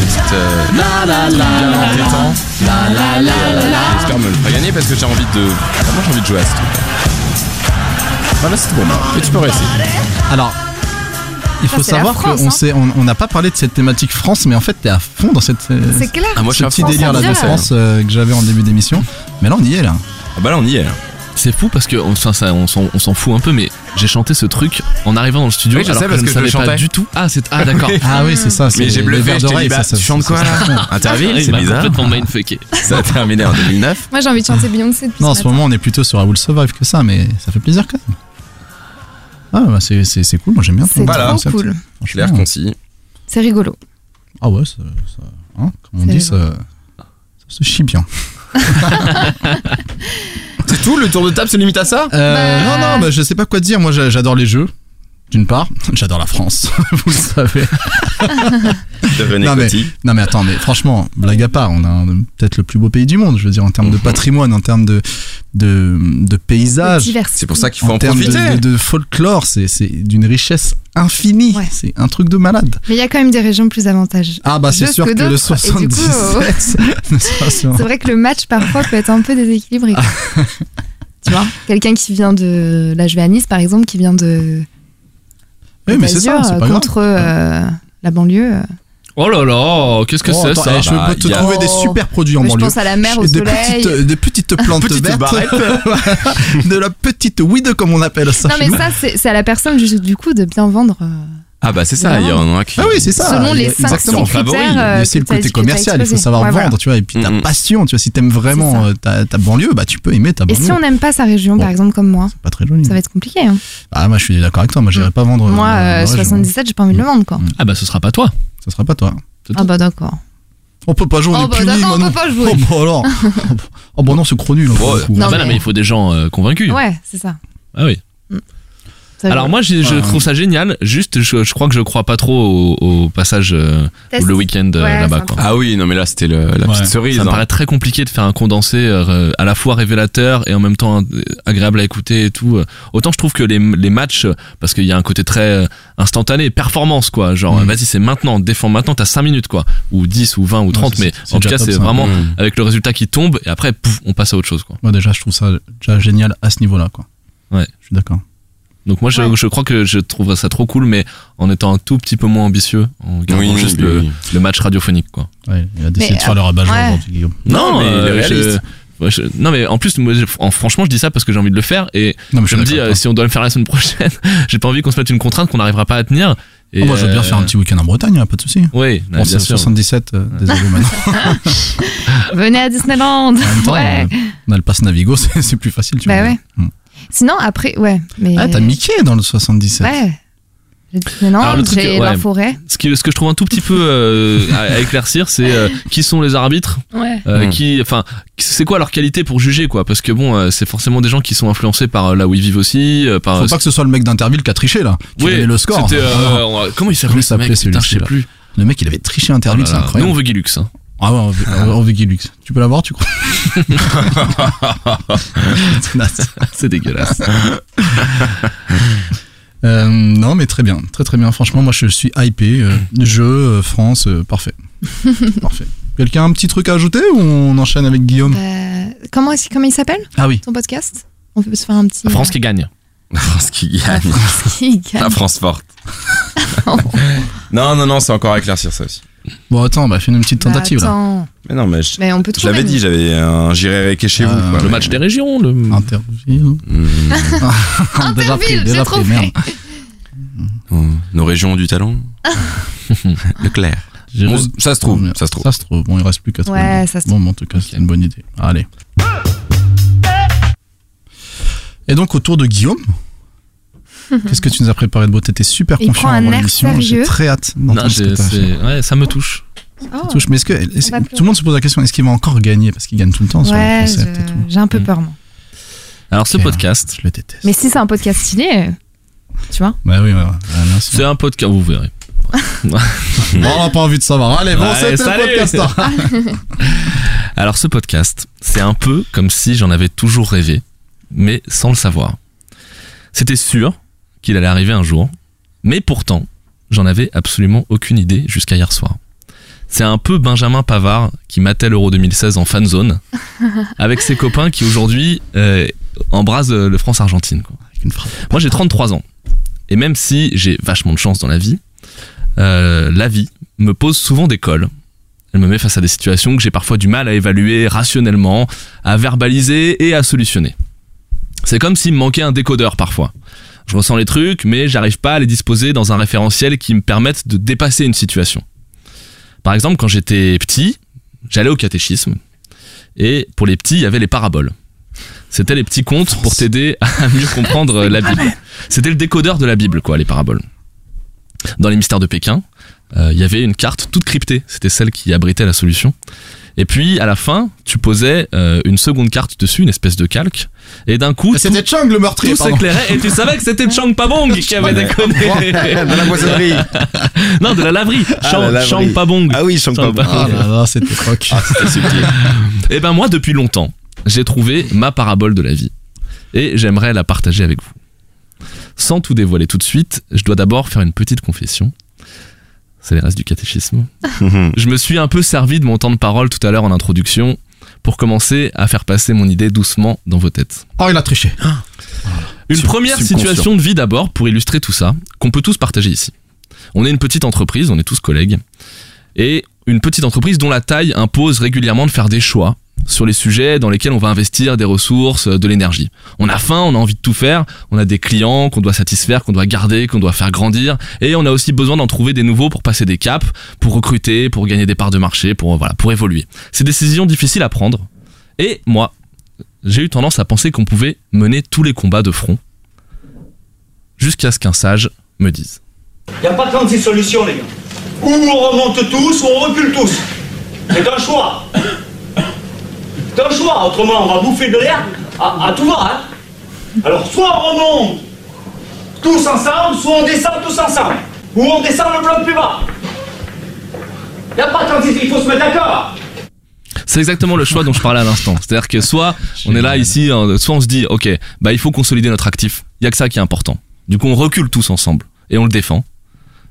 Speaker 3: petite. euh, bien détente. J'espère me le faire gagner parce que j'ai envie de. Vraiment, j'ai envie de jouer à ce truc. Voilà, Ah, c'est bon. Mais tu peux réessayer.
Speaker 1: Alors, il faut
Speaker 4: c'est la
Speaker 1: savoir
Speaker 4: France,
Speaker 1: qu'on
Speaker 4: hein.
Speaker 1: sait- on- on n'a pas parlé de cette thématique France, mais en fait, t'es à fond dans cette, euh,
Speaker 4: C'est clair.
Speaker 3: Ah, moi, je
Speaker 1: ce
Speaker 3: suis à
Speaker 1: petit
Speaker 3: fond.
Speaker 1: délire là de
Speaker 4: mondiale.
Speaker 1: France euh, que j'avais en début d'émission. Mais là, on y est là.
Speaker 3: Ah bah là, on y est. là.
Speaker 2: C'est fou parce que on, ça- ça- on s'en on s'en fout un peu, mais j'ai chanté ce truc en arrivant dans le studio.
Speaker 3: Oui, je
Speaker 2: alors
Speaker 3: sais,
Speaker 2: que
Speaker 3: parce
Speaker 2: je ne
Speaker 3: que je
Speaker 2: savais
Speaker 3: le
Speaker 2: pas
Speaker 3: chantais.
Speaker 2: du tout. Ah, c'est ah d'accord.
Speaker 1: Ah oui, c'est ça.
Speaker 3: Mais j'ai bluffé, je t'ai dit, bah, tu chantes quoi,
Speaker 1: là
Speaker 3: Interville,
Speaker 2: Il
Speaker 3: Ah, c'est
Speaker 2: m'a
Speaker 3: bizarre.
Speaker 2: Ah, bah, complètement mindfucké.
Speaker 3: Ça a terminé en 2009.
Speaker 4: Moi j'ai envie de chanter Beyoncé depuis
Speaker 1: Non, en
Speaker 4: ce
Speaker 1: ce
Speaker 4: matin.
Speaker 1: moment, on est plutôt sur I Will Survive que ça, mais ça fait plaisir quand même. Ah, bah, c'est- c'est c'est cool, moi j'aime bien. ton
Speaker 4: C'est
Speaker 3: Voilà.
Speaker 4: trop
Speaker 1: concept.
Speaker 4: cool.
Speaker 1: Franchement,
Speaker 3: Clair, concis.
Speaker 4: C'est rigolo.
Speaker 1: Ah ouais, ça, ça- hein, comme on
Speaker 4: C'est
Speaker 1: dit, ça, ça se chie bien.
Speaker 3: C'est tout, le tour de table se limite à ça
Speaker 1: Euh,
Speaker 4: Bah-
Speaker 1: Non, non, bah, je sais pas quoi te dire. Moi, j'a- j'adore les jeux. D'une part, j'adore la France, vous le savez.
Speaker 3: Devenez
Speaker 1: Non, mais-
Speaker 3: petit.
Speaker 1: Non mais attends, mais franchement, blague à part, on a un- peut-être le plus beau pays du monde, je veux dire, en
Speaker 3: Mhm.
Speaker 1: termes de patrimoine, en termes de, de, de paysages,
Speaker 4: Diversité.
Speaker 3: C'est pour ça qu'il faut
Speaker 1: en
Speaker 3: en
Speaker 1: termes
Speaker 3: profiter.
Speaker 1: de, de- de folklore, c'est c'est d'une richesse infinie,
Speaker 4: Ouais.
Speaker 1: c'est un truc de malade.
Speaker 4: Mais il y a quand même des régions plus avantageuses.
Speaker 1: Ah bah c'est
Speaker 4: Juste
Speaker 1: sûr
Speaker 4: que
Speaker 1: que, le
Speaker 4: d'autres, et du coup, euh,
Speaker 1: 77 ne sera sur-
Speaker 4: C'est vrai que le match parfois peut être un peu déséquilibré. quoi.
Speaker 1: Ah.
Speaker 4: tu vois Quelqu'un qui vient de. Là, je vais à Nice par exemple, qui vient de.
Speaker 1: Oui mais c'est ça,
Speaker 4: d'Azur,
Speaker 1: c'est pas
Speaker 4: euh,
Speaker 1: grave.
Speaker 4: contre euh, la banlieue. euh.
Speaker 2: Oh là là, qu'est-ce que
Speaker 1: Oh,
Speaker 2: c'est
Speaker 1: attends,
Speaker 2: ça
Speaker 1: eh, je
Speaker 3: Bah,
Speaker 1: peux te
Speaker 3: il y a-
Speaker 1: trouver des super produits en
Speaker 4: Oh. Mais je
Speaker 1: banlieue.
Speaker 4: pense à la mer, au
Speaker 1: des
Speaker 4: soleil.
Speaker 1: petites, euh, des petites plantes
Speaker 3: Petites
Speaker 1: vertes,
Speaker 3: barrettes.
Speaker 1: de la petite weed comme on appelle ça.
Speaker 4: non,
Speaker 1: chez
Speaker 4: mais
Speaker 1: nous.
Speaker 4: ça, c'est c'est à la personne du, du coup de bien vendre. euh,
Speaker 3: Ah bah c'est ça, il y en a qui.
Speaker 1: Ah oui, c'est ça.
Speaker 4: Selon
Speaker 1: il y
Speaker 4: les
Speaker 1: a-
Speaker 4: cinq,
Speaker 1: exactement.
Speaker 4: six critères,
Speaker 1: Favori.
Speaker 4: euh,
Speaker 1: Mais c'est
Speaker 4: que
Speaker 1: le
Speaker 4: t'as-
Speaker 1: côté
Speaker 4: que t'as
Speaker 1: commercial, il faut
Speaker 4: exposé.
Speaker 1: savoir
Speaker 4: Ouais,
Speaker 1: vendre,
Speaker 4: voilà.
Speaker 1: tu vois, et puis ta
Speaker 3: Mhm.
Speaker 1: passion, tu vois, si t'aimes
Speaker 4: C'est
Speaker 1: vraiment
Speaker 4: ça.
Speaker 1: euh, ta, ta banlieue, bah tu peux aimer ta
Speaker 4: Et
Speaker 1: banlieue.
Speaker 4: si on n'aime pas sa région
Speaker 1: Bon.
Speaker 4: par exemple, comme moi,
Speaker 1: C'est pas très joli.
Speaker 4: ça va être compliqué. hein.
Speaker 1: Ah, moi je suis d'accord avec toi, moi j'irai pas vendre.
Speaker 4: moi,
Speaker 1: euh,
Speaker 4: euh,
Speaker 1: ouais, je- Hmm.
Speaker 4: 77, j'ai pas envie de le vendre quoi.
Speaker 2: Ah bah ce sera pas toi.
Speaker 1: Ça sera pas toi.
Speaker 4: Ah bah d'accord.
Speaker 1: On peut pas jouer, on
Speaker 4: Oh,
Speaker 1: est
Speaker 4: bah,
Speaker 1: puni,
Speaker 4: d'accord, on
Speaker 1: moi, non.
Speaker 4: peut pas jouer.
Speaker 1: Oh bah alors. Oh bah non, c'est chronique.
Speaker 3: Oh,
Speaker 2: Ah bah non, mais il faut des gens euh, convaincus.
Speaker 4: Ouais, c'est ça.
Speaker 2: Ah oui.
Speaker 4: Ça veut
Speaker 2: Alors
Speaker 4: dire-
Speaker 2: moi, j'ai- je
Speaker 1: Ouais.
Speaker 2: trouve ça génial. Juste, je, je crois que je crois pas trop au, au passage euh,
Speaker 4: Test.
Speaker 2: le week-end euh,
Speaker 4: Ouais,
Speaker 2: là-bas.
Speaker 4: c'est
Speaker 2: quoi.
Speaker 3: Ah oui, non mais là c'était le- la
Speaker 1: Ouais.
Speaker 3: petite cerise.
Speaker 2: Ça me
Speaker 3: hein.
Speaker 2: paraît très compliqué de faire un condensé euh, à la fois révélateur et en même temps euh, agréable à écouter et tout. Autant je trouve que les, les matchs, euh, parce qu'il y a un côté très euh, instantané, performance quoi. Genre,
Speaker 1: Mm.
Speaker 2: euh, vas-y, c'est maintenant, défends maintenant, t'as 5 minutes quoi. Ou 10 ou 20 ou 30,
Speaker 1: c'est-
Speaker 2: mais
Speaker 1: c'est
Speaker 2: en tout
Speaker 1: déjà
Speaker 2: cas,
Speaker 1: top,
Speaker 2: c'est
Speaker 1: ça.
Speaker 2: vraiment
Speaker 3: Mm.
Speaker 2: avec le résultat qui tombe et après, pouf, on passe à autre chose quoi.
Speaker 1: Moi, déjà, je trouve ça déjà génial à ce niveau-là, quoi.
Speaker 2: Ouais.
Speaker 1: Je suis d'accord.
Speaker 2: Donc moi, je,
Speaker 4: Ouais.
Speaker 2: je crois que je trouverais ça trop cool, mais en étant un tout petit peu moins ambitieux, en gardant
Speaker 3: Oui,
Speaker 2: juste
Speaker 3: oui,
Speaker 2: le,
Speaker 3: oui.
Speaker 2: le match radiophonique quoi.
Speaker 1: Ouais, il a décidé
Speaker 4: Mais, euh,
Speaker 1: de faire le rabat
Speaker 4: ouais.
Speaker 1: aujourd'hui, Guillaume. euh,
Speaker 3: Non, mais il est
Speaker 2: je-
Speaker 3: réaliste.
Speaker 2: moi, euh, je- non mais en plus moi, je- en- franchement je dis ça parce que j'ai envie de le faire et
Speaker 1: Non, mais
Speaker 2: je me
Speaker 1: suis
Speaker 2: dis
Speaker 1: d'accord
Speaker 2: euh,
Speaker 1: avec toi.
Speaker 2: si on doit le faire la semaine prochaine j'ai pas envie qu'on se mette une contrainte qu'on n'arrivera pas à tenir et
Speaker 1: Oh, moi, je veux bien
Speaker 2: euh,
Speaker 1: faire un petit week-end en Bretagne, hein, pas de souci.
Speaker 2: oui
Speaker 1: Bon,
Speaker 2: bien
Speaker 1: c'est
Speaker 2: sûr
Speaker 1: 77, euh, désolé maintenant.
Speaker 4: Venez à Disneyland.
Speaker 1: En même temps,
Speaker 4: ouais.
Speaker 1: euh, on a le pass Navigo, c'est c'est plus facile, tu
Speaker 4: Bah
Speaker 1: vois.
Speaker 4: ouais.
Speaker 1: Hmm.
Speaker 4: Sinon, après, ouais. Mais...
Speaker 1: Ah, t'as Mickey dans le 77.
Speaker 4: Ouais. J'ai
Speaker 2: Alors,
Speaker 4: Disneyland,
Speaker 2: le truc,
Speaker 4: j'ai
Speaker 2: ouais.
Speaker 4: la forêt.
Speaker 2: ce, qui- ce que je trouve un tout petit peu euh, à, à éclaircir c'est euh, qui sont les arbitres
Speaker 4: Ouais.
Speaker 2: euh,
Speaker 1: Hmm.
Speaker 3: Mm.
Speaker 2: qui enfin c'est quoi leur qualité pour juger quoi parce que bon euh, c'est forcément des gens qui sont influencés par euh, là où ils vivent aussi euh, par
Speaker 1: Faut pas que ce soit le mec d'Interville qui a triché, là. Qui
Speaker 2: oui,
Speaker 1: donnait le score. Ah,
Speaker 2: c'était, euh, on- comment il s'appelait
Speaker 1: Comment
Speaker 2: ce mec
Speaker 1: s'appelait
Speaker 2: Putain, je sais
Speaker 1: celui-là
Speaker 2: plus
Speaker 1: Le mec, il avait triché
Speaker 2: Oh là
Speaker 1: Interville, c'est
Speaker 2: là. nous on
Speaker 1: incroyable.
Speaker 2: veut Guilux hein.
Speaker 1: Ah ouais, on veut- on veut- on veut Guilux. Tu peux l'avoir, tu crois C'est naze.
Speaker 2: c'est dégueulasse
Speaker 1: Euh, non, mais très bien, très très bien. Franchement, moi je suis hypé. euh, jeu, euh, France, euh, parfait. parfait. Quelqu'un a un petit truc à ajouter ou on enchaîne avec Guillaume
Speaker 4: Euh, comment, est-ce- comment il s'appelle,
Speaker 1: Ah oui.
Speaker 4: ton podcast On peut se faire un petit. euh,
Speaker 2: La France qui gagne
Speaker 3: La France qui gagne.
Speaker 4: qui gagne.
Speaker 3: La France forte. non, non, non, c'est encore à éclaircir ça aussi.
Speaker 1: Bon, attends, bah, fais une petite
Speaker 4: Bah,
Speaker 1: tentative là.
Speaker 4: attends.
Speaker 3: Mais non, mais je,
Speaker 4: Mais on peut
Speaker 3: je
Speaker 4: trouver.
Speaker 3: l'avais
Speaker 4: nous.
Speaker 3: dit, j'avais un j'irai réquer chez vous.
Speaker 1: Euh,
Speaker 3: quoi,
Speaker 2: le
Speaker 3: mais-
Speaker 2: match des régions le...
Speaker 1: Interville.
Speaker 3: Mmh.
Speaker 1: déjà pris,
Speaker 4: Interville,
Speaker 1: déjà
Speaker 4: j'ai
Speaker 1: pris,
Speaker 4: trop
Speaker 1: merde.
Speaker 3: Mmh. Nos régions ont du talent. le clair.
Speaker 2: J'ai-
Speaker 3: Bon, ça se trouve,
Speaker 1: Merde.
Speaker 3: ça se trouve.
Speaker 1: Ça se trouve. Bon, il reste plus qu'à trouver.
Speaker 4: Ouais, ça se
Speaker 1: Bon, mais en tout cas, c'est une bonne idée. Allez. Et donc, au tour de Guillaume. Qu'est-ce que tu nous as préparé de beau T'étais super
Speaker 4: Il
Speaker 1: confiant
Speaker 4: prend un
Speaker 1: avant
Speaker 4: air
Speaker 1: l'émission. J'ai
Speaker 4: sérieux.
Speaker 1: très hâte
Speaker 2: Non,
Speaker 1: d'entendre ce que
Speaker 2: j'ai-
Speaker 1: t'as fait.
Speaker 2: c'est- ouais, ça me touche.
Speaker 4: Oh.
Speaker 1: touche. Mais est-ce que est-ce-
Speaker 4: va pleurer.
Speaker 1: tout le monde se pose la question est-ce qu'il va encore gagner parce qu'il gagne tout le temps sur
Speaker 4: Ouais,
Speaker 1: le concept
Speaker 4: je-
Speaker 1: et tout.
Speaker 4: j'ai un peu
Speaker 2: Mm.
Speaker 4: peur, moi.
Speaker 2: Alors ce
Speaker 1: Ok.
Speaker 2: podcast,
Speaker 1: Je le déteste.
Speaker 4: Mais si c'est un podcast stylé, euh, tu vois.
Speaker 1: Bah oui, ouais, ouais, ouais, bien sûr.
Speaker 2: c'est un podcast, vous verrez.
Speaker 1: Bon, on n'a pas envie de savoir. Allez, bon,
Speaker 2: Ouais,
Speaker 1: c'était
Speaker 2: salut.
Speaker 1: le podcast. hein.
Speaker 2: Alors ce podcast, c'est un peu comme si j'en avais toujours rêvé, mais sans le savoir. C'était sûr qu'il allait arriver un jour, mais pourtant, j'en avais absolument aucune idée jusqu'à hier soir. C'est un peu Benjamin Pavard qui matait l'Euro 2016 en fan zone, avec ses copains qui aujourd'hui euh, embrasent euh, le France-Argentine. quoi.
Speaker 1: Avec une frappe.
Speaker 2: Moi j'ai 33 ans. Et même si j'ai vachement de chance dans la vie, euh, la vie me pose souvent des cols. Elle me met face à des situations que j'ai parfois du mal à évaluer rationnellement, à verbaliser et à solutionner. C'est comme s'il me manquait un décodeur parfois. Je ressens les trucs, mais j'arrive pas à les disposer dans un référentiel qui me permette de dépasser une situation. Par exemple, quand j'étais petit, j'allais au catéchisme, et pour les petits, il y avait les paraboles. C'était les petits contes pour t'aider à mieux comprendre euh, la Bible. C'était le décodeur de la Bible, quoi, les paraboles. Dans les mystères de Pékin, euh, il y avait une carte toute cryptée. C'était celle qui abritait la solution. Et puis, à la fin, tu posais euh, une seconde carte dessus, une espèce de calque. Et d'un coup, tout,
Speaker 1: C'était Chung le meurtrier.
Speaker 2: tout s'éclairait. Et tu savais que c'était Chang Pabong qui avait déconné.
Speaker 3: de la poissonnerie.
Speaker 2: non, de la laverie.
Speaker 3: Ah,
Speaker 2: Chang,
Speaker 3: la laverie.
Speaker 2: Chang Pabong.
Speaker 3: Ah oui, je sens
Speaker 2: Chang
Speaker 3: pas bon.
Speaker 1: Ah là là, cette époque.
Speaker 8: Ah.
Speaker 2: Eh ben moi, depuis longtemps, j'ai trouvé ma parabole de la vie. Et j'aimerais la partager avec vous. Sans tout dévoiler tout de suite, je dois d'abord faire une petite confession. C'est les restes du catéchisme. Je me suis un peu servi de mon temps de parole tout à l'heure en introduction pour commencer à faire passer mon idée doucement dans vos têtes.
Speaker 1: Oh, il a triché.
Speaker 2: Une
Speaker 3: Sub-
Speaker 2: première
Speaker 3: subconscient.
Speaker 2: situation de vie d'abord pour illustrer tout ça, qu'on peut tous partager ici. On est une petite entreprise, on est tous collègues, et une petite entreprise dont la taille impose régulièrement de faire des choix sur les sujets dans lesquels on va investir des ressources, euh, de l'énergie. On a faim, on a envie de tout faire, on a des clients qu'on doit satisfaire, qu'on doit garder, qu'on doit faire grandir, et on a aussi besoin d'en trouver des nouveaux pour passer des caps, pour recruter, pour gagner des parts de marché, pour voilà, pour évoluer. C'est des décisions difficiles à prendre. Et moi, j'ai eu tendance à penser qu'on pouvait mener tous les combats de front jusqu'à ce qu'un sage me dise.
Speaker 5: Il n'y a pas 36 solutions, les gars. Ou on remonte tous, ou on recule tous. C'est un choix. C'est un choix, autrement on va bouffer de l'herbe à, à tout va. hein. Alors soit on remonte, tous ensemble, soit on descend tous ensemble, ou on descend le bloc plus bas. Y a pas de candidat, il faut se mettre d'accord.
Speaker 2: C'est exactement le choix dont je parlais à l'instant. C'est-à-dire que soit on est là ici, hein, soit on se dit, ok, bah il faut consolider notre actif. Il y a que ça qui est important. Du coup, on recule tous ensemble et on le défend.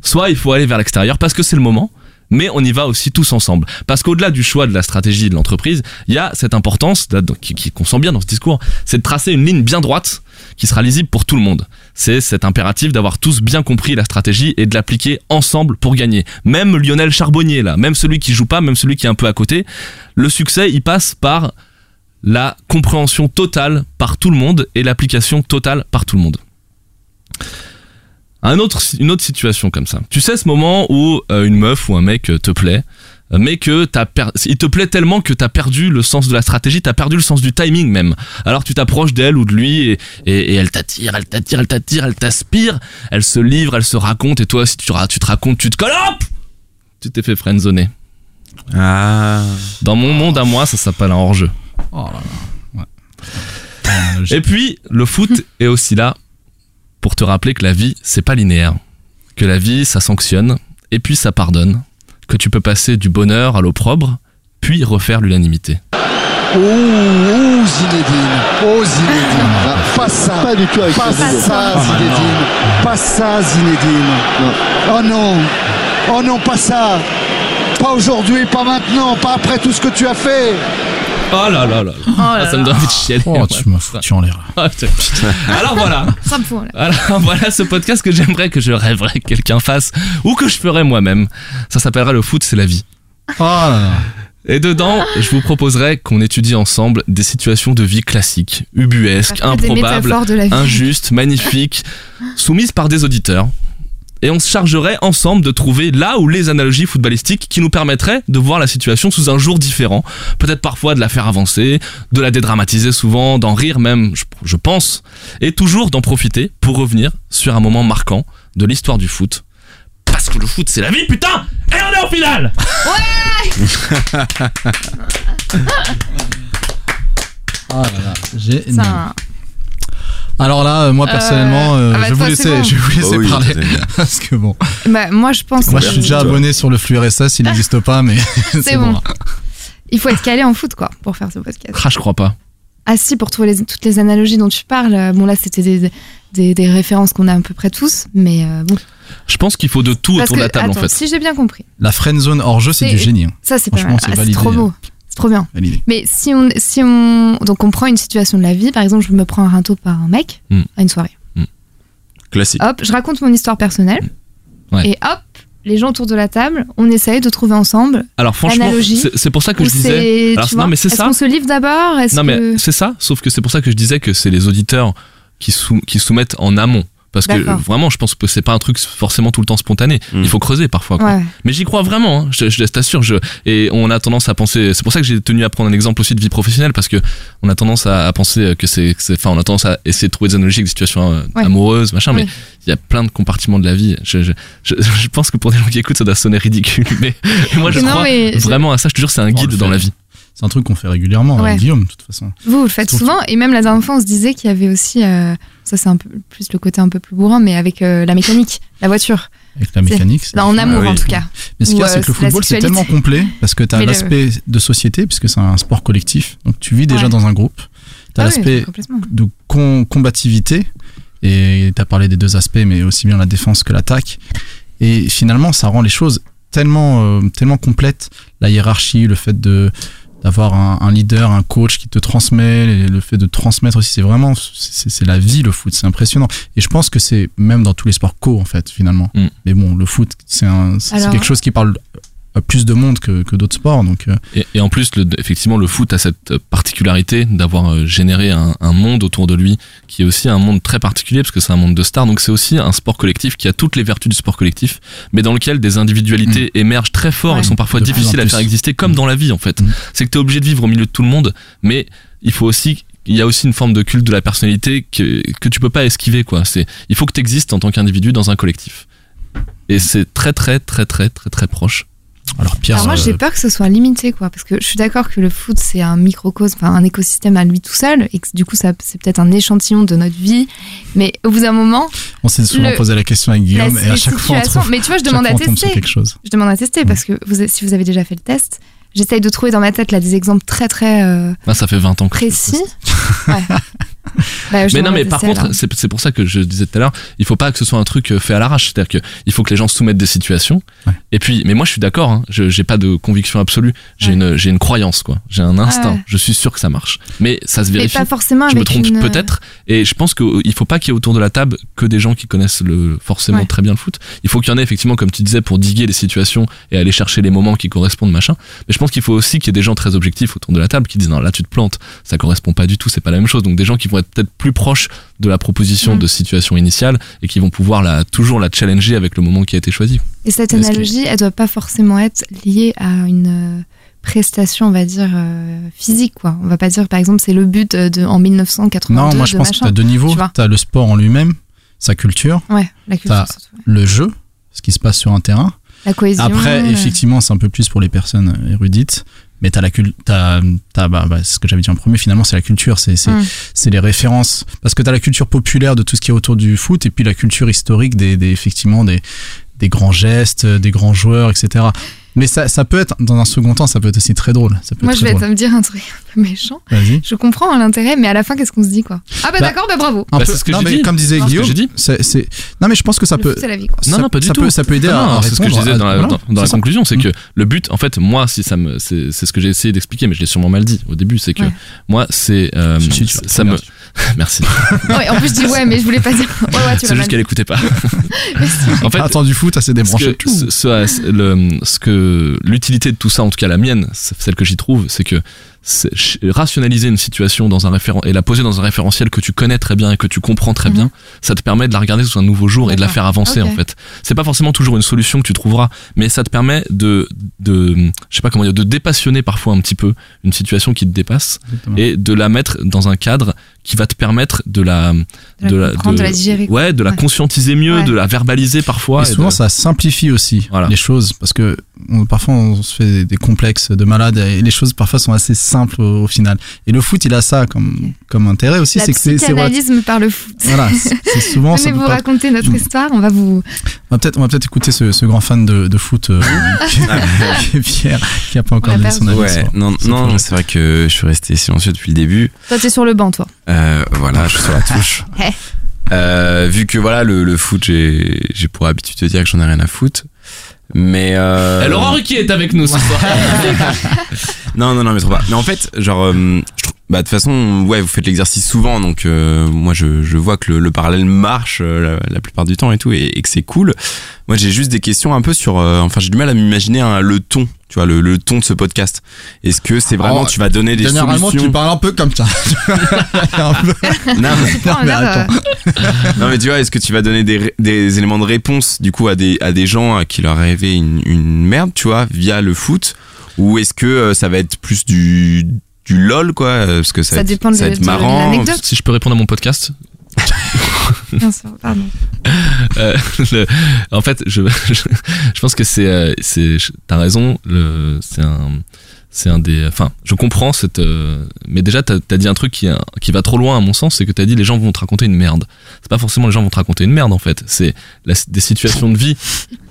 Speaker 2: Soit il faut aller vers l'extérieur parce que c'est le moment, mais on y va aussi tous ensemble. Parce qu'au-delà du choix de la stratégie de l'entreprise, il y a cette importance là, donc, qui, qui- qu'on sent bien dans ce discours, c'est de tracer une ligne bien droite qui sera lisible pour tout le monde. C'est cet impératif d'avoir tous bien compris la stratégie et de l'appliquer ensemble pour gagner. Même Lionel Charbonnier là, même celui qui joue pas, même celui qui est un peu à côté, le succès, il passe par la compréhension totale par tout le monde et l'application totale par tout le monde. Un autre, une autre situation comme ça. Tu sais ce moment où euh, une meuf ou un mec euh, te plaît, euh, mais que t'as per- il te plaît tellement que t'as perdu le sens de la stratégie, t'as perdu le sens du timing même. Alors tu t'approches d'elle ou de lui et, et, et elle t'attire, elle t'attire, elle t'attire, elle t'aspire, elle se livre, elle se raconte et toi aussi tu, ra- tu te racontes, tu te colles, hop Tu t'es fait friendzoner.
Speaker 3: Ah.
Speaker 2: Dans mon monde à moi, ça s'appelle un hors-jeu.
Speaker 1: Oh là là. Ouais.
Speaker 2: Et puis, le foot est aussi là pour te rappeler que la vie, c'est pas linéaire. Que la vie, ça sanctionne, et puis ça pardonne. Que tu peux passer du bonheur à l'opprobre, puis refaire l'unanimité.
Speaker 8: Oh, oh, Zinedine. Oh, Zinedine. Là, pas ça. Pas du tout avec Pas ça,
Speaker 1: Ah,
Speaker 8: Zinedine. Pas ça, Zinedine. Oh non. Oh non, pas ça. Pas aujourd'hui, pas maintenant, pas après tout ce que tu as fait.
Speaker 2: Oh là là là, là. Ah, ça me donne envie de chialer.
Speaker 1: Oh, tu m'as foutu en l'air.
Speaker 2: Ah, putain. Alors voilà,
Speaker 4: Ça me fout, là.
Speaker 2: voilà, voilà ce podcast que j'aimerais que je rêverais que quelqu'un fasse, ou que je ferais moi-même. Ça s'appellera le foot, c'est la vie.
Speaker 1: Oh là là.
Speaker 2: Et dedans, je vous proposerai qu'on étudie ensemble des situations de vie classiques, ubuesques,
Speaker 4: Après, des
Speaker 2: improbables,
Speaker 4: métaphores de la vie.
Speaker 2: injuste, magnifique, soumise par des auditeurs. Et on se chargerait ensemble de trouver là où les analogies footballistiques qui nous permettraient de voir la situation sous un jour différent. Peut-être parfois de la faire avancer, de la dédramatiser souvent, d'en rire même, je, je pense. Et toujours d'en profiter pour revenir sur un moment marquant de l'histoire du foot. Parce que le foot, c'est la vie, putain Et on est en finale
Speaker 8: Ah
Speaker 1: Oh là là. Génial.
Speaker 4: Ça, hein.
Speaker 1: Alors là, euh, moi personnellement, euh,
Speaker 4: ah bah,
Speaker 1: je, vous
Speaker 4: toi,
Speaker 1: laisser,
Speaker 4: c'est bon.
Speaker 1: je vais vous laisser
Speaker 3: Oh oui,
Speaker 1: parler.
Speaker 3: c'est bien.
Speaker 1: Parce que bon,
Speaker 4: bah, moi, je pense
Speaker 1: moi
Speaker 4: que
Speaker 1: je suis déjà
Speaker 3: Toi.
Speaker 1: abonné sur le flux RSS, il n'existe pas, mais
Speaker 4: c'est bon. Il faut être calé en foot, quoi, pour faire ce podcast.
Speaker 2: Ah, je crois pas.
Speaker 4: Ah si, pour trouver les- toutes les analogies dont tu parles. euh, Bon, là, c'était des, des, des références qu'on a à peu près tous, mais euh, bon.
Speaker 2: Je pense qu'il faut de tout
Speaker 4: Parce
Speaker 2: autour de la
Speaker 4: que,
Speaker 2: table
Speaker 4: attends,
Speaker 2: en fait.
Speaker 4: si j'ai bien compris,
Speaker 1: La friendzone hors jeu, c'est
Speaker 4: C'est-
Speaker 1: du génie. hein.
Speaker 4: ça, c'est pas
Speaker 1: Franchement,
Speaker 4: mal.
Speaker 1: c'est
Speaker 4: Ah, c'est
Speaker 1: validé. hein.
Speaker 4: trop beau. C'est trop bien.
Speaker 1: Validé.
Speaker 4: Mais si on, si on... Donc, on prend une situation de la vie. Par exemple, je me prends un râteau par un mec
Speaker 2: Hmm.
Speaker 4: à une soirée.
Speaker 3: Classique.
Speaker 4: Hop, je raconte mon histoire personnelle.
Speaker 2: Ouais.
Speaker 4: Et hop, les gens autour de la table, on essaye de trouver ensemble
Speaker 2: Alors franchement,
Speaker 4: L'analogie.
Speaker 2: c'est c'est pour ça que
Speaker 4: Ou
Speaker 2: je disais.
Speaker 4: c'est-
Speaker 2: Alors,
Speaker 4: tu
Speaker 2: non,
Speaker 4: vois,
Speaker 2: mais c'est
Speaker 4: Est-ce
Speaker 2: ça.
Speaker 4: qu'on se livre d'abord Est-ce
Speaker 2: Non
Speaker 4: que-
Speaker 2: mais c'est ça, sauf que c'est pour ça que je disais que c'est les auditeurs qui, sou- qui soumettent en amont. Parce que
Speaker 4: D'accord.
Speaker 2: euh, vraiment, je pense que c'est pas un truc forcément tout le temps spontané.
Speaker 3: Mm.
Speaker 2: Il faut creuser parfois. quoi.
Speaker 4: Ouais.
Speaker 2: Mais j'y crois vraiment, hein. je, je t'assure. Je, et on a tendance à penser. C'est pour ça que j'ai tenu à prendre un exemple aussi de vie professionnelle parce que on a tendance à, à penser que c'est, que c'est- enfin, on a tendance à essayer de trouver des analogies avec des situations euh,
Speaker 4: Ouais.
Speaker 2: amoureuses, machin. Mais
Speaker 4: Oui.
Speaker 2: il y a plein de compartiments de la vie. Je, je, je, je pense que pour des gens qui écoutent, ça doit sonner ridicule. Mais moi, je
Speaker 4: Non,
Speaker 2: crois
Speaker 4: mais je-
Speaker 2: vraiment à ça. Je te jure, c'est un
Speaker 1: On
Speaker 2: guide
Speaker 1: le
Speaker 2: dans
Speaker 1: fait.
Speaker 2: la vie.
Speaker 1: C'est un truc qu'on fait régulièrement
Speaker 4: Ouais.
Speaker 1: avec Guillaume, de toute façon.
Speaker 4: Vous, vous le faites
Speaker 1: Surtout-
Speaker 4: souvent. Et même la dernière fois, on se disait qu'il y avait aussi, euh, ça c'est un peu plus le côté un peu plus bourrin, mais avec euh, la mécanique, la voiture.
Speaker 1: Avec la
Speaker 4: C'est-
Speaker 1: mécanique. c'est- Ah
Speaker 4: Là, en amour
Speaker 3: Ah oui.
Speaker 4: en tout cas.
Speaker 1: Mais ce qu'il y a,
Speaker 4: Ou,
Speaker 1: c'est que le
Speaker 4: euh, la
Speaker 1: football, c'est
Speaker 4: sexualité.
Speaker 1: tellement complet parce que tu as
Speaker 4: Mais le-
Speaker 1: l'aspect de société, puisque c'est un sport collectif. Donc tu vis déjà
Speaker 4: Ouais.
Speaker 1: dans un groupe. Tu as
Speaker 4: Ah oui,
Speaker 1: l'aspect
Speaker 4: complètement.
Speaker 1: de com- combativité. Et tu as parlé des deux aspects, mais aussi bien la défense que l'attaque. Et finalement, ça rend les choses tellement, euh, tellement complètes. La hiérarchie, le fait de d'avoir un, un leader, un coach qui te transmet, et le fait de transmettre aussi, c'est vraiment, c'est c'est la vie le foot, c'est impressionnant. Et je pense que c'est même dans tous les sports co en fait finalement.
Speaker 2: Mm.
Speaker 1: Mais bon, le foot, c'est un- c'est
Speaker 4: Alors-
Speaker 1: quelque chose qui parle à plus de monde que, que d'autres sports, donc euh,
Speaker 2: Et, et en plus, le- effectivement, le foot a cette particularité d'avoir euh, généré un, un monde autour de lui qui est aussi un monde très particulier parce que c'est un monde de stars. Donc c'est aussi un sport collectif qui a toutes les vertus du sport collectif, mais dans lequel des individualités émergent très fort
Speaker 4: Ouais.
Speaker 2: et sont parfois
Speaker 1: Mm. De plus
Speaker 2: difficiles
Speaker 1: en
Speaker 2: à
Speaker 1: plus.
Speaker 2: faire exister, comme
Speaker 1: Mm.
Speaker 2: dans la vie en fait.
Speaker 1: Mm.
Speaker 2: C'est que t'es obligé de vivre au milieu de tout le monde, mais il faut aussi il y a aussi une forme de culte de la personnalité que, que tu peux pas esquiver quoi. C'est il faut que tu existes en tant qu'individu dans un collectif. Et c'est très très très très très très proche
Speaker 1: Alors Pierre,
Speaker 4: Alors moi, j'ai
Speaker 1: euh,
Speaker 4: peur que ce soit limité, quoi, parce que je suis d'accord que le foot, c'est un microcosme, enfin un écosystème à lui tout seul, et que du coup, ça, c'est peut-être un échantillon de notre vie, mais au bout d'un moment,
Speaker 1: on s'est souvent
Speaker 4: le-
Speaker 1: posé la question avec
Speaker 4: la,
Speaker 1: Guillaume et à
Speaker 4: les
Speaker 1: chaque fois on,
Speaker 4: situations.
Speaker 1: trouve,
Speaker 4: mais tu vois, je
Speaker 1: chaque
Speaker 4: demande
Speaker 1: fois,
Speaker 4: à
Speaker 1: on tombe sur
Speaker 4: tester.
Speaker 1: quelque chose.
Speaker 4: Je demande à tester parce que vous, si vous avez déjà fait le test, j'essaye de trouver dans ma tête là des exemples très très euh,
Speaker 2: Ah, ça fait 20 ans que je fais ça.
Speaker 4: précis. Ouais. Bah, je
Speaker 2: Mais non,
Speaker 4: demande à
Speaker 2: mais par
Speaker 4: tester,
Speaker 2: contre,
Speaker 4: alors.
Speaker 2: c'est c'est pour ça que je disais tout à l'heure, il faut pas que ce soit un truc euh, fait à l'arrache. C'est-à-dire qu'il faut que les gens soumettent des situations.
Speaker 1: Ouais.
Speaker 2: Et puis, mais moi, je suis d'accord. Hein, je- j'ai pas de conviction absolue.
Speaker 4: Ouais.
Speaker 2: J'ai
Speaker 4: Ah
Speaker 2: une, j'ai une croyance, quoi. J'ai un instinct.
Speaker 4: ouais.
Speaker 2: Je suis sûr que ça marche. Mais ça se
Speaker 4: mais
Speaker 2: vérifie.
Speaker 4: pas forcément
Speaker 2: Je me
Speaker 4: avec
Speaker 2: trompe
Speaker 4: une- euh,
Speaker 2: peut-être. Et je pense qu'il faut pas qu'il y ait autour de la table que des gens qui connaissent le, forcément
Speaker 4: Ouais.
Speaker 2: très bien le foot. Il faut qu'il y en ait effectivement, comme tu disais, pour diguer les situations et aller chercher les moments qui correspondent, machin. Mais je pense qu'il faut aussi qu'il y ait des gens très objectifs autour de la table qui disent non, là tu te plantes, ça correspond pas du tout, c'est pas la même chose. Donc des gens qui vont être peut-être plus proches de la proposition
Speaker 4: Mhm.
Speaker 2: de situation initiale et qui vont pouvoir la, toujours la challenger avec le moment qui a été choisi.
Speaker 4: euh, Et cette
Speaker 2: Est-ce que-
Speaker 4: analogie, elle doit pas forcément être liée à une euh, prestation, on va dire euh, physique, quoi. On va pas dire, par exemple, c'est le but euh, de en 1982.
Speaker 1: Non, moi je
Speaker 4: de
Speaker 1: pense que
Speaker 4: machin.
Speaker 1: t'as deux niveaux.
Speaker 4: tu vois.
Speaker 1: T'as le sport en lui-même, sa culture,
Speaker 4: Ouais, la culture
Speaker 1: t'as-
Speaker 4: surtout. ouais.
Speaker 1: le jeu, ce qui se passe sur un terrain.
Speaker 4: La cohésion.
Speaker 1: Après,
Speaker 4: euh,
Speaker 1: effectivement, c'est un peu plus pour les personnes érudites. Mais t'as la cul- t'as, t'as, bah, bah, ce que j'avais dit en premier, finalement, c'est la culture, c'est, c'est,
Speaker 4: Mm.
Speaker 1: c'est les références. Parce que t'as la culture populaire de tout ce qui est autour du foot, et puis la culture historique des, des effectivement, des, des grands gestes, des grands joueurs, etc. Mais ça, ça peut être, dans un second temps, ça peut être aussi très drôle. Ça peut
Speaker 4: Moi,
Speaker 1: être
Speaker 4: je vais
Speaker 1: très drôle.
Speaker 4: te me dire un truc un peu méchant.
Speaker 1: Vas-y.
Speaker 4: Je comprends hein, l'intérêt, mais à la fin, qu'est-ce qu'on se dit, quoi Ah bah,
Speaker 1: Bah,
Speaker 4: d'accord, bah bravo.
Speaker 1: Un
Speaker 2: Bah,
Speaker 1: peu-
Speaker 2: c'est ce que
Speaker 1: non,
Speaker 2: j'ai
Speaker 1: mais
Speaker 2: dit.
Speaker 1: comme disait
Speaker 2: Non, ce que
Speaker 1: Guillaume,
Speaker 2: j'ai dit.
Speaker 1: c'est, c'est- non, mais je pense que ça
Speaker 4: Le
Speaker 1: peut,
Speaker 4: foot, c'est la vie, quoi.
Speaker 2: Non,
Speaker 1: ça,
Speaker 2: non, pas du
Speaker 1: ça
Speaker 2: tout.
Speaker 1: Peut, ça peut aider
Speaker 2: Non,
Speaker 1: à-
Speaker 2: non,
Speaker 1: à
Speaker 2: c'est ce que je
Speaker 1: répondre
Speaker 2: disais
Speaker 1: à-
Speaker 2: dans la,
Speaker 1: voilà,
Speaker 2: dans- dans la
Speaker 1: c'est ça.
Speaker 2: conclusion, c'est
Speaker 1: Mm.
Speaker 2: que le but, en fait, moi, si ça me, c'est c'est ce que j'ai essayé d'expliquer, mais je l'ai sûrement mal dit au début, c'est que
Speaker 4: Ouais.
Speaker 2: moi, c'est euh,
Speaker 1: Si, si, tu vas très
Speaker 2: ça me,
Speaker 1: bien.
Speaker 2: merci.
Speaker 4: Ouais, en plus, je dis ouais, mais je voulais pas dire. Ouais, ouais, tu l'as
Speaker 2: C'est juste
Speaker 4: mal.
Speaker 2: qu'elle écoutait pas.
Speaker 4: Mais si.
Speaker 2: En fait,
Speaker 1: Ah, Attends, du foot, assez
Speaker 2: ce
Speaker 1: débranché.
Speaker 2: que, ce, ce- le- ce que l'utilité de tout ça, en tout cas la mienne, c'est- celle que j'y trouve, c'est que c'est- ch- rationaliser une situation dans un référen- et la poser dans un référentiel que tu connais très bien et que tu comprends très bien, ça te permet de la regarder sous un nouveau jour et de la
Speaker 4: Mhm. D'accord.
Speaker 2: faire avancer
Speaker 4: Ok.
Speaker 2: en fait. C'est pas forcément toujours une solution que tu trouveras, mais ça te permet de, de, je sais pas comment dire, de dépassionner parfois un petit peu une situation qui te dépasse
Speaker 1: Exactement.
Speaker 2: et de la mettre dans un cadre qui va te permettre de la,
Speaker 4: De la comprendre, de la digérer,
Speaker 2: ouais, de la
Speaker 4: Ouais.
Speaker 2: conscientiser mieux,
Speaker 4: Ouais.
Speaker 2: de la verbaliser parfois.
Speaker 1: Et
Speaker 2: et
Speaker 1: souvent,
Speaker 2: de-
Speaker 1: ça simplifie aussi
Speaker 2: Voilà.
Speaker 1: les choses parce que on- parfois on se fait des, des complexes de malades et les choses parfois sont assez simples au, au final. Et le foot, il a ça comme, comme intérêt aussi,
Speaker 4: La
Speaker 1: c'est que c'est c'est what-
Speaker 4: psychanalyse me par le foot.
Speaker 1: voilà, c'est c'est souvent ça Mm.
Speaker 4: Venez
Speaker 1: peut
Speaker 4: vous
Speaker 1: pas-
Speaker 4: raconter notre histoire, on va vous.
Speaker 1: On va peut-être on va peut-être écouter ce, ce grand fan de, de foot euh, qui- qui est Pierre qui a pas encore
Speaker 4: On
Speaker 1: donné
Speaker 4: l'a
Speaker 1: son avis.
Speaker 3: Ouais,
Speaker 1: sur-
Speaker 3: non,
Speaker 1: ce
Speaker 3: non,
Speaker 1: projet.
Speaker 3: c'est vrai que je suis resté silencieux depuis le début.
Speaker 4: Toi, t'es sur le banc, toi.
Speaker 3: Euh, voilà, je suis sur la touche. Euh, vu que voilà, le, le foot, j'ai j'ai pour habitude de dire que j'en ai rien à foutre. Mais euh,
Speaker 2: Euh, Laurent Ruquier est avec nous ce soir.
Speaker 3: non, non, non, mais trop pas. Mais en fait, genre, euh, je trouve- bah de toute façon, ouais, vous faites l'exercice souvent, donc euh, moi je, je vois que le, le parallèle marche euh, la, la plupart du temps et tout, et, et que c'est cool. Moi, j'ai juste des questions un peu sur, euh, enfin, j'ai du mal à m'imaginer hein, le ton, tu vois, le, le ton de ce podcast. Est-ce que c'est vraiment,
Speaker 1: Oh,
Speaker 3: tu vas donner des
Speaker 1: Généralement,
Speaker 3: solutions
Speaker 1: tu parles un peu comme ça. Un peu-
Speaker 3: Non, mais-
Speaker 4: Tu prends
Speaker 1: mais
Speaker 4: un verre, euh,
Speaker 3: Non mais tu vois, est-ce que tu vas donner des, des éléments de réponse du coup à des, à des gens à qui leur rêvaient une, une merde, tu vois, via le foot Ou est-ce que euh, ça va être plus du, du lol, quoi euh, Parce que ça,
Speaker 4: Ça
Speaker 3: va être-
Speaker 4: dépend de-
Speaker 3: ça va être
Speaker 4: de- de
Speaker 3: marrant.
Speaker 4: l'anecdote.
Speaker 2: si je peux répondre à mon podcast,
Speaker 4: Bien sûr, pardon.
Speaker 2: euh, le- en fait, je, je, je pense que c'est, euh, c'est, je- t'as raison, le, c'est un, c'est un des, enfin, je comprends cette, euh, mais déjà t'as, t'as dit un truc qui, est un- qui va trop loin à mon sens, c'est que t'as dit les gens vont te raconter une merde. C'est pas forcément les gens vont te raconter une merde en fait, c'est la- des situations de vie.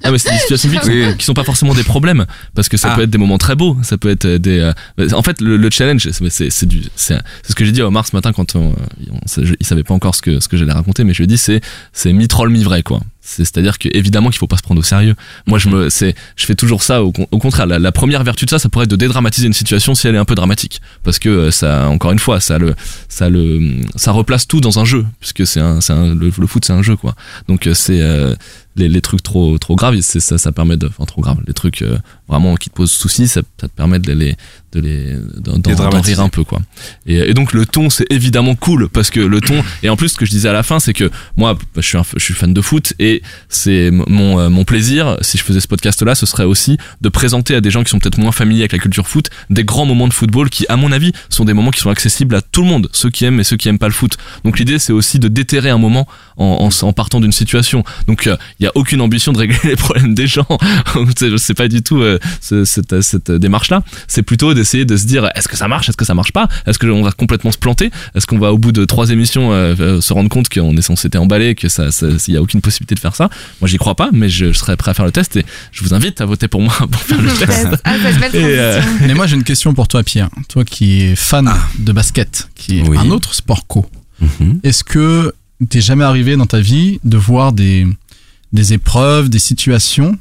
Speaker 2: Ah mais c'est des situations de vie qui sont,
Speaker 3: Oui, oui.
Speaker 2: qui sont pas forcément des problèmes, parce que ça
Speaker 3: Ah.
Speaker 2: peut être des moments très beaux, ça peut être euh, des, euh, en fait le, le challenge, c'est, c'est, c'est du, c'est, c'est ce que j'ai dit à Omar ce matin quand on, euh, on sait- je- il savait pas encore ce que, ce que j'allais raconter, mais je lui ai dit c'est c'est mi-troll mi-vrai quoi. C'est- C'est-à-dire que évidemment qu'il faut pas se prendre au sérieux. Moi je me c'est je fais toujours ça au, con- au contraire la, la première vertu de ça ça pourrait être de dédramatiser une situation si elle est un peu dramatique parce que euh, ça encore une fois ça le ça le ça replace tout dans un jeu puisque c'est un, c'est un- le, le foot c'est un jeu quoi. Donc euh, c'est euh, les, les trucs trop trop graves c'est ça ça permet de enfin trop graves les trucs euh, vraiment qui te posent souci ça, ça te permet de les de les d'en- d'en- d'en
Speaker 3: dramatiser.
Speaker 2: rire un peu quoi. Et, et donc le ton, c'est évidemment cool parce que le ton. Et en plus, ce que je disais à la fin, c'est que moi, bah, je suis, un, je suis fan de foot et c'est m- mon, euh, mon plaisir. Si je faisais ce podcast-là, ce serait aussi de présenter à des gens qui sont peut-être moins familiers avec la culture foot des grands moments de football qui, à mon avis, sont des moments qui sont accessibles à tout le monde. Ce- ceux qui aiment et ceux qui aiment pas le foot. Donc l'idée, c'est aussi de déterrer un moment en, en, en partant d'une situation. Donc euh, il n'y a aucune ambition de régler les problèmes des gens. c'est, c'est pas du tout euh, ce- cette, cette euh, démarche-là. C'est plutôt d'essayer de se dire est-ce que ça marche, est-ce que ça marche pas, est-ce qu'on va complètement se planter, est-ce qu'on va au bout de trois émissions euh, euh, se rendre compte qu'on est censé être emballé, que ça, ça- il y a aucune possibilité de faire ça. Moi, j'y crois pas, mais je, je serais prêt à faire le test et je vous invite à voter pour moi pour faire le test.
Speaker 4: Ah, cette belle
Speaker 2: Et, euh,
Speaker 4: transition.
Speaker 1: Mais moi j'ai une question pour toi Pierre, toi qui es fan
Speaker 3: Ah.
Speaker 1: de basket, qui est
Speaker 3: Oui.
Speaker 1: un autre sport co.
Speaker 3: Mhm.
Speaker 1: Est-ce que t'es jamais arrivé dans ta vie de voir des, des épreuves, des situations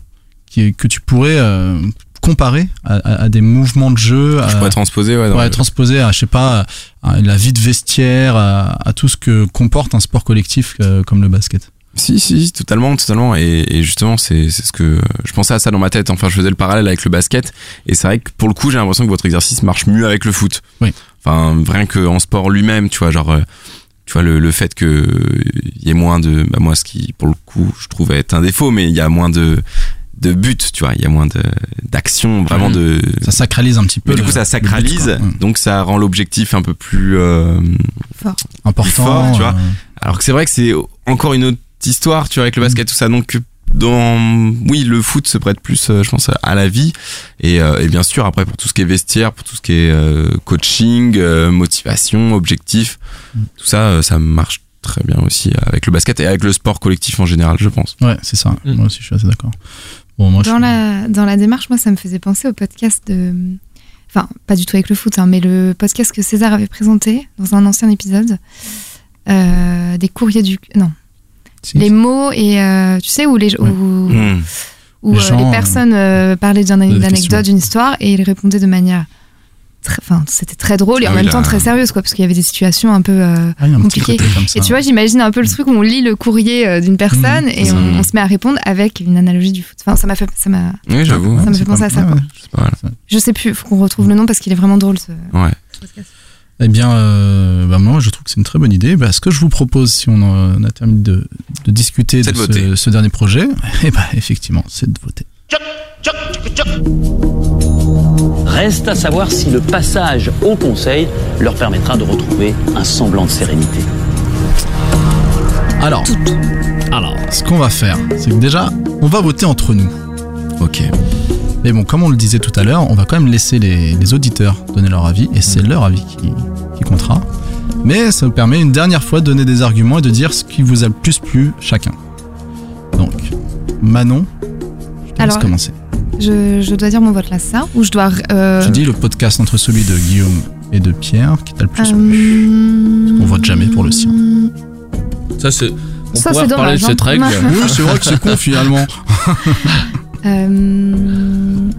Speaker 1: qui, que tu pourrais euh, comparer à, à- à des mouvements de jeu
Speaker 3: Je
Speaker 1: à-
Speaker 3: pourrais transposer, ouais. dans
Speaker 1: Euh, ouais,
Speaker 3: le-
Speaker 1: transposer à, je sais pas, à la vie de vestiaire, à, à tout ce que comporte un sport collectif euh, comme le basket
Speaker 3: Si, si, totalement, totalement. Et, et justement, c'est c'est ce que je pensais à ça dans ma tête. Enfin, je faisais le parallèle avec le basket. Et c'est vrai que pour le coup, j'ai l'impression que votre exercice marche mieux avec le foot.
Speaker 1: Oui.
Speaker 3: Enfin, rien que en sport lui-même, tu vois, genre, euh, tu vois, le, le fait que euh, il y ait moins de, bah, moi, ce qui, pour le coup, je trouve être un défaut, mais il y a moins de, de buts, tu vois, il y a moins de- d'action, vraiment
Speaker 2: Mhm.
Speaker 3: de.
Speaker 1: Ça sacralise un petit peu.
Speaker 3: Mais du
Speaker 1: le-
Speaker 3: coup, ça
Speaker 1: le but,
Speaker 3: sacralise,
Speaker 1: quoi. Ouais.
Speaker 3: donc ça rend l'objectif un peu plus. euh,
Speaker 1: important.
Speaker 3: fort, tu vois.
Speaker 1: euh,
Speaker 3: alors que c'est vrai que c'est encore une autre histoire, tu vois, avec le basket, tout ça. Donc, dans, oui, le foot se prête plus, euh, je pense, à la vie. Et, euh, et bien sûr, après, pour tout ce qui est vestiaire, pour tout ce qui est euh, coaching, euh, motivation, objectif, tout ça, euh, ça marche très bien aussi avec le basket et avec le sport collectif en général, je pense.
Speaker 1: Ouais, c'est ça.
Speaker 2: Mm.
Speaker 1: Moi aussi, je suis assez d'accord. Bon, moi,
Speaker 4: dans,
Speaker 1: je...
Speaker 4: la, dans la démarche, moi, ça me faisait penser au podcast de. Enfin, pas du tout avec le foot, hein, mais le podcast que César avait présenté dans un ancien épisode. euh, des courriers du. Non,
Speaker 1: Si.
Speaker 4: les mots et. euh, tu sais, où les,
Speaker 1: Ouais.
Speaker 4: où-
Speaker 3: Mm.
Speaker 4: où
Speaker 1: Les
Speaker 4: euh,
Speaker 1: gens,
Speaker 4: les personnes euh, parlaient d'un-
Speaker 1: des
Speaker 4: d'une
Speaker 1: questions.
Speaker 4: anecdote, d'une histoire, et ils répondaient de manière. très- Enfin, c'était très drôle et
Speaker 3: Ah
Speaker 4: en
Speaker 3: oui,
Speaker 4: même
Speaker 3: là.
Speaker 4: temps très sérieuse, quoi, parce qu'il y avait des situations un peu. euh,
Speaker 1: Ah, il y a un petit
Speaker 4: compliqué.
Speaker 1: côté comme ça.
Speaker 4: Et tu vois, j'imagine un peu
Speaker 1: Mm.
Speaker 4: le truc où on lit le courrier euh, d'une personne et on,
Speaker 3: Mmh.
Speaker 4: on se met à répondre avec une analogie du foot. Enfin, ça m'a fait, ça m'a.
Speaker 3: Oui, j'avoue.
Speaker 4: Ça me
Speaker 1: c'est
Speaker 4: fait
Speaker 1: pas-
Speaker 4: penser à ça,
Speaker 1: ouais,
Speaker 4: quoi.
Speaker 1: ouais.
Speaker 3: C'est pas mal.
Speaker 4: Je sais plus, faut qu'on retrouve le nom parce qu'il est vraiment drôle. Ce...
Speaker 3: Ouais.
Speaker 1: Eh bien, euh, bah, moi, je trouve que c'est une très bonne idée. Bah, ce que je vous propose, si on en a terminé de, de discuter
Speaker 3: C'est
Speaker 1: de
Speaker 3: de voter.
Speaker 1: ce, ce dernier projet, et bah, effectivement, c'est de voter.
Speaker 9: Reste à savoir si le passage au Conseil leur permettra de retrouver un semblant de sérénité.
Speaker 1: Alors, alors, ce qu'on va faire, c'est que déjà, on va voter entre nous.
Speaker 3: Ok.
Speaker 1: Mais bon, comme on le disait tout à l'heure, on va quand même laisser les, les auditeurs donner leur avis, et c'est leur avis qui, qui comptera. Mais ça nous permet une dernière fois de donner des arguments et de dire ce qui vous a le plus plu chacun. Donc, Manon, je te
Speaker 4: Alors,
Speaker 1: laisse commencer.
Speaker 4: Je, je dois dire mon vote là, c'est ça Ou je dois. euh,
Speaker 1: Tu dis le podcast entre celui de Guillaume et de Pierre qui t'a le plus plu.
Speaker 4: euh,
Speaker 1: On vote jamais pour le sien.
Speaker 2: Ça, c'est. On
Speaker 4: Ça,
Speaker 2: pourrait
Speaker 4: c'est
Speaker 2: reparler de
Speaker 4: dommage,
Speaker 2: cette
Speaker 4: hein.
Speaker 2: règle.
Speaker 1: Oui, c'est vrai que c'est con finalement.
Speaker 4: Euh,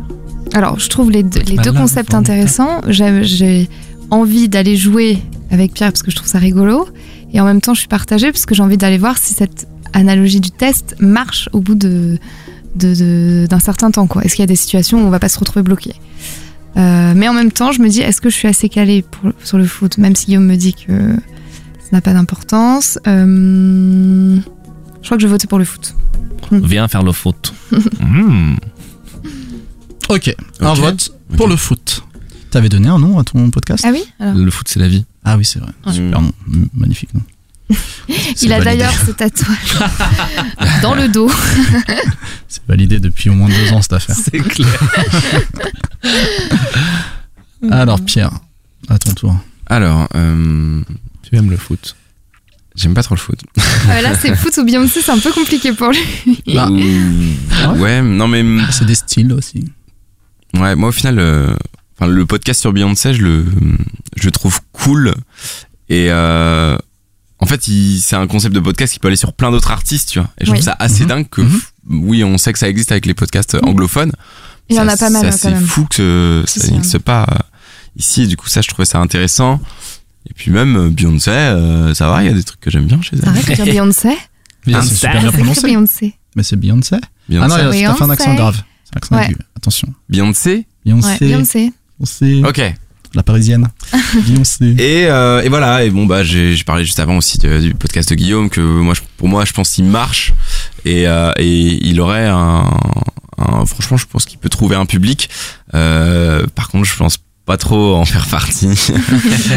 Speaker 4: Alors, je trouve les deux, les
Speaker 1: Bah
Speaker 4: deux
Speaker 1: là,
Speaker 4: concepts
Speaker 1: vraiment.
Speaker 4: intéressants. J'ai- J'ai envie d'aller jouer avec Pierre parce que je trouve ça rigolo. Et en même temps, je suis partagée parce que j'ai envie d'aller voir si cette analogie du test marche au bout de de- de- d'un certain temps. quoi. Est-ce qu'il y a des situations où on va pas se retrouver bloqué Euh, Mais en même temps, je me dis, est-ce que je suis assez calée pour- sur le foot Même si Guillaume me dit que ça n'a pas d'importance. Euh, je crois que je vais voter pour le foot.
Speaker 2: Viens faire le foot. Mmh.
Speaker 1: Ok, un
Speaker 3: Ok.
Speaker 1: vote pour
Speaker 3: Ok.
Speaker 1: le foot. T'avais donné un nom à ton podcast
Speaker 4: Ah oui Alors.
Speaker 2: Le foot, c'est la vie.
Speaker 1: Ah oui, c'est vrai.
Speaker 3: Hmm.
Speaker 1: Super nom. M- Magnifique nom. C'est
Speaker 4: Il a
Speaker 1: validé.
Speaker 4: d'ailleurs ce tatouage dans le dos.
Speaker 1: C'est validé depuis au moins deux ans cette affaire.
Speaker 2: C'est clair.
Speaker 1: Alors Pierre, à ton tour.
Speaker 3: Alors, euh,
Speaker 2: Tu aimes le foot.
Speaker 3: j'aime pas trop le foot.
Speaker 4: Euh, là, c'est foot ou Beyoncé, c'est un peu compliqué pour lui.
Speaker 1: Bah,
Speaker 3: Ouh. ouais, non mais.
Speaker 1: c'est des styles aussi.
Speaker 3: Ouais, moi au final, euh, enfin, le podcast sur Beyoncé, je le, je le trouve cool. Et euh, en fait, il- c'est un concept de podcast qui peut aller sur plein d'autres artistes, tu vois. Et je
Speaker 4: Oui.
Speaker 3: trouve ça assez dingue que,
Speaker 1: Mhm.
Speaker 3: oui, on sait que ça existe avec les podcasts euh, anglophones.
Speaker 4: Mhm. Il y en
Speaker 3: Ça,
Speaker 4: a pas mal
Speaker 3: C'est
Speaker 4: hein, quand
Speaker 3: assez
Speaker 4: même.
Speaker 3: fou que
Speaker 4: Si, hein.
Speaker 3: ça
Speaker 4: si,
Speaker 3: n'existe pas euh, ici. Et du coup, ça, je trouvais ça intéressant. Et puis même euh, Beyoncé, euh, ça va, il y a des trucs que j'aime bien chez elle.
Speaker 4: Arrête de dire Beyoncé.
Speaker 1: Bien,
Speaker 3: Ah,
Speaker 1: c'est
Speaker 2: ça,
Speaker 1: super bien
Speaker 4: C'est écrit
Speaker 1: prononcé.
Speaker 4: Beyoncé.
Speaker 1: Mais c'est Beyoncé. Ah non,
Speaker 3: Beyoncé.
Speaker 1: il a tout à fait un
Speaker 4: Beyoncé.
Speaker 1: accent grave. C'est un accent
Speaker 4: Ouais.
Speaker 1: aigu. Attention.
Speaker 3: Beyoncé
Speaker 4: Ouais,
Speaker 1: Beyoncé.
Speaker 4: Beyoncé.
Speaker 1: Beyoncé.
Speaker 3: Ok.
Speaker 1: La parisienne. Beyoncé.
Speaker 3: Et, euh, et voilà, et bon, bah, j'ai j'ai parlé juste avant aussi de- du podcast de Guillaume, que moi, je- pour moi, je pense qu'il marche. Et, euh, et il aurait un, un- Franchement, je pense qu'il peut trouver un public. Euh, par contre, je pense pas trop en faire partie.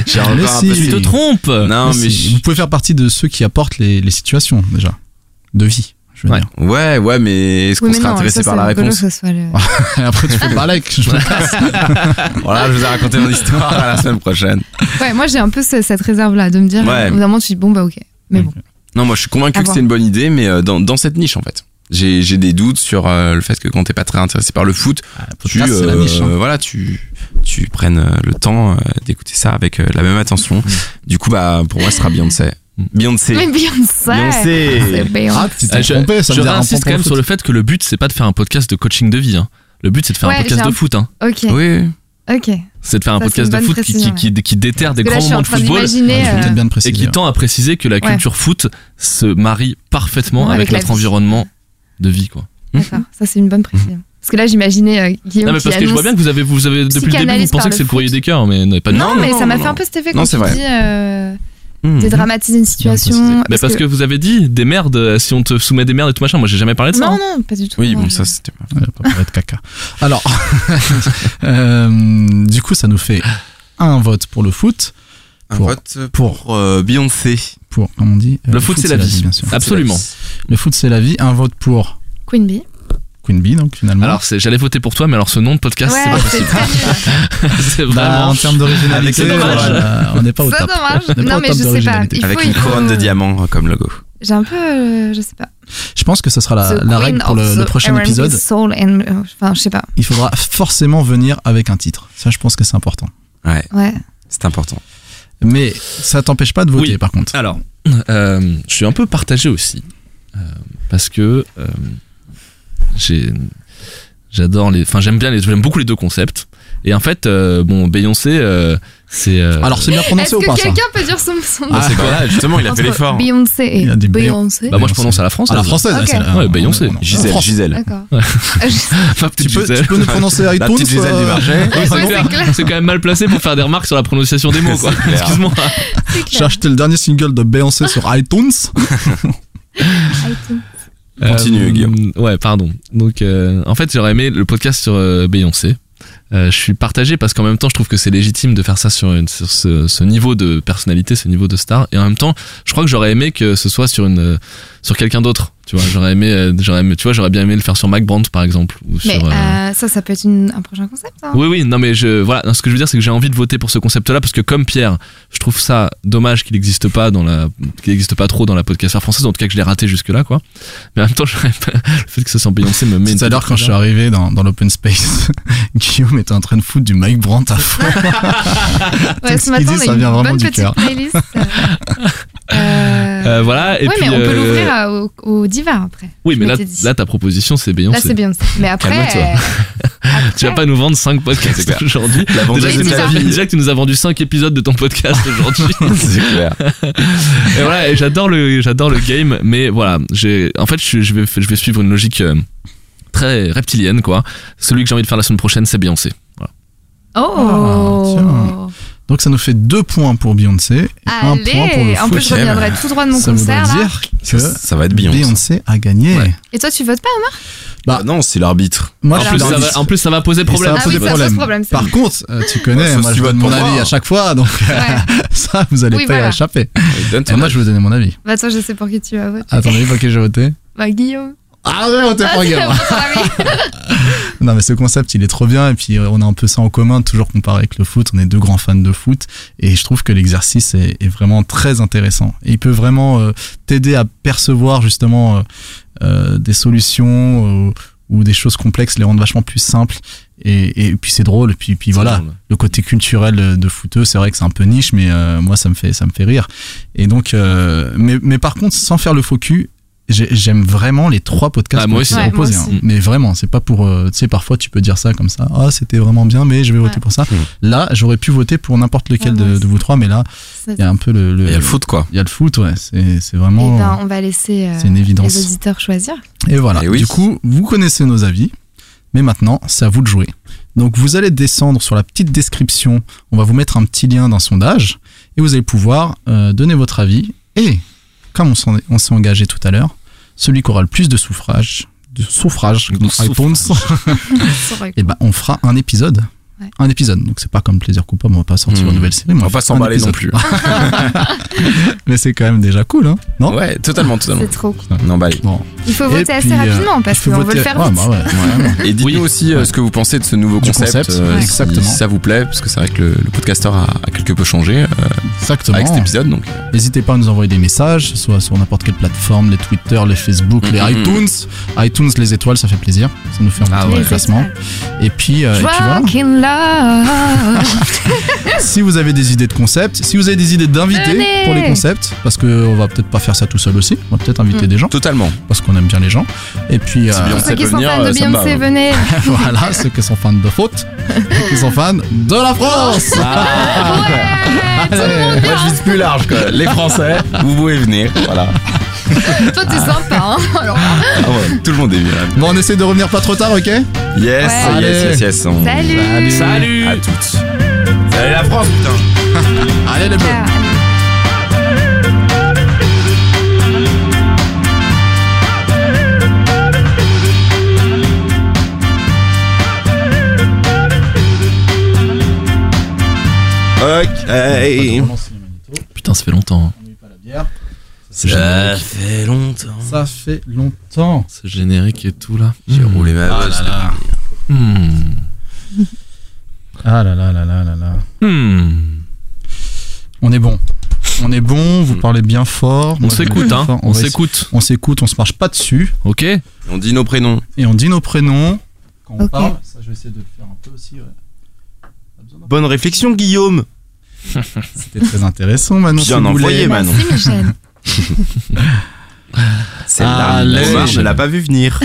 Speaker 3: J'ai
Speaker 1: Mais
Speaker 3: encore un
Speaker 1: si.
Speaker 3: peu.
Speaker 2: Tu te trompes
Speaker 3: Non,
Speaker 1: Mais
Speaker 3: mais.
Speaker 1: si,
Speaker 3: je-
Speaker 1: Vous pouvez faire partie de ceux qui apportent les, les situations, déjà, de vie, je veux
Speaker 2: Ouais.
Speaker 1: dire.
Speaker 3: Ouais, ouais, mais est-ce qu'on
Speaker 4: Oui, mais
Speaker 3: sera
Speaker 4: non,
Speaker 3: intéressé
Speaker 4: ça,
Speaker 3: par
Speaker 4: c'est
Speaker 3: la
Speaker 4: rigolo
Speaker 3: réponse
Speaker 4: que ce soit le-
Speaker 1: Et après,
Speaker 2: Ah.
Speaker 1: tu fais pas like, je me casse.
Speaker 3: Voilà, je vous ai raconté mon histoire à la semaine prochaine.
Speaker 4: Ouais, moi j'ai un peu ce- cette réserve là de me dire,
Speaker 3: Ouais.
Speaker 4: au bout d'un moment tu dis bon bah ok. Mais bon,
Speaker 3: Non, moi je suis convaincu
Speaker 4: À
Speaker 3: que
Speaker 4: voir.
Speaker 3: c'est une bonne idée, mais euh, dans, dans cette niche en fait. J'ai j'ai des doutes sur euh, le fait que quand t'es pas très intéressé par le foot, tu,
Speaker 1: podcast, c'est la
Speaker 3: euh,
Speaker 1: niche, hein.
Speaker 3: voilà, tu, tu prennes euh, le temps euh, d'écouter ça avec euh, la même attention. Du coup, bah, pour moi, ce sera Beyoncé. Beyoncé.
Speaker 4: mais Beyoncé
Speaker 3: Mm. Beyoncé.
Speaker 4: C'est Beyoncé.
Speaker 1: Ah, tu t'es
Speaker 2: Ah, je-
Speaker 1: trompé, ça
Speaker 2: je
Speaker 1: veut dire un
Speaker 2: réinsiste quand
Speaker 1: point
Speaker 2: même
Speaker 1: pour
Speaker 2: sur
Speaker 1: le
Speaker 2: le fait que le but c'est pas de faire un podcast de coaching de vie. hein. Le but c'est de faire
Speaker 4: Ouais,
Speaker 2: un podcast
Speaker 4: j'ai
Speaker 2: de
Speaker 4: un-
Speaker 2: foot. hein.
Speaker 4: Ok,
Speaker 3: Oui.
Speaker 4: ok.
Speaker 2: C'est de faire un
Speaker 4: Ça, c'est
Speaker 2: podcast
Speaker 4: une
Speaker 2: de
Speaker 4: bonne
Speaker 2: foot qui,
Speaker 4: précision,
Speaker 2: qui, qui- qui déterre des
Speaker 4: Parce que là
Speaker 2: grands
Speaker 4: je suis
Speaker 2: moments
Speaker 4: en
Speaker 2: de
Speaker 4: train
Speaker 2: football
Speaker 1: foot. Ah,
Speaker 4: d'imaginer.
Speaker 1: Je vais peut-être
Speaker 4: euh,
Speaker 1: bien le
Speaker 2: et
Speaker 1: préciser.
Speaker 2: qui tend à préciser que la
Speaker 4: Ouais.
Speaker 2: culture foot se marie parfaitement
Speaker 4: Ouais,
Speaker 2: avec,
Speaker 4: avec la
Speaker 2: notre
Speaker 4: vie.
Speaker 2: environnement de vie. Quoi.
Speaker 4: D'accord, ça c'est une bonne précision. Parce que là j'imaginais euh, Guillaume
Speaker 2: Non, mais
Speaker 4: qui
Speaker 2: parce que je vois
Speaker 4: annonce.
Speaker 2: bien que vous avez, vous avez depuis le début, vous
Speaker 4: Psychanalyse par
Speaker 2: pensez que
Speaker 4: le
Speaker 2: c'est le courrier
Speaker 4: foot.
Speaker 2: des cœurs, mais pas du tout.
Speaker 4: Non, mais
Speaker 3: non,
Speaker 4: ça m'a
Speaker 3: non,
Speaker 4: fait un peu cet effet
Speaker 3: Non,
Speaker 4: quand
Speaker 3: c'est
Speaker 4: tu
Speaker 3: vrai.
Speaker 4: dis euh,
Speaker 3: Mmh.
Speaker 4: dédramatiser une situation.
Speaker 2: Mais parce que vous avez dit des merdes, euh, si on te soumet des merdes et tout machin, moi j'ai jamais parlé de ça.
Speaker 4: Non,
Speaker 2: hein.
Speaker 4: non, pas du tout.
Speaker 3: Oui,
Speaker 4: Non,
Speaker 3: bon,
Speaker 4: non.
Speaker 3: ça c'était.
Speaker 1: hein. Ouais, pas pour être caca. Alors, euh, du coup, ça nous fait un vote pour le foot,
Speaker 3: Un
Speaker 1: Pour-
Speaker 3: vote
Speaker 1: pour-
Speaker 3: pour euh, Beyoncé.
Speaker 1: pour, comme on dit. euh,
Speaker 2: Le foot, c'est la vie.
Speaker 1: bien sûr.
Speaker 2: Absolument.
Speaker 1: Le foot, c'est la vie. Un vote pour
Speaker 4: Queen Bee.
Speaker 1: Queen Bee, donc finalement.
Speaker 2: Alors, c'est- j'allais voter pour toi, mais alors ce nom de podcast, c'est pas
Speaker 4: ouais, c'est
Speaker 2: possible.
Speaker 4: très nul.
Speaker 2: c'est
Speaker 1: Bah,
Speaker 2: vraiment.
Speaker 1: en termes d'originalité,
Speaker 2: Avec- dommage.
Speaker 1: euh, on n'est pas au
Speaker 4: C'est
Speaker 1: top.
Speaker 4: dommage.
Speaker 1: On n'est pas
Speaker 4: Non,
Speaker 1: au
Speaker 4: mais
Speaker 1: top
Speaker 4: je sais pas.
Speaker 1: d'originalité.
Speaker 4: Il
Speaker 3: Avec
Speaker 4: faut-
Speaker 3: une
Speaker 4: il faut-
Speaker 3: couronne de diamant euh, comme logo.
Speaker 4: J'ai un peu, euh, je sais pas.
Speaker 1: Je pense que ce sera la,
Speaker 4: The
Speaker 1: la
Speaker 4: Queen
Speaker 1: règle pour
Speaker 4: of
Speaker 1: le, le
Speaker 4: the
Speaker 1: prochain
Speaker 4: R&B
Speaker 1: épisode.
Speaker 4: Soul and- euh, Enfin, je sais pas.
Speaker 1: Il faudra forcément venir avec un titre. Ça, je pense que c'est important.
Speaker 3: Ouais,
Speaker 4: Ouais.
Speaker 3: c'est important.
Speaker 1: Mais ça t'empêche pas de voter,
Speaker 2: Oui.
Speaker 1: par contre.
Speaker 2: Alors, euh, je suis un peu partagé aussi. euh, parce que euh, j'ai- j'adore les. Enfin, j'aime bien les. J'aime beaucoup les deux concepts. Et en fait, euh, bon, Beyoncé, euh, c'est. euh,
Speaker 1: Alors, c'est bien
Speaker 4: Est-ce
Speaker 1: prononcé ou
Speaker 4: que
Speaker 1: pas ça
Speaker 4: quelqu'un peut dire son son
Speaker 3: Ah, c'est quoi Justement, il a fait
Speaker 4: Entre
Speaker 3: l'effort.
Speaker 4: Beyoncé
Speaker 1: Il y
Speaker 4: et
Speaker 1: a des Beyon-
Speaker 4: Beyoncé.
Speaker 2: bah, moi, je prononce à la France.
Speaker 1: À la
Speaker 2: là.
Speaker 1: française, hein,
Speaker 4: Ok.
Speaker 1: c'est la-
Speaker 2: Ouais, Beyoncé.
Speaker 1: on- on- on-
Speaker 3: Gisèle,
Speaker 1: France.
Speaker 3: Gisèle.
Speaker 4: D'accord.
Speaker 2: Ma petite
Speaker 1: Tu peux,
Speaker 2: Gisèle.
Speaker 1: tu peux nous prononcer iTunes
Speaker 3: petite Gisèle du marché.
Speaker 1: Ouais,
Speaker 4: Ouais,
Speaker 1: c'est bon.
Speaker 4: c'est clair.
Speaker 2: C'est quand même mal placé pour faire des remarques sur la prononciation des mots, quoi.
Speaker 3: C'est clair.
Speaker 2: Excuse-moi.
Speaker 4: c'est
Speaker 1: J'ai
Speaker 4: clair.
Speaker 1: acheté le dernier single de Beyoncé sur iTunes.
Speaker 4: I think.
Speaker 3: Continue, Guillaume.
Speaker 2: Euh, Ouais, pardon. Donc, euh, en fait, j'aurais aimé le podcast sur euh, Beyoncé. Euh, je suis partagé parce qu'en même temps, je trouve que c'est légitime de faire ça sur, une- sur ce, ce niveau de personnalité, ce niveau de star. Et en même temps, je crois que j'aurais aimé que ce soit sur une, euh, sur quelqu'un d'autre. Tu vois, j'aurais aimé, euh, j'aurais aimé, tu vois, j'aurais bien aimé le faire sur Mac Brandt, par exemple, ou
Speaker 4: Mais
Speaker 2: sur. euh,
Speaker 4: euh, ça, ça peut être une- un prochain concept. hein.
Speaker 2: Oui, oui, non, mais je, voilà, non, ce que je veux dire, c'est que j'ai envie de voter pour ce concept-là parce que, comme Pierre, je trouve ça dommage qu'il n'existe pas dans la, qu'il n'existe pas trop dans la podcaster française, en tout cas que je l'ai raté jusque-là, quoi. Mais en même temps, j'aurais pas- le fait que ça soit Beyoncé me met.
Speaker 1: Tout à l'heure, quand je suis arrivé dans, dans l'open space, Guillaume était en train de foutre du Mike Brandt à fond.
Speaker 4: Ouais,
Speaker 1: ce qu'il
Speaker 4: ce matin,
Speaker 1: dit,
Speaker 4: on a
Speaker 1: ça
Speaker 4: une
Speaker 1: vient vraiment
Speaker 4: bonne
Speaker 1: du
Speaker 4: petite
Speaker 1: cœur.
Speaker 4: playlist. euh, euh,
Speaker 2: Euh, voilà, et
Speaker 4: ouais,
Speaker 2: puis.
Speaker 4: mais on peut
Speaker 2: euh,
Speaker 4: l'ouvrir à- au, au divar après.
Speaker 2: Oui,
Speaker 4: je
Speaker 2: mais là,
Speaker 4: m'étais dit.
Speaker 2: là, ta proposition, c'est
Speaker 4: Là,
Speaker 2: Beyoncé.
Speaker 4: c'est Beyoncé. Mais après,
Speaker 2: Calme-toi.
Speaker 4: euh, après-
Speaker 2: Tu vas pas nous vendre 5 podcasts
Speaker 3: C'est clair.
Speaker 2: aujourd'hui.
Speaker 3: La bande
Speaker 2: Déjà,
Speaker 4: Oui,
Speaker 2: que tu
Speaker 4: c'est
Speaker 2: nous as-
Speaker 4: ça.
Speaker 2: déjà que tu nous as vendu 5 épisodes de ton podcast aujourd'hui.
Speaker 3: C'est clair.
Speaker 2: Et voilà, et j'adore le, j'adore le game, mais voilà, j'ai, en fait, je, je vais, je vais suivre une logique euh, très reptilienne, quoi. Celui que j'ai envie de faire la semaine prochaine, c'est Beyoncé. Voilà.
Speaker 1: Ah, tiens.
Speaker 4: Oh
Speaker 1: Donc, ça nous fait deux points pour Beyoncé et un point pour le
Speaker 4: Allez En
Speaker 1: foot.
Speaker 4: plus, je
Speaker 3: Ok,
Speaker 4: reviendrai tout droit de mon
Speaker 1: ça
Speaker 4: concert
Speaker 1: veut
Speaker 4: là.
Speaker 1: dire que
Speaker 3: Ça va être Beyoncé.
Speaker 1: Beyoncé a gagné.
Speaker 2: Ouais.
Speaker 4: Et toi, tu votes pas, hein, Omar
Speaker 3: Bah, non, c'est l'arbitre.
Speaker 1: Moi,
Speaker 2: En
Speaker 1: je
Speaker 2: plus,
Speaker 1: suis
Speaker 2: ça
Speaker 1: dans
Speaker 2: va, en plus, ça va poser problème.
Speaker 4: Ah oui, ça pose problème, ça.
Speaker 1: Par contre, euh, tu connais,
Speaker 3: Ouais, sauf
Speaker 1: moi
Speaker 3: si
Speaker 1: je
Speaker 3: tu
Speaker 1: donne
Speaker 3: votes
Speaker 1: mon
Speaker 3: pour moi,
Speaker 1: avis
Speaker 3: hein.
Speaker 1: à chaque fois, donc
Speaker 4: Ouais.
Speaker 1: ça, vous allez
Speaker 4: Oui,
Speaker 1: pas
Speaker 4: voilà.
Speaker 1: y échapper.
Speaker 2: Eh
Speaker 3: Donne
Speaker 1: Et
Speaker 3: ton
Speaker 2: ben.
Speaker 1: moi, je vais vous donner mon avis.
Speaker 4: Bah, toi, je sais pour qui tu vas voter.
Speaker 1: Attendez, pas que j'ai voté.
Speaker 4: Bah, Guillaume.
Speaker 1: Ah, j'ai voté
Speaker 4: Ah,
Speaker 1: pour
Speaker 4: c'est
Speaker 1: Guillaume.
Speaker 4: bon, ton ami.
Speaker 1: Non, mais ce concept, il est trop bien. Et puis, euh, on a un peu ça en commun, toujours comparé avec le foot. On est deux grands fans de foot. Et je trouve que l'exercice est, est vraiment très intéressant. Et il peut vraiment euh, t'aider à percevoir, justement, euh, euh, des solutions euh, ou des choses complexes, les rendre vachement plus simples. Et, et puis, c'est drôle. Et puis, puis voilà, le côté culturel de footeux, c'est vrai que c'est un peu niche, mais euh, moi, ça me fait, ça me fait rire. Et donc, euh, mais, mais par contre, sans faire le faux cul, j'ai- j'aime vraiment les trois podcasts
Speaker 2: Ah, moi
Speaker 1: qu'on
Speaker 2: aussi.
Speaker 1: s'est
Speaker 4: Ouais, moi
Speaker 1: proposés,
Speaker 4: aussi.
Speaker 1: hein. Mais vraiment, c'est pas pour. euh, tu sais, parfois, tu peux dire ça comme ça. Ah, c'était vraiment bien, mais je vais voter
Speaker 4: Ouais.
Speaker 1: pour ça.
Speaker 3: Mmh.
Speaker 1: Là, j'aurais pu voter pour n'importe lequel
Speaker 4: Ouais, moi
Speaker 1: de,
Speaker 4: aussi.
Speaker 1: de vous trois, mais là, il y a un peu le.
Speaker 3: Il y a le foot, quoi.
Speaker 1: Il y a le foot, ouais. C'est c'est
Speaker 4: Eh
Speaker 1: vraiment.
Speaker 4: ben, on va laisser euh,
Speaker 1: C'est une évidence.
Speaker 4: les auditeurs choisir.
Speaker 1: Et voilà.
Speaker 3: Eh oui.
Speaker 1: Du coup, vous connaissez nos avis, mais maintenant, c'est à vous de jouer. Donc, vous allez descendre sur la petite description. On va vous mettre un petit lien d'un sondage et vous allez pouvoir euh, donner votre avis. Et comme on s'en est- on s'est engagé tout à l'heure, celui qui aura le plus de suffrages, de suffrages,
Speaker 2: De
Speaker 1: comme iTunes,
Speaker 4: Sur-
Speaker 1: et ben, on eh ben, fera un épisode
Speaker 4: Ouais.
Speaker 1: Un épisode. Donc c'est pas comme Plaisir coupable, on va pas sortir
Speaker 3: Mmh.
Speaker 1: une nouvelle série. mais
Speaker 3: On va pas
Speaker 1: faire un
Speaker 3: s'emballer non
Speaker 1: épisode.
Speaker 3: plus.
Speaker 1: Mais c'est quand même déjà cool, hein Non
Speaker 3: Ouais, totalement, totalement.
Speaker 4: C'est trop cool.
Speaker 3: On emballe.
Speaker 1: Bon.
Speaker 4: Il faut
Speaker 1: Et
Speaker 4: voter assez
Speaker 1: puis, euh,
Speaker 4: rapidement parce
Speaker 1: il faut
Speaker 4: qu'on veut
Speaker 1: voter-
Speaker 4: le faire
Speaker 1: ouais,
Speaker 4: vite.
Speaker 1: bah ouais.
Speaker 3: Et dites-nous
Speaker 2: Oui.
Speaker 3: aussi euh, ce que vous pensez de ce nouveau
Speaker 1: Du
Speaker 3: concept,
Speaker 1: concept,
Speaker 3: euh,
Speaker 1: ouais.
Speaker 3: si
Speaker 1: Exactement.
Speaker 3: ça vous plaît, parce que c'est vrai que le, le podcasteur a, a quelque peu changé euh,
Speaker 1: Exactement.
Speaker 3: avec cet épisode. Donc,
Speaker 1: N'hésitez pas à nous envoyer des messages, soit sur n'importe quelle plateforme, les Twitter, les Facebook, les
Speaker 3: Mhm.
Speaker 1: iTunes. iTunes, les étoiles, ça fait plaisir. Ça nous fait un
Speaker 3: Ah
Speaker 1: petit
Speaker 3: ouais.
Speaker 1: classement. Et puis, euh, et puis voilà.
Speaker 4: Rock in love.
Speaker 1: Si vous avez des idées de concepts, si vous avez des idées d'invités
Speaker 4: Venez
Speaker 1: pour les concepts, parce qu'on va peut-être pas faire ça tout seul aussi, on va peut-être inviter
Speaker 3: Mm.
Speaker 1: des gens,
Speaker 3: totalement.
Speaker 1: parce qu'on aime bien les gens. Et puis,
Speaker 3: C'est bien.
Speaker 4: Ceux
Speaker 3: Ça
Speaker 4: qui
Speaker 3: peut
Speaker 4: sont
Speaker 3: venir,
Speaker 4: fans de
Speaker 3: euh, ça me va,
Speaker 4: Beyoncé,
Speaker 3: ouais.
Speaker 4: venez.
Speaker 1: voilà, ceux qui sont fans de faute, ceux qui sont fans de la France Allez.
Speaker 3: Moi, je vise plus large, quoi. Les Français,
Speaker 1: Ah.
Speaker 3: vous pouvez venir. Voilà.
Speaker 4: Toi, t'es sympa. Hein Alors,
Speaker 3: Ah ouais, tout le monde est bien.
Speaker 1: Bon, on essaie de revenir pas trop tard, ok
Speaker 3: Yes,
Speaker 4: Ouais.
Speaker 3: yes,
Speaker 1: Allez.
Speaker 3: yes, yes. on-
Speaker 4: salut.
Speaker 1: bah,
Speaker 2: Salut
Speaker 3: À toutes. Salut la France, putain.
Speaker 1: Allez les bleus
Speaker 4: Ciao.
Speaker 3: Ok.
Speaker 2: Putain, ça fait longtemps. hein.
Speaker 3: Ça fait longtemps.
Speaker 1: Ça fait longtemps
Speaker 2: C'est générique et tout là.
Speaker 3: J'ai roulé ma
Speaker 1: Ah
Speaker 3: bosse.
Speaker 1: là là.
Speaker 2: Hmm.
Speaker 1: Ah là là là là là là.
Speaker 2: Hmm.
Speaker 1: On est bon. On est bon, vous parlez bien fort.
Speaker 2: Mm. On
Speaker 1: Moi, je parle
Speaker 2: s'écoute,
Speaker 1: bien
Speaker 2: hein.
Speaker 1: fort.
Speaker 2: On
Speaker 1: va essayer-
Speaker 2: s'écoute.
Speaker 1: On s'écoute, on se marche pas dessus.
Speaker 2: Ok
Speaker 3: On dit nos prénoms.
Speaker 1: Et on dit nos prénoms. Quand on
Speaker 4: Ok.
Speaker 1: parle, ça je vais essayer de le faire un peu aussi. ouais. Pas besoin d'en-
Speaker 3: Bonne réflexion, Guillaume.
Speaker 1: C'était très intéressant, Manon.
Speaker 3: Bien
Speaker 1: si vous
Speaker 3: envoyé,
Speaker 1: voulez.
Speaker 3: Manon.
Speaker 4: Merci, Michel.
Speaker 3: C'est
Speaker 1: Allez.
Speaker 3: je l'ai pas vu venir.